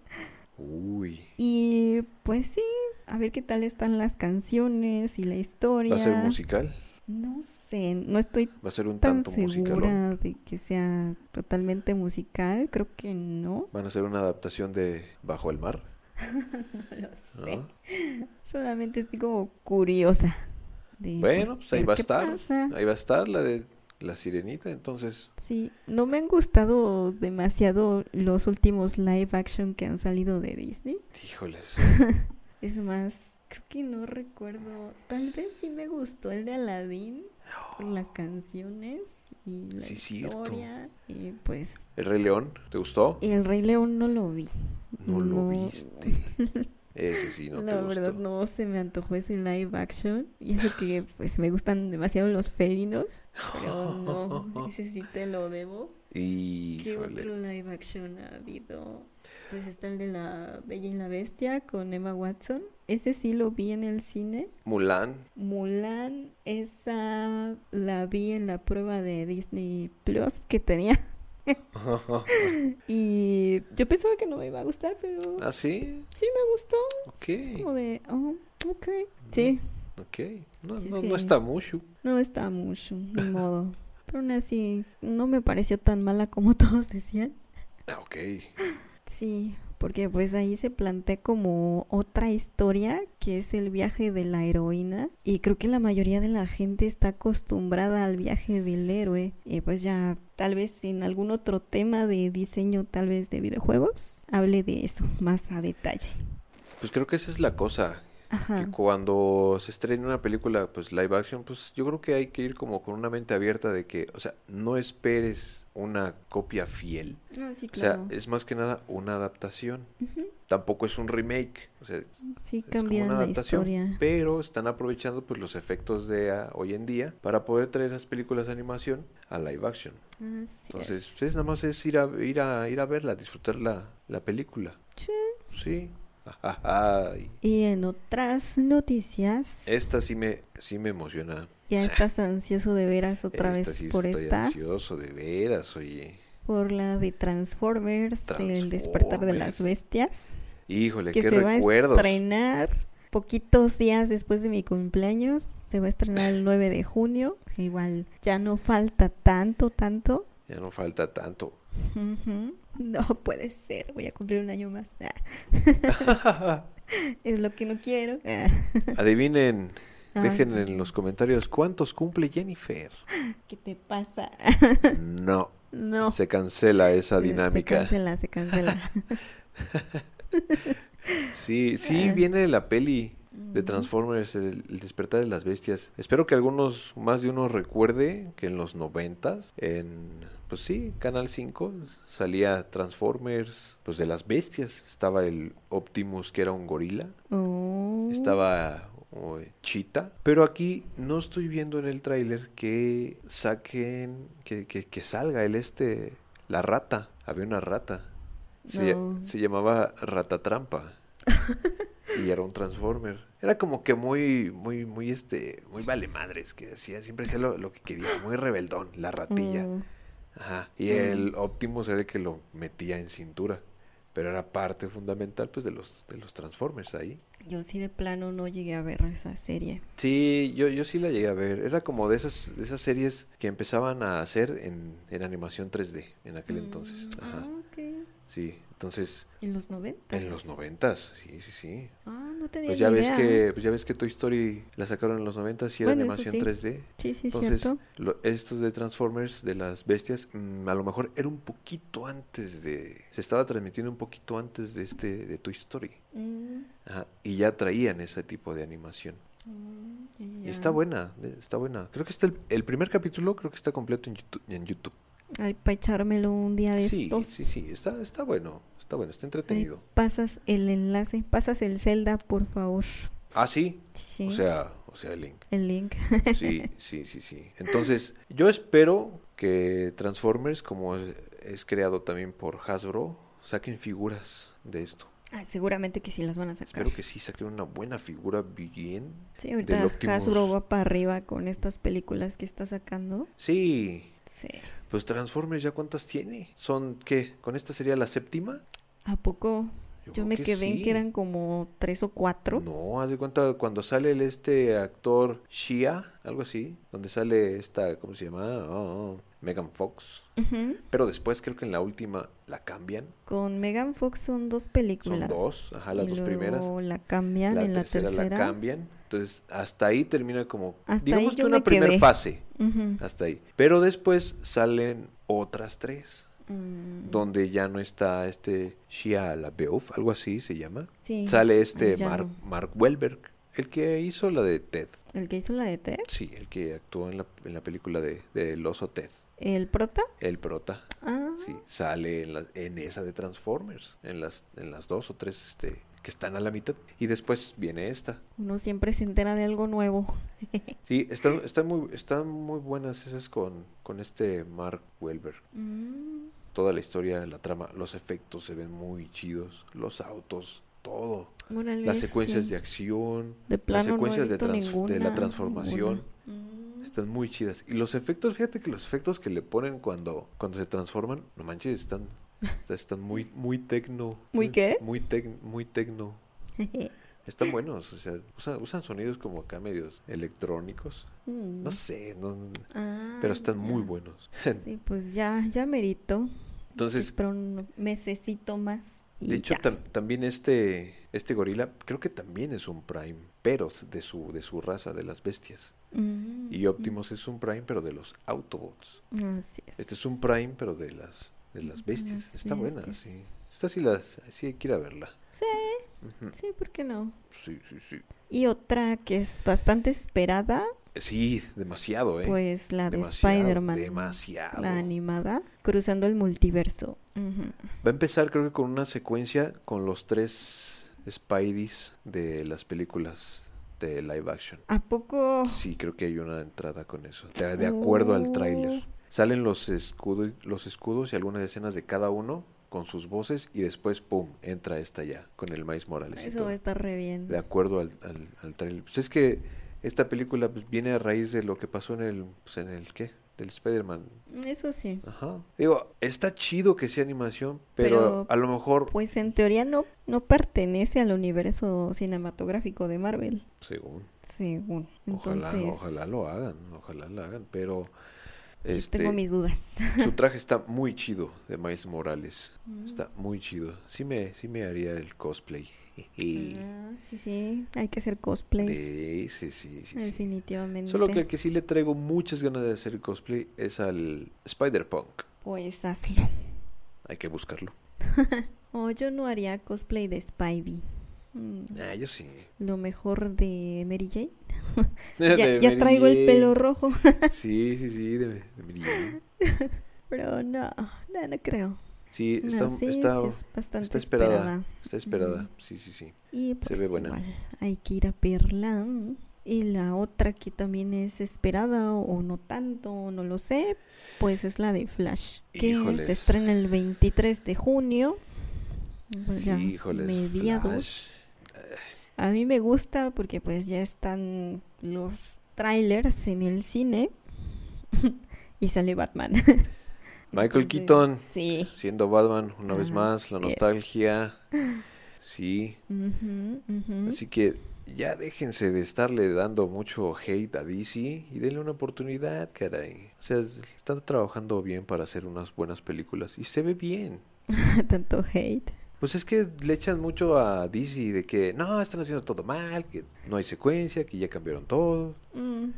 Speaker 2: Uy,
Speaker 1: Y pues sí, a ver qué tal están las canciones y la historia.
Speaker 2: va a ser un musical,
Speaker 1: No sé, no estoy
Speaker 2: va a ser un
Speaker 1: tan
Speaker 2: tanto musical.
Speaker 1: segura de que sea totalmente musical, creo que no.
Speaker 2: Van a hacer una adaptación de Bajo el Mar.
Speaker 1: No lo
Speaker 2: ¿no?
Speaker 1: sé. Solamente estoy como curiosa. de,
Speaker 2: Bueno, pues ahí
Speaker 1: ver
Speaker 2: va a
Speaker 1: qué
Speaker 2: estar.
Speaker 1: pasa.
Speaker 2: Ahí va a estar la de la sirenita, entonces.
Speaker 1: Sí, no me han gustado demasiado los últimos live action que han salido de Disney.
Speaker 2: Híjoles.
Speaker 1: Es más, creo que no recuerdo. Tal vez sí me gustó el de Aladdin por las canciones y la
Speaker 2: Sí, cierto.
Speaker 1: historia. Y pues,
Speaker 2: El Rey León, ¿te gustó?
Speaker 1: y el Rey León no lo vi.
Speaker 2: No, lo
Speaker 1: no.
Speaker 2: viste. Ese sí, no te
Speaker 1: la verdad
Speaker 2: gustó.
Speaker 1: no se me antojó ese live action. Y eso que pues me gustan demasiado los felinos. Pero no, ese sí te lo debo. ¿Qué
Speaker 2: Híjole.
Speaker 1: otro live action ha habido? Pues está el de la Bella y la Bestia con Emma Watson. Ese sí lo vi en el cine.
Speaker 2: Mulan.
Speaker 1: Mulan, esa la vi en la prueba de Disney Plus que tenía. Y yo pensaba que no me iba a gustar, pero
Speaker 2: ¿Ah, sí?
Speaker 1: sí me gustó. Como
Speaker 2: Ok.
Speaker 1: de, oh, ok. Sí,
Speaker 2: Ok. No,
Speaker 1: Sí, es
Speaker 2: no,
Speaker 1: que-
Speaker 2: no está mucho.
Speaker 1: no está mucho, ni modo. Pero aún así, no me pareció tan mala como todos decían.
Speaker 2: Ah, ok.
Speaker 1: Sí, porque pues ahí se plantea como otra historia que es el viaje de la heroína y creo que la mayoría de la gente está acostumbrada al viaje del héroe y pues ya tal vez en algún otro tema de diseño tal vez de videojuegos hable de eso más a detalle.
Speaker 2: Pues creo que esa es la cosa.
Speaker 1: Ajá.
Speaker 2: Que cuando se estrena una película, pues live action, pues yo creo que hay que ir como con una mente abierta de que, o sea, no esperes una copia fiel.
Speaker 1: No, Ah, sí,
Speaker 2: O sea, eh,
Speaker 1: claro.
Speaker 2: es más que nada una adaptación.
Speaker 1: Ujú.
Speaker 2: Tampoco es un remake. O sea, es
Speaker 1: Sí,
Speaker 2: como
Speaker 1: cambian
Speaker 2: una
Speaker 1: la
Speaker 2: adaptación.
Speaker 1: historia.
Speaker 2: Pero están aprovechando pues los efectos de ah, hoy en día para poder traer las películas de animación a live action.
Speaker 1: Así
Speaker 2: Entonces,
Speaker 1: es.
Speaker 2: pues, es nada más es ir a ir a ir a verla, disfrutar la, la película.
Speaker 1: Sí.
Speaker 2: Sí. Ay,
Speaker 1: Y en otras noticias,
Speaker 2: Esta sí me sí me emociona.
Speaker 1: ya estás ansioso de veras otra
Speaker 2: esta
Speaker 1: vez
Speaker 2: sí
Speaker 1: por
Speaker 2: estoy
Speaker 1: esta.
Speaker 2: ansioso de veras, oye.
Speaker 1: por la de Transformers, el despertar de las
Speaker 2: Transformers.
Speaker 1: bestias,
Speaker 2: Híjole,
Speaker 1: que
Speaker 2: qué
Speaker 1: se
Speaker 2: recuerdos.
Speaker 1: va a estrenar poquitos días después de mi cumpleaños, se va a estrenar el 9 de junio, que igual ya no falta tanto, tanto.
Speaker 2: Ya no falta tanto.
Speaker 1: Ujú. No puede ser, voy a cumplir un año más. Ah. es lo que no quiero.
Speaker 2: Adivinen,
Speaker 1: Ah,
Speaker 2: dejen en los comentarios cuántos cumple Jennifer.
Speaker 1: ¿Qué te pasa?
Speaker 2: No,
Speaker 1: no.
Speaker 2: se cancela esa
Speaker 1: Se- Se
Speaker 2: dinámica.
Speaker 1: cancela, se cancela.
Speaker 2: Sí, sí
Speaker 1: Ah.
Speaker 2: viene la peli de
Speaker 1: Ujú.
Speaker 2: Transformers, el, el despertar de las bestias. Espero que algunos, más de uno recuerde que en los noventas, en, pues sí, Canal 5 salía Transformers, pues de las bestias. Estaba el Optimus que era un gorila.
Speaker 1: Oh.
Speaker 2: Estaba oh, Chita. Pero aquí no estoy viendo en el tráiler que saquen, que, que- que salga el este, la rata. Había una rata. Se,
Speaker 1: No.
Speaker 2: se llamaba Ratatrampa. y era un Transformer. Era como que muy, muy, muy este, muy vale madres que hacía. Siempre hacía lo, lo que quería. Muy rebeldón, la ratilla.
Speaker 1: Mm.
Speaker 2: Ajá. Y el Optimus era el que lo metía en cintura. pero era parte fundamental pues de los de los Transformers ahí.
Speaker 1: Yo sí de plano no llegué a ver esa serie.
Speaker 2: Sí, yo, yo sí la llegué a ver. Era como de esas, de esas series que empezaban a hacer en, en animación 3D en aquel
Speaker 1: Mm,
Speaker 2: entonces. Ajá.
Speaker 1: Ah, ok.
Speaker 2: Sí, entonces
Speaker 1: ¿En los 90?
Speaker 2: en los noventas, sí, sí, sí.
Speaker 1: Ah, no tenía
Speaker 2: Pues ya
Speaker 1: ni
Speaker 2: ves
Speaker 1: idea.
Speaker 2: que, pues ya ves que Toy Story la sacaron en los noventas y era
Speaker 1: Bueno, eso
Speaker 2: animación
Speaker 1: sí.
Speaker 2: 3D.
Speaker 1: Sí, sí,
Speaker 2: Entonces,
Speaker 1: cierto.
Speaker 2: lo- estos de Transformers, de las bestias, mm, a lo mejor era un poquito antes de... Se estaba transmitiendo un poquito antes de este, de Toy Story.
Speaker 1: Mm,
Speaker 2: Ajá, y ya traían ese tipo de animación.
Speaker 1: mm,
Speaker 2: Y
Speaker 1: ya.
Speaker 2: está buena, eh, está buena. Creo que está el, el primer capítulo, creo que está completo en YouTube. En YouTube.
Speaker 1: Ay, para echármelo un día de
Speaker 2: Sí,
Speaker 1: estos.
Speaker 2: sí, sí, está, está bueno, está bueno,
Speaker 1: Ahí
Speaker 2: está entretenido.
Speaker 1: pasas el enlace, pasas el Zelda, por favor.
Speaker 2: Ah, sí,
Speaker 1: Sí,
Speaker 2: o sea, o sea, el link.
Speaker 1: el link.
Speaker 2: Sí, sí, sí, sí. Entonces, yo espero que Transformers, como es, es creado también por Hasbro, saquen figuras de esto.
Speaker 1: Ay, seguramente que sí las van a sacar.
Speaker 2: Espero que sí saquen una buena figura bien.
Speaker 1: Sí,
Speaker 2: del
Speaker 1: ahorita
Speaker 2: Optimus.
Speaker 1: Hasbro va para arriba con estas películas que está sacando.
Speaker 2: Sí,
Speaker 1: Sí.
Speaker 2: pues Transformers ya cuántas tiene. Son, ¿qué? ¿Con esta sería la séptima?
Speaker 1: ¿A poco? Yo
Speaker 2: creo
Speaker 1: me
Speaker 2: que
Speaker 1: quedé en
Speaker 2: sí.
Speaker 1: que eran como tres o cuatro.
Speaker 2: No, haz de cuenta cuando sale el este actor Shia, algo así, donde sale esta, ¿cómo se llama? Oh, oh, Megan Fox.
Speaker 1: Ujú.
Speaker 2: Pero después creo que en la última la cambian.
Speaker 1: Con Megan Fox son dos
Speaker 2: Son
Speaker 1: películas.
Speaker 2: dos, ajá, las
Speaker 1: Y
Speaker 2: dos
Speaker 1: luego
Speaker 2: primeras.
Speaker 1: la cambian en la tercera.
Speaker 2: la cambian. Entonces, hasta ahí termina como,
Speaker 1: Hasta
Speaker 2: digamos
Speaker 1: ahí
Speaker 2: que
Speaker 1: yo
Speaker 2: una
Speaker 1: me
Speaker 2: primera
Speaker 1: quedé.
Speaker 2: fase,
Speaker 1: Ujú.
Speaker 2: hasta ahí. Pero después salen otras tres,
Speaker 1: Mm,
Speaker 2: donde ya no está este Shia LaBeouf, algo así se llama.
Speaker 1: sí,
Speaker 2: Sale este
Speaker 1: ya
Speaker 2: Mark,
Speaker 1: no.
Speaker 2: Mark Wahlberg, el que hizo la de Ted.
Speaker 1: El que hizo la de Ted,
Speaker 2: Sí, el que actuó en la, en la película de, de El oso Ted,
Speaker 1: el prota.
Speaker 2: el prota.
Speaker 1: Ah,
Speaker 2: Sí, sale en, la- en esa de Transformers, en las, en las dos o tres este, que están a la mitad. Y después viene esta.
Speaker 1: uno siempre se entera de algo nuevo.
Speaker 2: Sí, están, están, muy, están muy buenas esas con, con este Mark Wahlberg.
Speaker 1: Mm,
Speaker 2: Toda la historia, la trama, los efectos se ven muy chidos, los autos, todo.
Speaker 1: órale,
Speaker 2: Las
Speaker 1: sí.
Speaker 2: secuencias de acción,
Speaker 1: De
Speaker 2: las
Speaker 1: plano no he
Speaker 2: secuencias de,
Speaker 1: visto
Speaker 2: trans- de la
Speaker 1: ninguna,
Speaker 2: transformación.
Speaker 1: ninguna. Mm,
Speaker 2: Están muy chidas. Y los efectos, fíjate que los efectos que le ponen cuando, cuando se transforman, no manches, están, o sea, están muy, muy tecno. ¿eh?
Speaker 1: ¿Muy qué?
Speaker 2: Muy, tec- muy tecno. Están buenos, o sea, usan, usan sonidos como acá medios electrónicos.
Speaker 1: mm.
Speaker 2: No sé, no-
Speaker 1: Ah,
Speaker 2: pero están muy
Speaker 1: ya.
Speaker 2: buenos.
Speaker 1: Sí, pues ya, ya merito.
Speaker 2: Entonces,
Speaker 1: Espero un mesecito más. Y
Speaker 2: de hecho,
Speaker 1: ya.
Speaker 2: tam- también este, este gorila, creo que también es un prime, pero s- de su, de su raza, de las bestias.
Speaker 1: Mm,
Speaker 2: Y Optimus es un prime, pero de los Autobots.
Speaker 1: mm, Así es.
Speaker 2: Este es un Prime, pero de las de las bestias.
Speaker 1: Las
Speaker 2: Está buena,
Speaker 1: bestias.
Speaker 2: sí. Esta sí las sí hay que ir a verla.
Speaker 1: Sí,
Speaker 2: Ujú.
Speaker 1: sí, ¿por qué no?
Speaker 2: Sí, sí, sí.
Speaker 1: Y otra que es bastante esperada,
Speaker 2: Sí, demasiado, eh.
Speaker 1: pues la de
Speaker 2: Demasiado,
Speaker 1: Spider-Man.
Speaker 2: demasiado.
Speaker 1: La animada, cruzando el multiverso. Ujú.
Speaker 2: Va a empezar creo que con una secuencia con los tres Spideys de las películas de live action.
Speaker 1: ¿A poco?
Speaker 2: Sí, creo que hay una entrada con eso. De, de acuerdo al tráiler.
Speaker 1: Oh.
Speaker 2: Salen los escudos, los escudos y algunas escenas de cada uno con sus voces y después pum, entra esta ya con el Maíz Morales. y
Speaker 1: Eso
Speaker 2: todo.
Speaker 1: va a estar re bien.
Speaker 2: de acuerdo al, al, al tráiler. Pues es que esta película pues, viene a raíz de lo que pasó en el, pues, en el ¿qué? Del Spider-Man.
Speaker 1: Eso sí.
Speaker 2: Ajá. Digo, está chido que sea animación, pero,
Speaker 1: Pero,
Speaker 2: a lo mejor,
Speaker 1: Pues en teoría no, no pertenece al universo cinematográfico de Marvel,
Speaker 2: según,
Speaker 1: según.
Speaker 2: ojalá,
Speaker 1: Entonces,
Speaker 2: ojalá lo hagan, ojalá lo hagan, pero
Speaker 1: sí
Speaker 2: este,
Speaker 1: tengo mis dudas.
Speaker 2: su traje está muy chido de Miles Morales.
Speaker 1: Mm.
Speaker 2: Está muy chido. Sí me, sí me haría el cosplay.
Speaker 1: Ah, sí, sí, hay que hacer cosplays.
Speaker 2: Sí, sí, sí, sí, sí.
Speaker 1: Definitivamente.
Speaker 2: Solo que al que sí le traigo muchas ganas de hacer cosplay es al Spider-Punk.
Speaker 1: Pues hazlo.
Speaker 2: Hay que buscarlo.
Speaker 1: Oh, yo no haría cosplay de Spidey. Mm,
Speaker 2: Ah, yo sí.
Speaker 1: Lo mejor de Mary Jane. Ya, ya traigo el pelo rojo.
Speaker 2: Sí, sí, sí, de, de Mary Jane.
Speaker 1: Pero no, no, no creo.
Speaker 2: Sí,
Speaker 1: No,
Speaker 2: está,
Speaker 1: sí,
Speaker 2: está,
Speaker 1: sí es bastante
Speaker 2: está esperada.
Speaker 1: esperada.
Speaker 2: está esperada.
Speaker 1: Ujú.
Speaker 2: Sí, sí, sí.
Speaker 1: Y pues
Speaker 2: ve buena.
Speaker 1: igual, hay que ir a verla. Y la otra que también es esperada o no tanto, o no lo sé, pues es la de Flash. Que
Speaker 2: Híjoles.
Speaker 1: se estrena el 23 de junio. Pues ya
Speaker 2: Sí, híjoles.
Speaker 1: mediados.
Speaker 2: Flash.
Speaker 1: A mí me gusta porque pues ya están los trailers en el cine y sale Batman.
Speaker 2: Michael
Speaker 1: Entonces,
Speaker 2: Keaton
Speaker 1: Sí.
Speaker 2: siendo Batman una vez
Speaker 1: Ajá,
Speaker 2: más, la
Speaker 1: Ah, así es.
Speaker 2: nostalgia. Sí,
Speaker 1: Ujú, ujú.
Speaker 2: Así que ya déjense de estarle dando mucho hate a DC y denle una oportunidad, caray. O sea, están trabajando bien para hacer unas buenas películas y se ve bien.
Speaker 1: Tanto hate.
Speaker 2: Pues es que le echan mucho a DC de que no, están haciendo todo mal, que no hay secuencia, que ya cambiaron todo.
Speaker 1: Mm,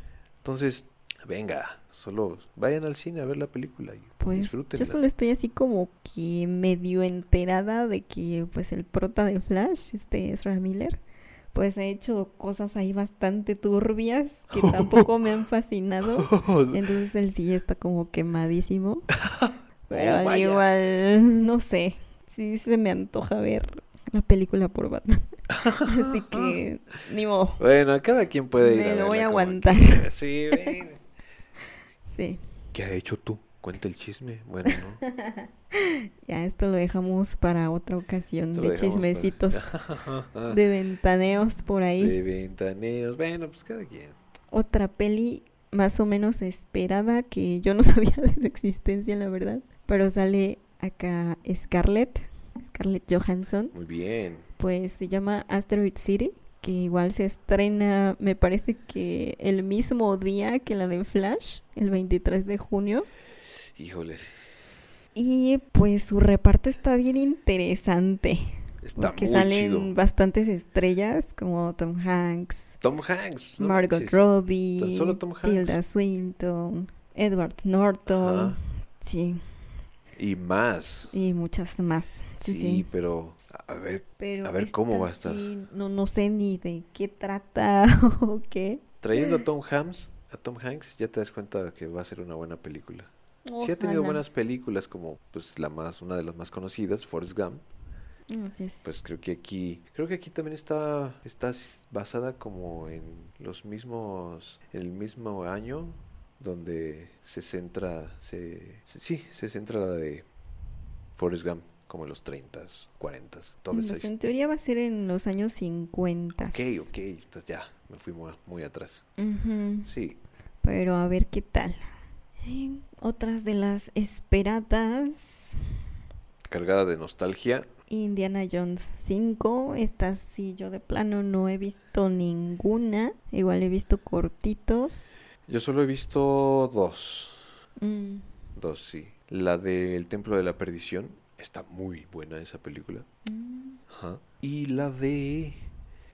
Speaker 2: Entonces, venga, solo vayan al cine a ver la película y
Speaker 1: Pues yo
Speaker 2: disfrútenla.
Speaker 1: solo estoy así como que medio enterada de que pues el prota de Flash, este Ezra Miller, pues ha hecho cosas ahí bastante turbias que tampoco me han fascinado. Entonces él sí está como quemadísimo. Pero
Speaker 2: Oh,
Speaker 1: al
Speaker 2: vaya.
Speaker 1: igual, no sé, sí se me antoja ver la película por Batman. Así que, ni modo.
Speaker 2: Bueno, cada quien puede ir
Speaker 1: Me lo
Speaker 2: a verla
Speaker 1: voy a
Speaker 2: como
Speaker 1: aguantar.
Speaker 2: quiera. Sí, ven.
Speaker 1: Sí,
Speaker 2: ¿Qué ha hecho tú? Cuenta el chisme. Bueno, no.
Speaker 1: ya esto lo dejamos para otra ocasión
Speaker 2: Esto lo
Speaker 1: de
Speaker 2: dejamos para- Ah.
Speaker 1: chismecitos, de ventaneos por ahí.
Speaker 2: De ventaneos. Bueno, pues cada quien.
Speaker 1: Otra peli más o menos esperada que yo no sabía de su existencia, la verdad. Pero sale acá Scarlett, Scarlett Johansson.
Speaker 2: Muy bien.
Speaker 1: pues se llama Asteroid City, que igual se estrena, me parece que el mismo día que la de Flash, el 23 de junio.
Speaker 2: Híjole.
Speaker 1: Y pues su reparto está bien interesante,
Speaker 2: Está
Speaker 1: porque
Speaker 2: muy
Speaker 1: salen
Speaker 2: chido.
Speaker 1: bastantes estrellas como Tom Hanks,
Speaker 2: Tom Hanks. Pues, no
Speaker 1: Margot
Speaker 2: manches.
Speaker 1: Robbie,
Speaker 2: Tan solo Tom Hanks.
Speaker 1: Tilda Swinton, Edward Norton,
Speaker 2: Ajá.
Speaker 1: sí,
Speaker 2: Y más.
Speaker 1: y muchas más. Sí,
Speaker 2: Sí,
Speaker 1: sí.
Speaker 2: pero. A ver,
Speaker 1: Pero
Speaker 2: A ver, ¿cómo
Speaker 1: esta
Speaker 2: va a estar?
Speaker 1: sí, no, no sé ni de qué trata o qué.
Speaker 2: trayendo
Speaker 1: Mm.
Speaker 2: a Tom Hanks. A Tom Hanks ya te das cuenta que va a ser una buena película. Sí ha tenido
Speaker 1: Ojalá.
Speaker 2: buenas películas como pues la más una de las más conocidas, Forrest Gump.
Speaker 1: Así es.
Speaker 2: Pues creo que aquí creo que aquí también está está s- basada como en los mismos en el mismo año donde se centra se, se- sí, se centra la de Forrest Gump como en los 30s, 40s, todo
Speaker 1: Mm,
Speaker 2: eso.
Speaker 1: pues, en teoría va a ser en los años 50.
Speaker 2: Ok, ok, entonces ya me fui muy, muy atrás.
Speaker 1: Ujú,
Speaker 2: Sí,
Speaker 1: Pero a ver qué tal. Eh, Otras de las esperadas.
Speaker 2: cargada de nostalgia.
Speaker 1: Indiana Jones 5. Esta sí, yo de plano no he visto ninguna. Igual he visto cortitos.
Speaker 2: Yo solo he visto dos,
Speaker 1: Mm,
Speaker 2: dos sí. La del Templo de la Perdición está muy buena esa película.
Speaker 1: mm,
Speaker 2: Ajá. Y la de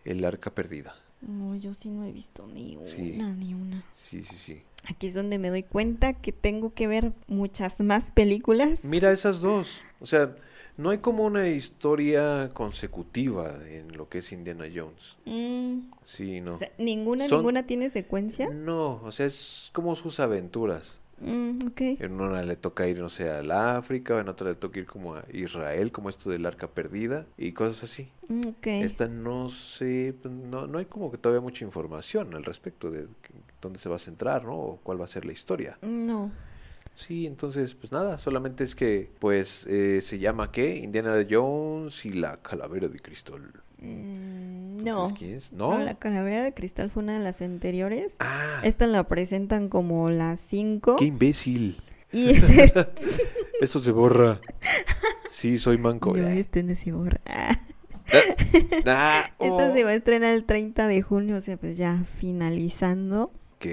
Speaker 2: El Arca Perdida.
Speaker 1: No, yo sí no he visto ni una,
Speaker 2: Sí.
Speaker 1: ni una.
Speaker 2: Sí, sí, sí.
Speaker 1: Aquí es donde me doy cuenta que tengo que ver muchas más películas.
Speaker 2: Mira esas dos. O sea, no hay como una historia consecutiva en lo que es Indiana Jones.
Speaker 1: Mm,
Speaker 2: Sí, no.
Speaker 1: O sea, ninguna,
Speaker 2: Son-
Speaker 1: ninguna tiene secuencia.
Speaker 2: No, o sea, es como sus aventuras.
Speaker 1: Mm, ok.
Speaker 2: En una le toca ir, no sé, al África, en otra le toca ir como a Israel, como esto del Arca Perdida y cosas así.
Speaker 1: Mm, ok.
Speaker 2: Esta no sé, pues, no, no hay como que todavía mucha información al respecto de que- dónde se va a centrar, ¿no? O cuál va a ser la historia.
Speaker 1: Mm, No.
Speaker 2: Sí, entonces, pues nada, solamente es que, pues, eh, se llama ¿qué? Indiana Jones y la calavera de cristal.
Speaker 1: Mm,
Speaker 2: Entonces,
Speaker 1: no.
Speaker 2: ¿quién es?
Speaker 1: No,
Speaker 2: ¿No?
Speaker 1: La calavera de cristal fue una de las anteriores.
Speaker 2: Ah,
Speaker 1: Esta la presentan como la 5.
Speaker 2: qué imbécil.
Speaker 1: Y es este, esta.
Speaker 2: Eso se borra. Sí, soy manco.
Speaker 1: No,
Speaker 2: Eh,
Speaker 1: este no se borra.
Speaker 2: ah, oh,
Speaker 1: Esta se va a estrenar el 30 de junio, o sea, pues ya finalizando.
Speaker 2: Ok.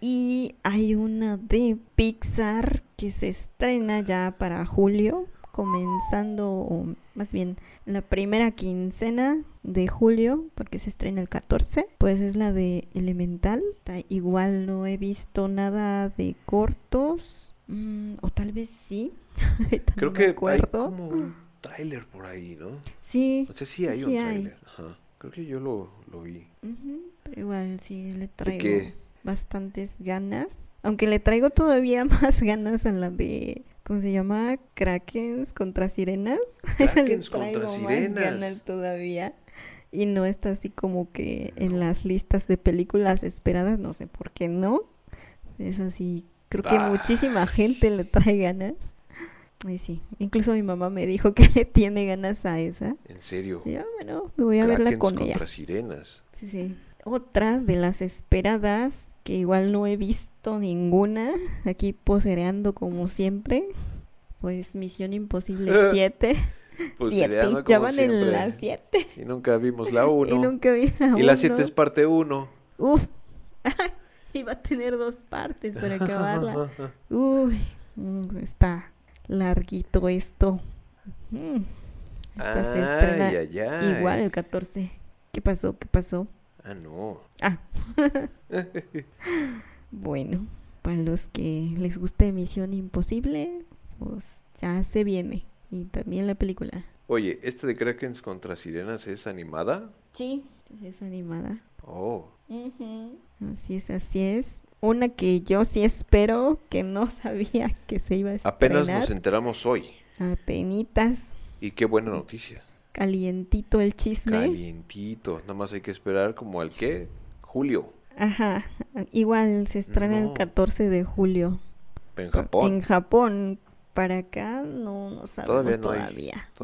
Speaker 1: Y hay una de Pixar que se estrena ya para julio, comenzando, o más bien, la primera quincena de julio, porque se estrena el 14, pues es la de Elemental. Ta- Igual no he visto nada de cortos, mm, o tal vez sí. ahorita no
Speaker 2: Creo
Speaker 1: me
Speaker 2: que hay
Speaker 1: acuerdo.
Speaker 2: como un tráiler por ahí, ¿no?
Speaker 1: Sí,
Speaker 2: No sé si hay
Speaker 1: Sí,
Speaker 2: un
Speaker 1: sí hay.
Speaker 2: tráiler. Ajá. Creo que yo lo, lo vi.
Speaker 1: ujú, pero igual sí le
Speaker 2: ¿De
Speaker 1: traigo.
Speaker 2: qué?
Speaker 1: bastantes ganas. Aunque le traigo todavía más ganas a la de. ¿Cómo se llama? Krakens contra sirenas. Esa le
Speaker 2: Krakens contra
Speaker 1: traigo más
Speaker 2: sirenas.
Speaker 1: ganas todavía. Y no está así como que en las listas de películas esperadas, no sé por qué no. Es así, creo que
Speaker 2: Bah.
Speaker 1: muchísima gente le trae ganas. Y sí, incluso mi mamá me dijo que le tiene ganas a esa.
Speaker 2: En serio.
Speaker 1: Y yo, "Ah, bueno, me voy a verla
Speaker 2: Krakens
Speaker 1: con ella.
Speaker 2: contra sirenas.
Speaker 1: Sí, sí. Otra de las esperadas, que igual no he visto ninguna, aquí posereando como siempre, pues Misión Imposible 7.
Speaker 2: Pues
Speaker 1: Siete,
Speaker 2: tirando
Speaker 1: ya
Speaker 2: Eh, como
Speaker 1: van en
Speaker 2: siempre.
Speaker 1: la 7.
Speaker 2: Y nunca vimos la 1.
Speaker 1: Y nunca vi a
Speaker 2: la
Speaker 1: uno.
Speaker 2: 7 es parte 1.
Speaker 1: Uf. Iba a tener dos partes para acabarla. Uy, mm, está larguito esto. Mm. Esta se estrena
Speaker 2: Ay, ay, ay.
Speaker 1: igual el 14. ¿Qué pasó? ¿Qué pasó?
Speaker 2: Ah, no.
Speaker 1: Ah. bueno, para los que les guste Misión Imposible, pues ya se viene. Y también la película.
Speaker 2: Oye, ¿este de Krakens contra Sirenas es animada?
Speaker 1: Sí. Es animada.
Speaker 2: Oh.
Speaker 1: Así es, así es. Una que yo sí espero que no sabía que se iba a estrenar.
Speaker 2: Apenas nos enteramos hoy.
Speaker 1: Apenitas.
Speaker 2: Y qué buena noticia.
Speaker 1: Calientito el chisme.
Speaker 2: Calientito. Nada más hay que esperar como al qué? Julio.
Speaker 1: Ajá. Igual se estrena
Speaker 2: No.
Speaker 1: el 14 de julio.
Speaker 2: En Japón.
Speaker 1: En Japón. Para acá no, no sabemos
Speaker 2: Todavía
Speaker 1: todavía.
Speaker 2: no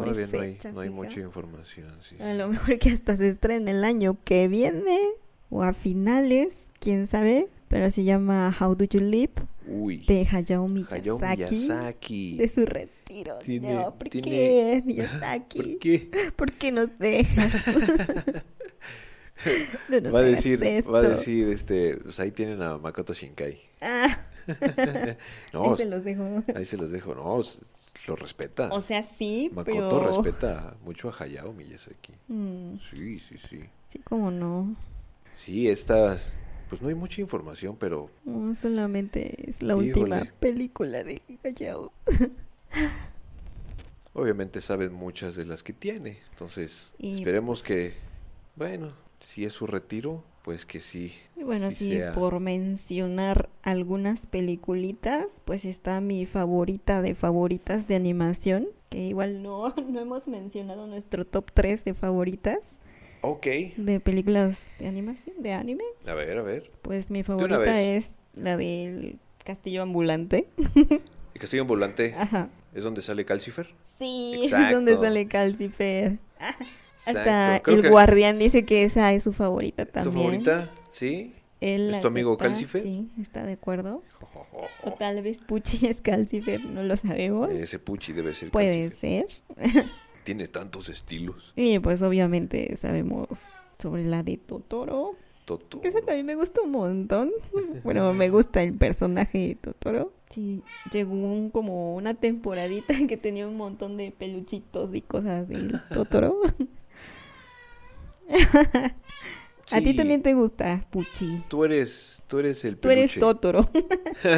Speaker 2: hay- Todavía no hay,
Speaker 1: fecha
Speaker 2: no hay
Speaker 1: fija.
Speaker 2: mucha información. sí,
Speaker 1: A
Speaker 2: sí.
Speaker 1: lo mejor que hasta se estrena el año que viene. O a finales. Quién sabe. Pero se llama How Do You Live.
Speaker 2: Uy.
Speaker 1: De Hayao Miyazaki.
Speaker 2: Hayao Miyazaki.
Speaker 1: de su retiro.
Speaker 2: Tiene-
Speaker 1: no, ¿por
Speaker 2: tiene-
Speaker 1: qué, Miyazaki?
Speaker 2: ¿Por qué?
Speaker 1: ¿Por qué nos dejas? No nos
Speaker 2: va a
Speaker 1: hagas
Speaker 2: decir, va a
Speaker 1: esto.
Speaker 2: decir, este, pues ahí tienen a Makoto Shinkai.
Speaker 1: Ah,
Speaker 2: No,
Speaker 1: ahí se los dejo.
Speaker 2: ahí se los dejo, no, s- lo respeta.
Speaker 1: O sea, sí,
Speaker 2: Makoto
Speaker 1: pero...
Speaker 2: respeta mucho a Hayao Miyazaki.
Speaker 1: Mm,
Speaker 2: Sí, sí, sí.
Speaker 1: sí, como no.
Speaker 2: Sí, estas, pues no hay mucha información, pero
Speaker 1: No, solamente es la
Speaker 2: Híjole.
Speaker 1: última película de Hayao.
Speaker 2: obviamente saben muchas de las que tiene. Entonces,
Speaker 1: Y, pues
Speaker 2: esperemos que, bueno, si es su retiro, pues que sí.
Speaker 1: Y bueno,
Speaker 2: sí
Speaker 1: sí,
Speaker 2: sea.
Speaker 1: por mencionar algunas peliculitas, pues está mi favorita de favoritas de animación, que igual no, no hemos mencionado nuestro top 3 de favoritas
Speaker 2: Ok,
Speaker 1: de películas de animación, de anime.
Speaker 2: a ver, a ver.
Speaker 1: Pues mi
Speaker 2: una
Speaker 1: favorita
Speaker 2: vez. Eh.
Speaker 1: es la del Castillo Ambulante.
Speaker 2: El castillo ambulante
Speaker 1: Ajá.
Speaker 2: es donde sale Calcifer.
Speaker 1: Sí, es donde
Speaker 2: Exacto.
Speaker 1: sale Calcifer. Hasta
Speaker 2: Exacto, creo
Speaker 1: el
Speaker 2: que-
Speaker 1: guardián dice que esa es su favorita
Speaker 2: ¿Es tu
Speaker 1: también.
Speaker 2: favorita? ¿Sí?
Speaker 1: Él
Speaker 2: ¿Es tu amigo
Speaker 1: acepta,
Speaker 2: Calcifer?
Speaker 1: Sí, está de acuerdo. O tal vez Puchi es Calcifer, no lo sabemos.
Speaker 2: Ese Puchi debe ser
Speaker 1: Puede
Speaker 2: Calcifer.
Speaker 1: ser.
Speaker 2: Tiene tantos estilos.
Speaker 1: Y pues obviamente sabemos sobre la de Totoro.
Speaker 2: Totoro.
Speaker 1: Que esa también me gusta un montón. Bueno, me gusta el personaje de Totoro. Sí, llegó un- como una temporadita que tenía un montón de peluchitos y cosas de Totoro. A ti
Speaker 2: Sí,
Speaker 1: también te gusta, Puchi.
Speaker 2: Tú eres, tú eres el
Speaker 1: Tú eres
Speaker 2: peluche.
Speaker 1: Totoro.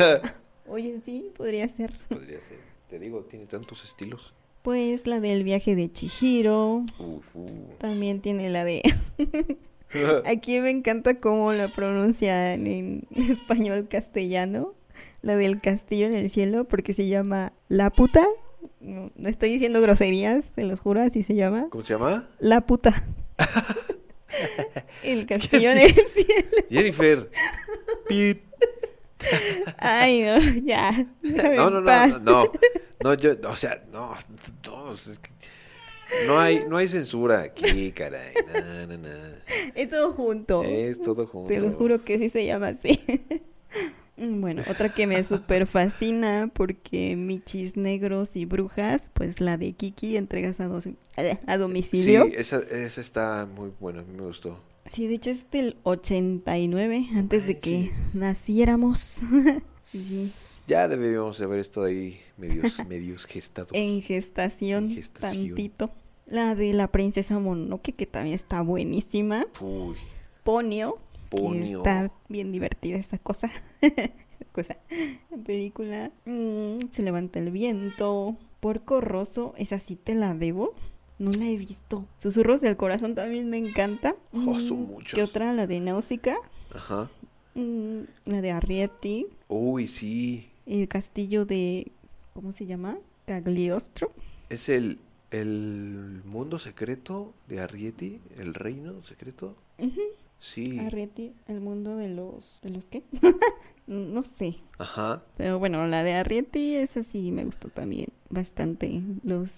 Speaker 1: Oye, sí, podría ser.
Speaker 2: Podría ser. Te digo, tiene tantos estilos.
Speaker 1: Pues la del viaje de Chihiro.
Speaker 2: Uh, uh.
Speaker 1: También tiene la de... Aquí me encanta cómo la pronuncian en español castellano, la del castillo en el cielo, porque se llama La puta. No, no estoy diciendo groserías, se los juro, así se llama.
Speaker 2: ¿Cómo se llama?
Speaker 1: La puta. el castillo en el cielo.
Speaker 2: Jennifer. Pit.
Speaker 1: Ay, no, ya. déjame
Speaker 2: No,
Speaker 1: en
Speaker 2: no, no,
Speaker 1: paz.
Speaker 2: no, no. No, yo, o sea, no, no, es que no hay, no hay censura aquí, caray. Na, na, na.
Speaker 1: Es todo junto.
Speaker 2: Es todo junto.
Speaker 1: Te lo juro que sí se llama así. Mm, bueno, otra que me super fascina porque Michis Negros y Brujas, pues la de Kiki entregas a, dos- a
Speaker 2: Sí,
Speaker 1: domicilio. Sí.
Speaker 2: esa, esa está muy buena, a mí me gustó.
Speaker 1: de hecho es del 89, antes de que
Speaker 2: manches.
Speaker 1: naciéramos.
Speaker 2: Ya debíamos haber estado ahí medios, medios gestados.
Speaker 1: en gestación,
Speaker 2: En gestación.
Speaker 1: tantito. La de la princesa Mononoke, que también está buenísima.
Speaker 2: Uy,
Speaker 1: Ponio, que
Speaker 2: ponio.
Speaker 1: está bien divertida esa cosa. esa cosa. La película. mm, se levanta el viento. Porco Rosso, esa sí te la debo. No la he visto. Susurros del corazón también me encanta.
Speaker 2: Oh, son
Speaker 1: Mm,
Speaker 2: muchos.
Speaker 1: ¿Qué otra? La de Náusica.
Speaker 2: Ajá.
Speaker 1: mm, la de Arrietty.
Speaker 2: Uy, sí.
Speaker 1: El castillo de. ¿Cómo se llama? Cagliostro.
Speaker 2: Es el, el mundo secreto de Arrietty, el reino secreto.
Speaker 1: Ujú,
Speaker 2: Sí.
Speaker 1: Arrietty, el mundo de los. ¿De los qué? no sé.
Speaker 2: Ajá.
Speaker 1: Pero bueno, la de Arrietty, esa sí me gustó también bastante. Los,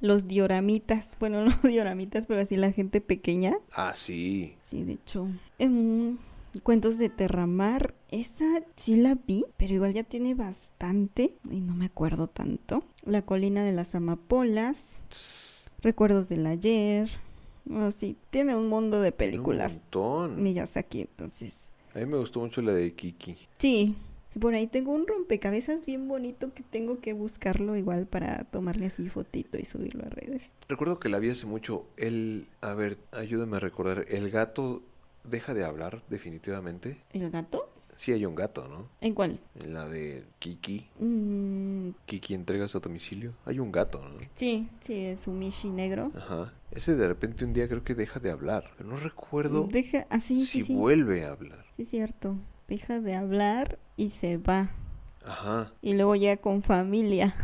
Speaker 1: los dioramitas, bueno, no dioramitas, pero así la gente pequeña.
Speaker 2: Ah, sí.
Speaker 1: Sí, de hecho. em, cuentos de Terramar Esa sí la vi, pero igual ya tiene bastante y no me acuerdo tanto. La colina de las amapolas, recuerdos del ayer. Bueno, sí, tiene un mundo de películas.
Speaker 2: Un montón.
Speaker 1: Miyazaki, entonces.
Speaker 2: A mí me gustó mucho la de Kiki.
Speaker 1: Sí, por ahí tengo un rompecabezas bien bonito que tengo que buscarlo igual para tomarle así fotito y subirlo a redes.
Speaker 2: Recuerdo que la vi hace mucho. El, a ver, ayúdame a recordar. El gato deja de hablar definitivamente.
Speaker 1: ¿El gato?
Speaker 2: Sí hay un gato, ¿no?
Speaker 1: ¿En cuál?
Speaker 2: En la de Kiki.
Speaker 1: Mm,
Speaker 2: Kiki entregas a domicilio. Hay un gato, ¿no?
Speaker 1: sí, sí, es un mishi negro.
Speaker 2: Ajá. Ese de repente un día creo que deja de hablar. Pero no recuerdo
Speaker 1: Deja, así,
Speaker 2: si
Speaker 1: sí, sí.
Speaker 2: vuelve a hablar.
Speaker 1: Sí, cierto. Deja de hablar y se va.
Speaker 2: Ajá.
Speaker 1: Y luego ya con familia.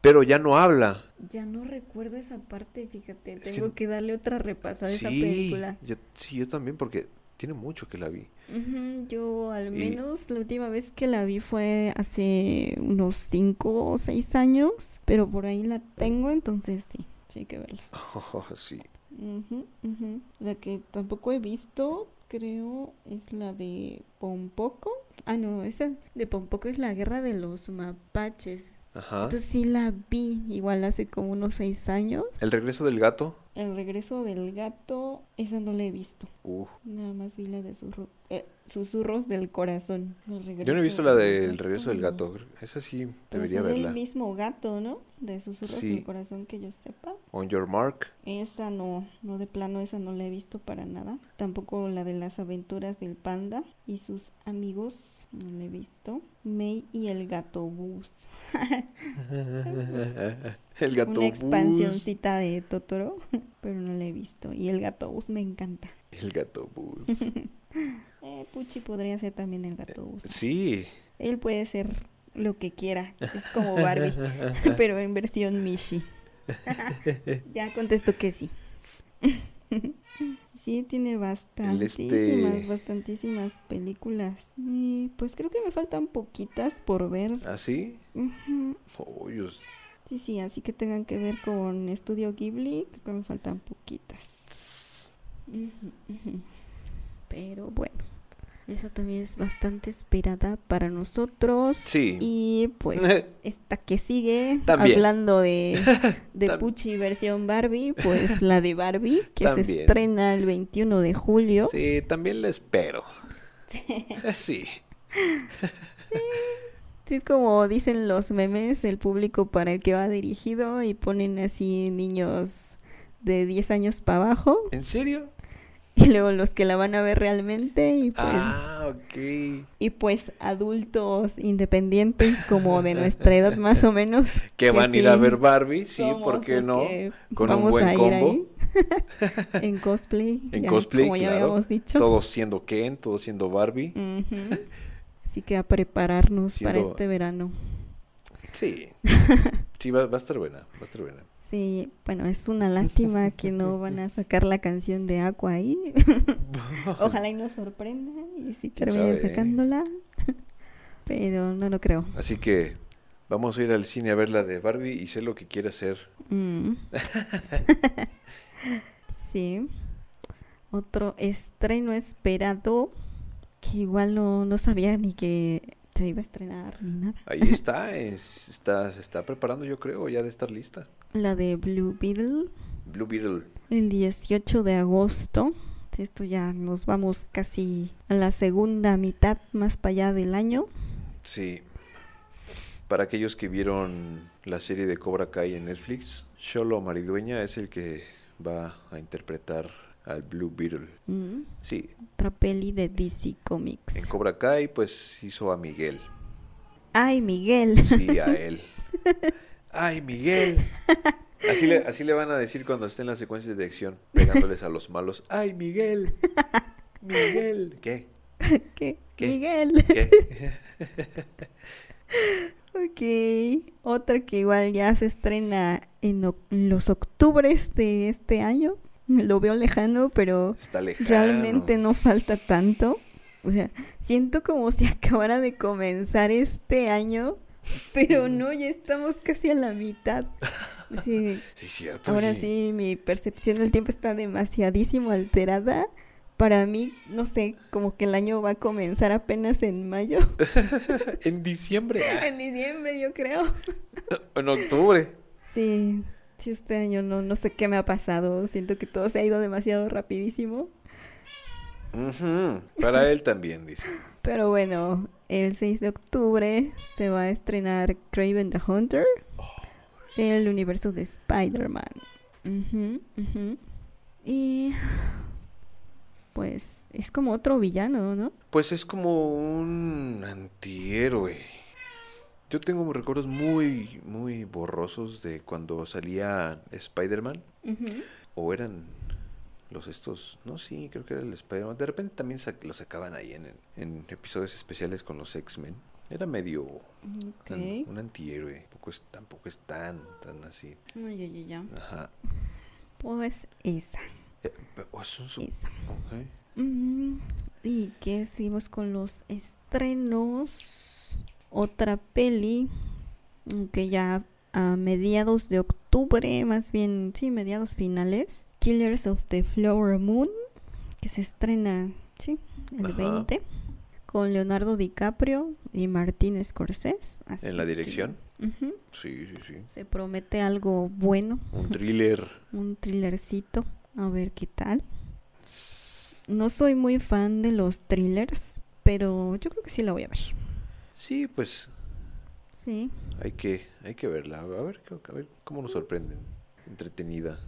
Speaker 2: Pero ya no habla.
Speaker 1: Ya no recuerdo esa parte, fíjate.
Speaker 2: que-
Speaker 1: Tengo que darle otra repasada a esa
Speaker 2: sí,
Speaker 1: película.
Speaker 2: yo, sí, yo también porque tiene mucho que la vi.
Speaker 1: Ujú, Yo al
Speaker 2: Y-
Speaker 1: menos la última vez que la vi fue hace unos 5 o 6 años, pero por ahí la tengo, entonces sí, sí hay que verla.
Speaker 2: Oh, sí.
Speaker 1: Ujú, ujú. La que tampoco he visto, creo, es la de Pompoco. Ah, no, esa de Pompoco es la guerra de los mapaches.
Speaker 2: Ajá.
Speaker 1: Entonces sí la vi, igual hace como unos 6 años.
Speaker 2: El regreso del gato.
Speaker 1: El regreso del gato, esa no la he visto.
Speaker 2: Uf.
Speaker 1: Nada más vi la de surru- eh, susurros del corazón. El
Speaker 2: Yo no he
Speaker 1: regreso
Speaker 2: visto la
Speaker 1: del
Speaker 2: del regreso del
Speaker 1: gato.
Speaker 2: gato. Esa sí
Speaker 1: Pero
Speaker 2: debería
Speaker 1: sale
Speaker 2: verla.
Speaker 1: el mismo gato, ¿no? De susurros
Speaker 2: Sí.
Speaker 1: del corazón que yo sepa.
Speaker 2: On Your Mark.
Speaker 1: Esa no, no de plano, esa no la he visto para nada. Tampoco la de las aventuras del panda y sus amigos, no la he visto. May y el gato bus.
Speaker 2: el gato
Speaker 1: Una
Speaker 2: bus.
Speaker 1: expansioncita de Totoro, pero no la he visto. Y el gato bus me encanta.
Speaker 2: El gato bus.
Speaker 1: Eh, Puchi podría ser también el
Speaker 2: Eh,
Speaker 1: gato bus.
Speaker 2: Sí.
Speaker 1: Él puede ser lo que quiera. Es como Barbie, pero en versión Mishi. ya contesto que sí. sí, tiene bastantísimas,
Speaker 2: este-
Speaker 1: bastantísimas películas. Y pues creo que me faltan poquitas por ver.
Speaker 2: ¿Así?
Speaker 1: Ujú.
Speaker 2: Oh, Dios.
Speaker 1: Sí, sí, así que tengan que ver con Estudio Ghibli. Creo que me faltan poquitas. Ujú, ujú. Pero bueno, esa también es bastante esperada para nosotros.
Speaker 2: Sí.
Speaker 1: Y pues esta que sigue,
Speaker 2: También.
Speaker 1: hablando de, de
Speaker 2: Tam-
Speaker 1: Puchi versión Barbie, pues la de Barbie, que
Speaker 2: También.
Speaker 1: se estrena el 21 de julio.
Speaker 2: Sí, también la espero. Eh, Sí.
Speaker 1: Sí, es como dicen los memes, el público para el que va dirigido y ponen así niños de 10 años para abajo
Speaker 2: ¿En serio?
Speaker 1: y luego los que la van a ver realmente y pues,
Speaker 2: Ah, ok.
Speaker 1: y pues adultos independientes como de nuestra edad más o menos.
Speaker 2: Que van a ir a
Speaker 1: sí
Speaker 2: ver Barbie, sí,
Speaker 1: somos
Speaker 2: ¿por qué
Speaker 1: los
Speaker 2: no?
Speaker 1: que
Speaker 2: Con un
Speaker 1: vamos
Speaker 2: buen
Speaker 1: a ir
Speaker 2: combo.
Speaker 1: ahí. en cosplay.
Speaker 2: En
Speaker 1: ya,
Speaker 2: cosplay,
Speaker 1: Como ya
Speaker 2: claro.
Speaker 1: habíamos dicho.
Speaker 2: Todos siendo Ken, todos siendo Barbie.
Speaker 1: Mm. Ujú. Así que a prepararnos para
Speaker 2: Siendo-
Speaker 1: este verano.
Speaker 2: Sí. Sí, va, va a estar buena, va a estar buena.
Speaker 1: Sí, bueno, es una lástima que no van a sacar la canción de Aqua ahí. Ojalá y nos sorprenda y si
Speaker 2: ¿Quién
Speaker 1: terminen
Speaker 2: sabe, eh?
Speaker 1: sacándola. Pero no lo creo.
Speaker 2: Así que vamos a ir al cine a ver la de Barbie y sé lo que quiere hacer.
Speaker 1: Mm. sí. Otro estreno esperado que igual no, no sabía ni que se iba a estrenar ni nada.
Speaker 2: Ahí está, es- está, se está preparando yo creo, ya de estar lista.
Speaker 1: La de Blue Beetle
Speaker 2: Blue Beetle.
Speaker 1: el 18 de agosto. Sí, Esto ya nos vamos casi a la segunda mitad más para allá del año.
Speaker 2: Sí. Para aquellos que vieron la serie de Cobra Kai en Netflix, Sholo Maridueña es el que va a interpretar al Blue Beetle.
Speaker 1: Mm,
Speaker 2: Sí,
Speaker 1: Otra peli de DC
Speaker 2: en
Speaker 1: Comics.
Speaker 2: Cobra Kai pues hizo a Miguel.
Speaker 1: Ay, Miguel.
Speaker 2: Sí, a él. ¡Ay, Miguel! Así le, así le van a decir cuando estén las secuencias de acción, pegándoles a los malos. ¡Ay, Miguel! ¡Miguel! ¿Qué?
Speaker 1: ¿Qué?
Speaker 2: ¿Qué?
Speaker 1: Miguel.
Speaker 2: ¿Qué?
Speaker 1: Ok, otra que igual ya se estrena en oc- los octubres de este año. Lo veo lejano, pero
Speaker 2: Está lejano.
Speaker 1: realmente no falta tanto. O sea, siento como si acabara de comenzar este año, pero
Speaker 2: Mm.
Speaker 1: no, ya estamos casi a la mitad. Sí,
Speaker 2: Sí, cierto.
Speaker 1: ahora
Speaker 2: oye.
Speaker 1: sí, mi percepción del tiempo está demasiadísimo alterada, para mí, no sé, como que el año va a comenzar apenas en mayo.
Speaker 2: en diciembre.
Speaker 1: en diciembre, yo creo.
Speaker 2: en octubre.
Speaker 1: Sí, sí, este año no, no sé qué me ha pasado. Siento que todo se ha ido demasiado rapidísimo.
Speaker 2: Ujú, Para él también, dice.
Speaker 1: Pero bueno, el 6 de octubre se va a estrenar Craven the Hunter, el universo de Spider-Man. Ujú, ujú. Y pues es como otro villano, ¿no?
Speaker 2: Pues es como un antihéroe. Yo tengo recuerdos muy, muy borrosos de cuando salía Spider-Man. O eran los estos. No, sí, creo que era el Spider-Man. De repente también sac- lo sacaban ahí en, en episodios especiales con los X-Men. Era medio
Speaker 1: Ok.
Speaker 2: an- un antihéroe. Tampoco es, tampoco es tan, tan así.
Speaker 1: Ay, ay, ay, ay.
Speaker 2: Ajá.
Speaker 1: Pues esa,
Speaker 2: Eh, o es un su-
Speaker 1: esa.
Speaker 2: ok.
Speaker 1: Mm, ¿Y qué seguimos con los estrenos? Otra peli mm, que ya a mediados de octubre, más bien, sí, mediados finales, Killers of the Flower Moon, que se estrena, sí, el
Speaker 2: Ajá.
Speaker 1: 20, con Leonardo DiCaprio y Martín Scorsese. así
Speaker 2: ¿En la
Speaker 1: que,
Speaker 2: dirección?
Speaker 1: ujú,
Speaker 2: Sí, sí, sí.
Speaker 1: se promete algo bueno,
Speaker 2: Un thriller.
Speaker 1: un thrillercito, a ver qué tal. No soy muy fan de los thrillers, pero yo creo que sí la voy a ver.
Speaker 2: Sí, pues
Speaker 1: Sí.
Speaker 2: hay que, hay que verla. A ver, a ver cómo nos sorprenden. Entretenida.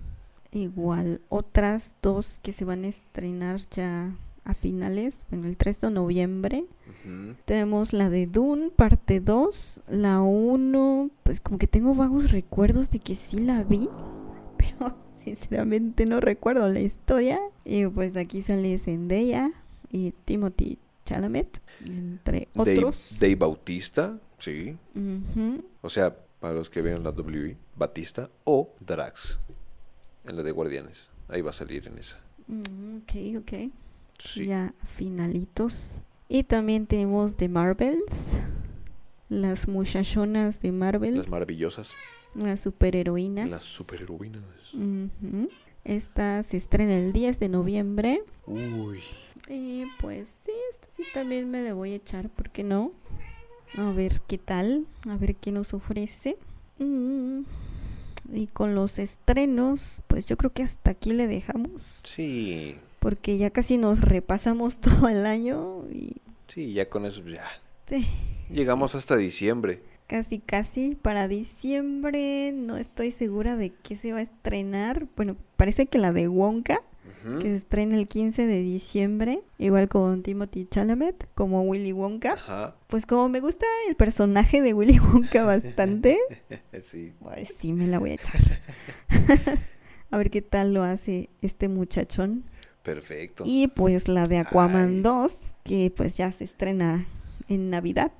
Speaker 1: Igual, otras dos que se van a estrenar ya a finales, bueno, el 3 de noviembre.
Speaker 2: Ujú.
Speaker 1: Tenemos la de Dune, parte 2, la 1, pues como que tengo vagos recuerdos de que sí la vi, pero sinceramente no recuerdo la historia. Y pues aquí sale Zendaya y Timothy Chalamet, entre
Speaker 2: Dave,
Speaker 1: otros.
Speaker 2: Dave Bautista, sí.
Speaker 1: Ujú.
Speaker 2: O sea, para los que vieron la WWE, Batista o Drax. En la de Guardianes. Ahí va a salir en esa.
Speaker 1: Mm, ok, ok.
Speaker 2: Sí.
Speaker 1: Ya finalitos. Y también tenemos The Marvels. Las muchachonas de Marvel.
Speaker 2: Las
Speaker 1: Las,
Speaker 2: maravillosas.
Speaker 1: superheroínas.
Speaker 2: Las superheroínas.
Speaker 1: Mm. Ujú. Esta se estrena el 10 de noviembre.
Speaker 2: Uy.
Speaker 1: Y pues sí, esta sí también me la voy a echar, ¿por qué no? A ver qué tal, a ver qué nos ofrece. Mm. Y con los estrenos, pues yo creo que hasta aquí le dejamos.
Speaker 2: Sí.
Speaker 1: Porque ya casi nos repasamos todo el año y
Speaker 2: Sí, ya con eso ya.
Speaker 1: Sí,
Speaker 2: Llegamos hasta diciembre.
Speaker 1: casi, casi. Para diciembre no estoy segura de qué se va a estrenar. Bueno, parece que la de Wonka,
Speaker 2: Ujú.
Speaker 1: que se estrena el 15 de diciembre, igual con Timothy Chalamet, como Willy Wonka.
Speaker 2: Ajá.
Speaker 1: Pues como me gusta el personaje de Willy Wonka bastante,
Speaker 2: Sí.
Speaker 1: pues sí me la voy a echar. a ver qué tal lo hace este muchachón.
Speaker 2: Perfecto.
Speaker 1: Y pues la de Aquaman
Speaker 2: Ay.
Speaker 1: 2, que pues ya se estrena en Navidad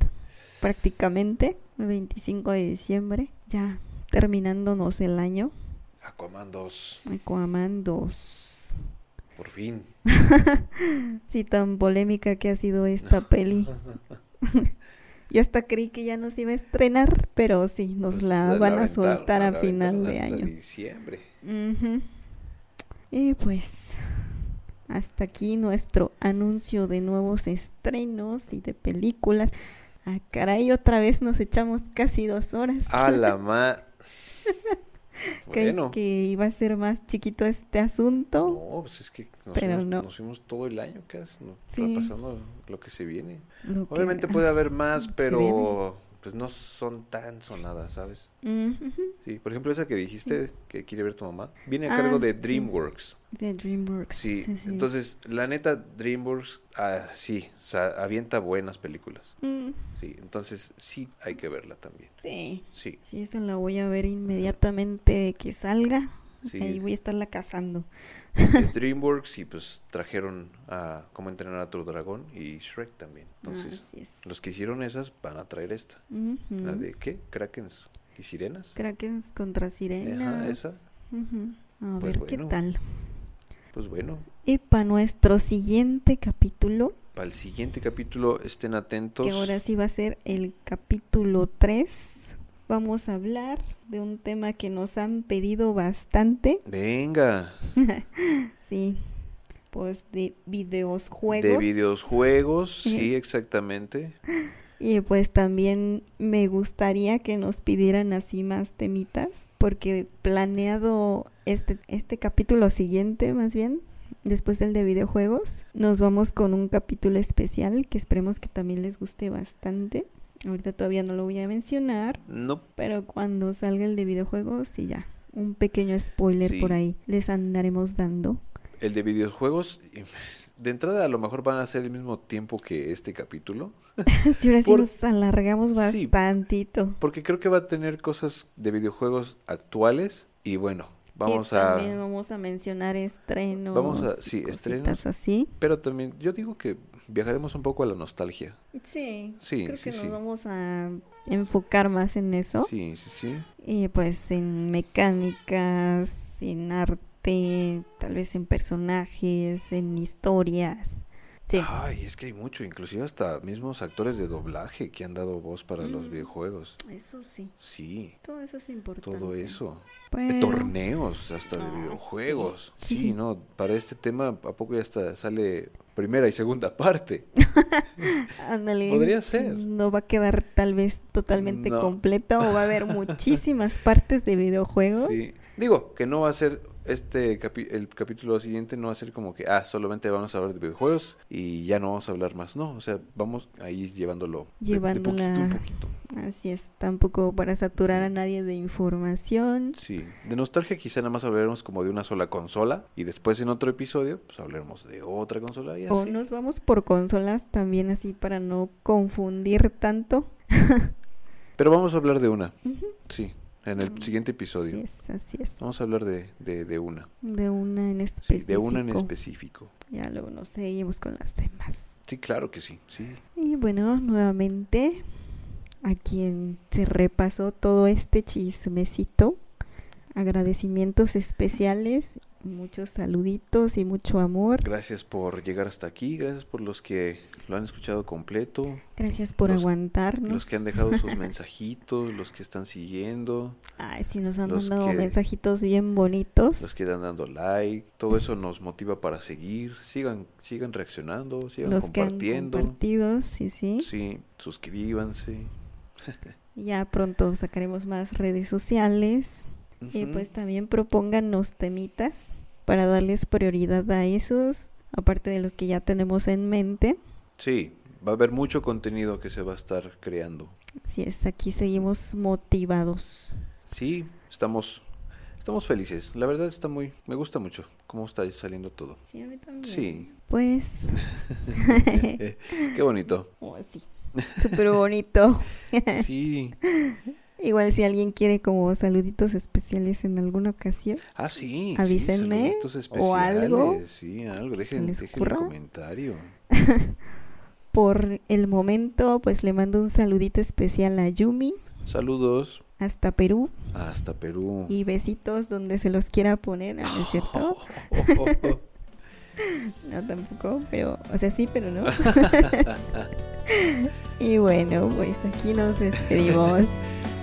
Speaker 1: prácticamente, el 25 de diciembre, ya terminándonos el año.
Speaker 2: Aquaman 2.
Speaker 1: Aquaman 2.
Speaker 2: Por fin.
Speaker 1: Sí, tan polémica que ha sido esta peli. Yo hasta creí que ya nos iba a estrenar, pero sí, nos
Speaker 2: Pues,
Speaker 1: la van a
Speaker 2: aventaron,
Speaker 1: soltar a
Speaker 2: la
Speaker 1: final
Speaker 2: aventaron
Speaker 1: de
Speaker 2: hasta
Speaker 1: año.
Speaker 2: diciembre.
Speaker 1: Ujú. Y pues hasta aquí nuestro anuncio de nuevos estrenos y de películas. Ah, caray, otra vez nos echamos casi dos horas.
Speaker 2: A Ah, la ma...
Speaker 1: Creí
Speaker 2: Bueno.
Speaker 1: que iba a ser más chiquito este asunto.
Speaker 2: No, pues es que nos,
Speaker 1: Pero
Speaker 2: fuimos,
Speaker 1: no.
Speaker 2: nos fuimos todo el año casi, ¿no?
Speaker 1: Sí.
Speaker 2: repasando lo que se viene.
Speaker 1: lo que-
Speaker 2: Obviamente puede haber más,
Speaker 1: se
Speaker 2: pero pues no son tan sonadas, ¿sabes?
Speaker 1: Mm, ujú.
Speaker 2: Sí, por ejemplo, esa que dijiste que quiere ver tu mamá, viene a
Speaker 1: Ah,
Speaker 2: cargo de
Speaker 1: sí.
Speaker 2: DreamWorks.
Speaker 1: De DreamWorks.
Speaker 2: Sí,
Speaker 1: sí, sí.
Speaker 2: entonces, la neta, DreamWorks, ah, sí, sa- avienta buenas películas.
Speaker 1: Mm,
Speaker 2: Sí, entonces sí hay que verla también.
Speaker 1: sí.
Speaker 2: Sí,
Speaker 1: Sí, esa la voy a ver inmediatamente de que salga.
Speaker 2: Sí,
Speaker 1: Ahí
Speaker 2: es-
Speaker 1: voy a estarla cazando.
Speaker 2: es DreamWorks y pues trajeron a Cómo entrenar a tu dragón y Shrek también. Entonces,
Speaker 1: Así es.
Speaker 2: los que hicieron esas van a traer esta.
Speaker 1: Ujú.
Speaker 2: ¿La de qué? ¿Krakens y sirenas?
Speaker 1: Krakens contra sirenas.
Speaker 2: esa.
Speaker 1: Ujú. A
Speaker 2: Pues
Speaker 1: ver qué
Speaker 2: bueno.
Speaker 1: tal.
Speaker 2: Pues bueno,
Speaker 1: Y para nuestro siguiente capítulo,
Speaker 2: para el siguiente capítulo estén atentos.
Speaker 1: que ahora sí va a ser el capítulo 3, vamos a hablar de un tema que nos han pedido bastante.
Speaker 2: Venga,
Speaker 1: Sí, pues de videojuegos.
Speaker 2: De videojuegos, sí, exactamente.
Speaker 1: Y pues también me gustaría que nos pidieran así más temitas, porque planeado este, este capítulo siguiente, más bien, después del de videojuegos, nos vamos con un capítulo especial que esperemos que también les guste bastante. Ahorita todavía no lo voy a mencionar,
Speaker 2: No,
Speaker 1: pero cuando salga el de videojuegos, sí ya. Un pequeño spoiler
Speaker 2: Sí.
Speaker 1: por ahí. Les andaremos dando.
Speaker 2: el de videojuegos, de entrada a lo mejor van a ser el mismo tiempo que este capítulo,
Speaker 1: Si ahora sí
Speaker 2: Por-
Speaker 1: nos alargamos
Speaker 2: Sí.
Speaker 1: bastantito.
Speaker 2: porque creo que va a tener cosas de videojuegos actuales y bueno, vamos
Speaker 1: Y También
Speaker 2: a...
Speaker 1: vamos a mencionar estrenos.
Speaker 2: Vamos a- sí,
Speaker 1: y cositas
Speaker 2: estrenos.
Speaker 1: así.
Speaker 2: Pero también, yo digo que viajaremos un poco a la nostalgia.
Speaker 1: Sí.
Speaker 2: Sí,
Speaker 1: creo
Speaker 2: sí,
Speaker 1: que
Speaker 2: sí.
Speaker 1: nos vamos a enfocar más en eso.
Speaker 2: Sí, sí, sí.
Speaker 1: Y pues en mecánicas, en arte, tal vez en personajes, en historias. Sí.
Speaker 2: Ay, es que hay mucho, inclusive hasta mismos actores de doblaje que han dado voz para los
Speaker 1: Mm.
Speaker 2: videojuegos.
Speaker 1: Eso sí.
Speaker 2: Sí,
Speaker 1: Todo eso es importante. Pues,
Speaker 2: todo eso.
Speaker 1: Pero-
Speaker 2: Torneos hasta de
Speaker 1: Eh. Ah,
Speaker 2: videojuegos.
Speaker 1: sí. Sí,
Speaker 2: Sí,
Speaker 1: sí.
Speaker 2: no, para este tema a poco ya está, sale primera y segunda parte.
Speaker 1: Ándale,
Speaker 2: Podría
Speaker 1: sí,
Speaker 2: ser.
Speaker 1: No va a quedar tal vez totalmente
Speaker 2: No.
Speaker 1: completa o va a haber muchísimas partes de videojuegos.
Speaker 2: Sí. Digo, que no va a ser este capi- el capítulo siguiente no va a ser como que ah, solamente vamos a hablar de videojuegos y ya no vamos a hablar más, no, o sea, vamos a ir llevándolo de- de poquito en
Speaker 1: Llevándola.
Speaker 2: poquito.
Speaker 1: Así es, tampoco para saturar a nadie de información.
Speaker 2: Sí, de nostalgia quizá nada más hablaremos como de una sola consola y después en otro episodio pues hablaremos de otra consola y así.
Speaker 1: O nos vamos por consolas también así para no confundir tanto.
Speaker 2: Pero vamos a hablar de una,
Speaker 1: Ujú.
Speaker 2: sí, en el
Speaker 1: Mm,
Speaker 2: siguiente episodio.
Speaker 1: Así es, así es.
Speaker 2: Vamos a hablar de, de, de una,
Speaker 1: De una en
Speaker 2: sí,
Speaker 1: específico.
Speaker 2: de una en específico.
Speaker 1: Ya luego nos seguimos con las demás.
Speaker 2: Sí, claro que sí, sí.
Speaker 1: Y bueno, nuevamente a quien se repasó todo este chismecito. Agradecimientos especiales, muchos saluditos y mucho amor.
Speaker 2: Gracias por llegar hasta aquí, gracias por los que lo han escuchado completo,
Speaker 1: Gracias por
Speaker 2: Los-
Speaker 1: aguantarnos.
Speaker 2: los que han dejado sus mensajitos, los que están siguiendo,
Speaker 1: Ay, sí, nos han
Speaker 2: los
Speaker 1: mandado
Speaker 2: que-
Speaker 1: mensajitos bien bonitos.
Speaker 2: los que están dando like, todo eso nos motiva para seguir, sigan, sigan reaccionando, sigan
Speaker 1: Los que han
Speaker 2: compartiendo.
Speaker 1: compartido, sí, sí.
Speaker 2: Sí, suscríbanse.
Speaker 1: Ya pronto sacaremos más redes sociales. Y
Speaker 2: Ujú.
Speaker 1: pues también propónganos temitas para darles prioridad a esos, aparte de los que ya tenemos en mente.
Speaker 2: Sí, va a haber mucho contenido que se va a estar creando.
Speaker 1: Así es, aquí seguimos motivados.
Speaker 2: Sí, estamos estamos felices. La verdad está muy me gusta mucho cómo está saliendo todo.
Speaker 1: Sí, a mí también.
Speaker 2: Sí.
Speaker 1: Pues,
Speaker 2: Qué bonito.
Speaker 1: oh, sí, súper bonito.
Speaker 2: Sí.
Speaker 1: Igual si alguien quiere como saluditos especiales en alguna ocasión.
Speaker 2: Ah, sí. sí,
Speaker 1: Avísenme,
Speaker 2: saluditos
Speaker 1: o algo,
Speaker 2: especiales, Sí, algo, dejen,
Speaker 1: les
Speaker 2: dejen
Speaker 1: ocurra.
Speaker 2: un comentario.
Speaker 1: Por el momento, pues le mando un saludito especial a Yumi,
Speaker 2: Saludos
Speaker 1: hasta Perú,
Speaker 2: hasta Perú.
Speaker 1: y besitos donde se los quiera poner, ¿no es cierto? No, tampoco, pero, o sea, sí, pero no. y bueno, pues aquí nos despedimos.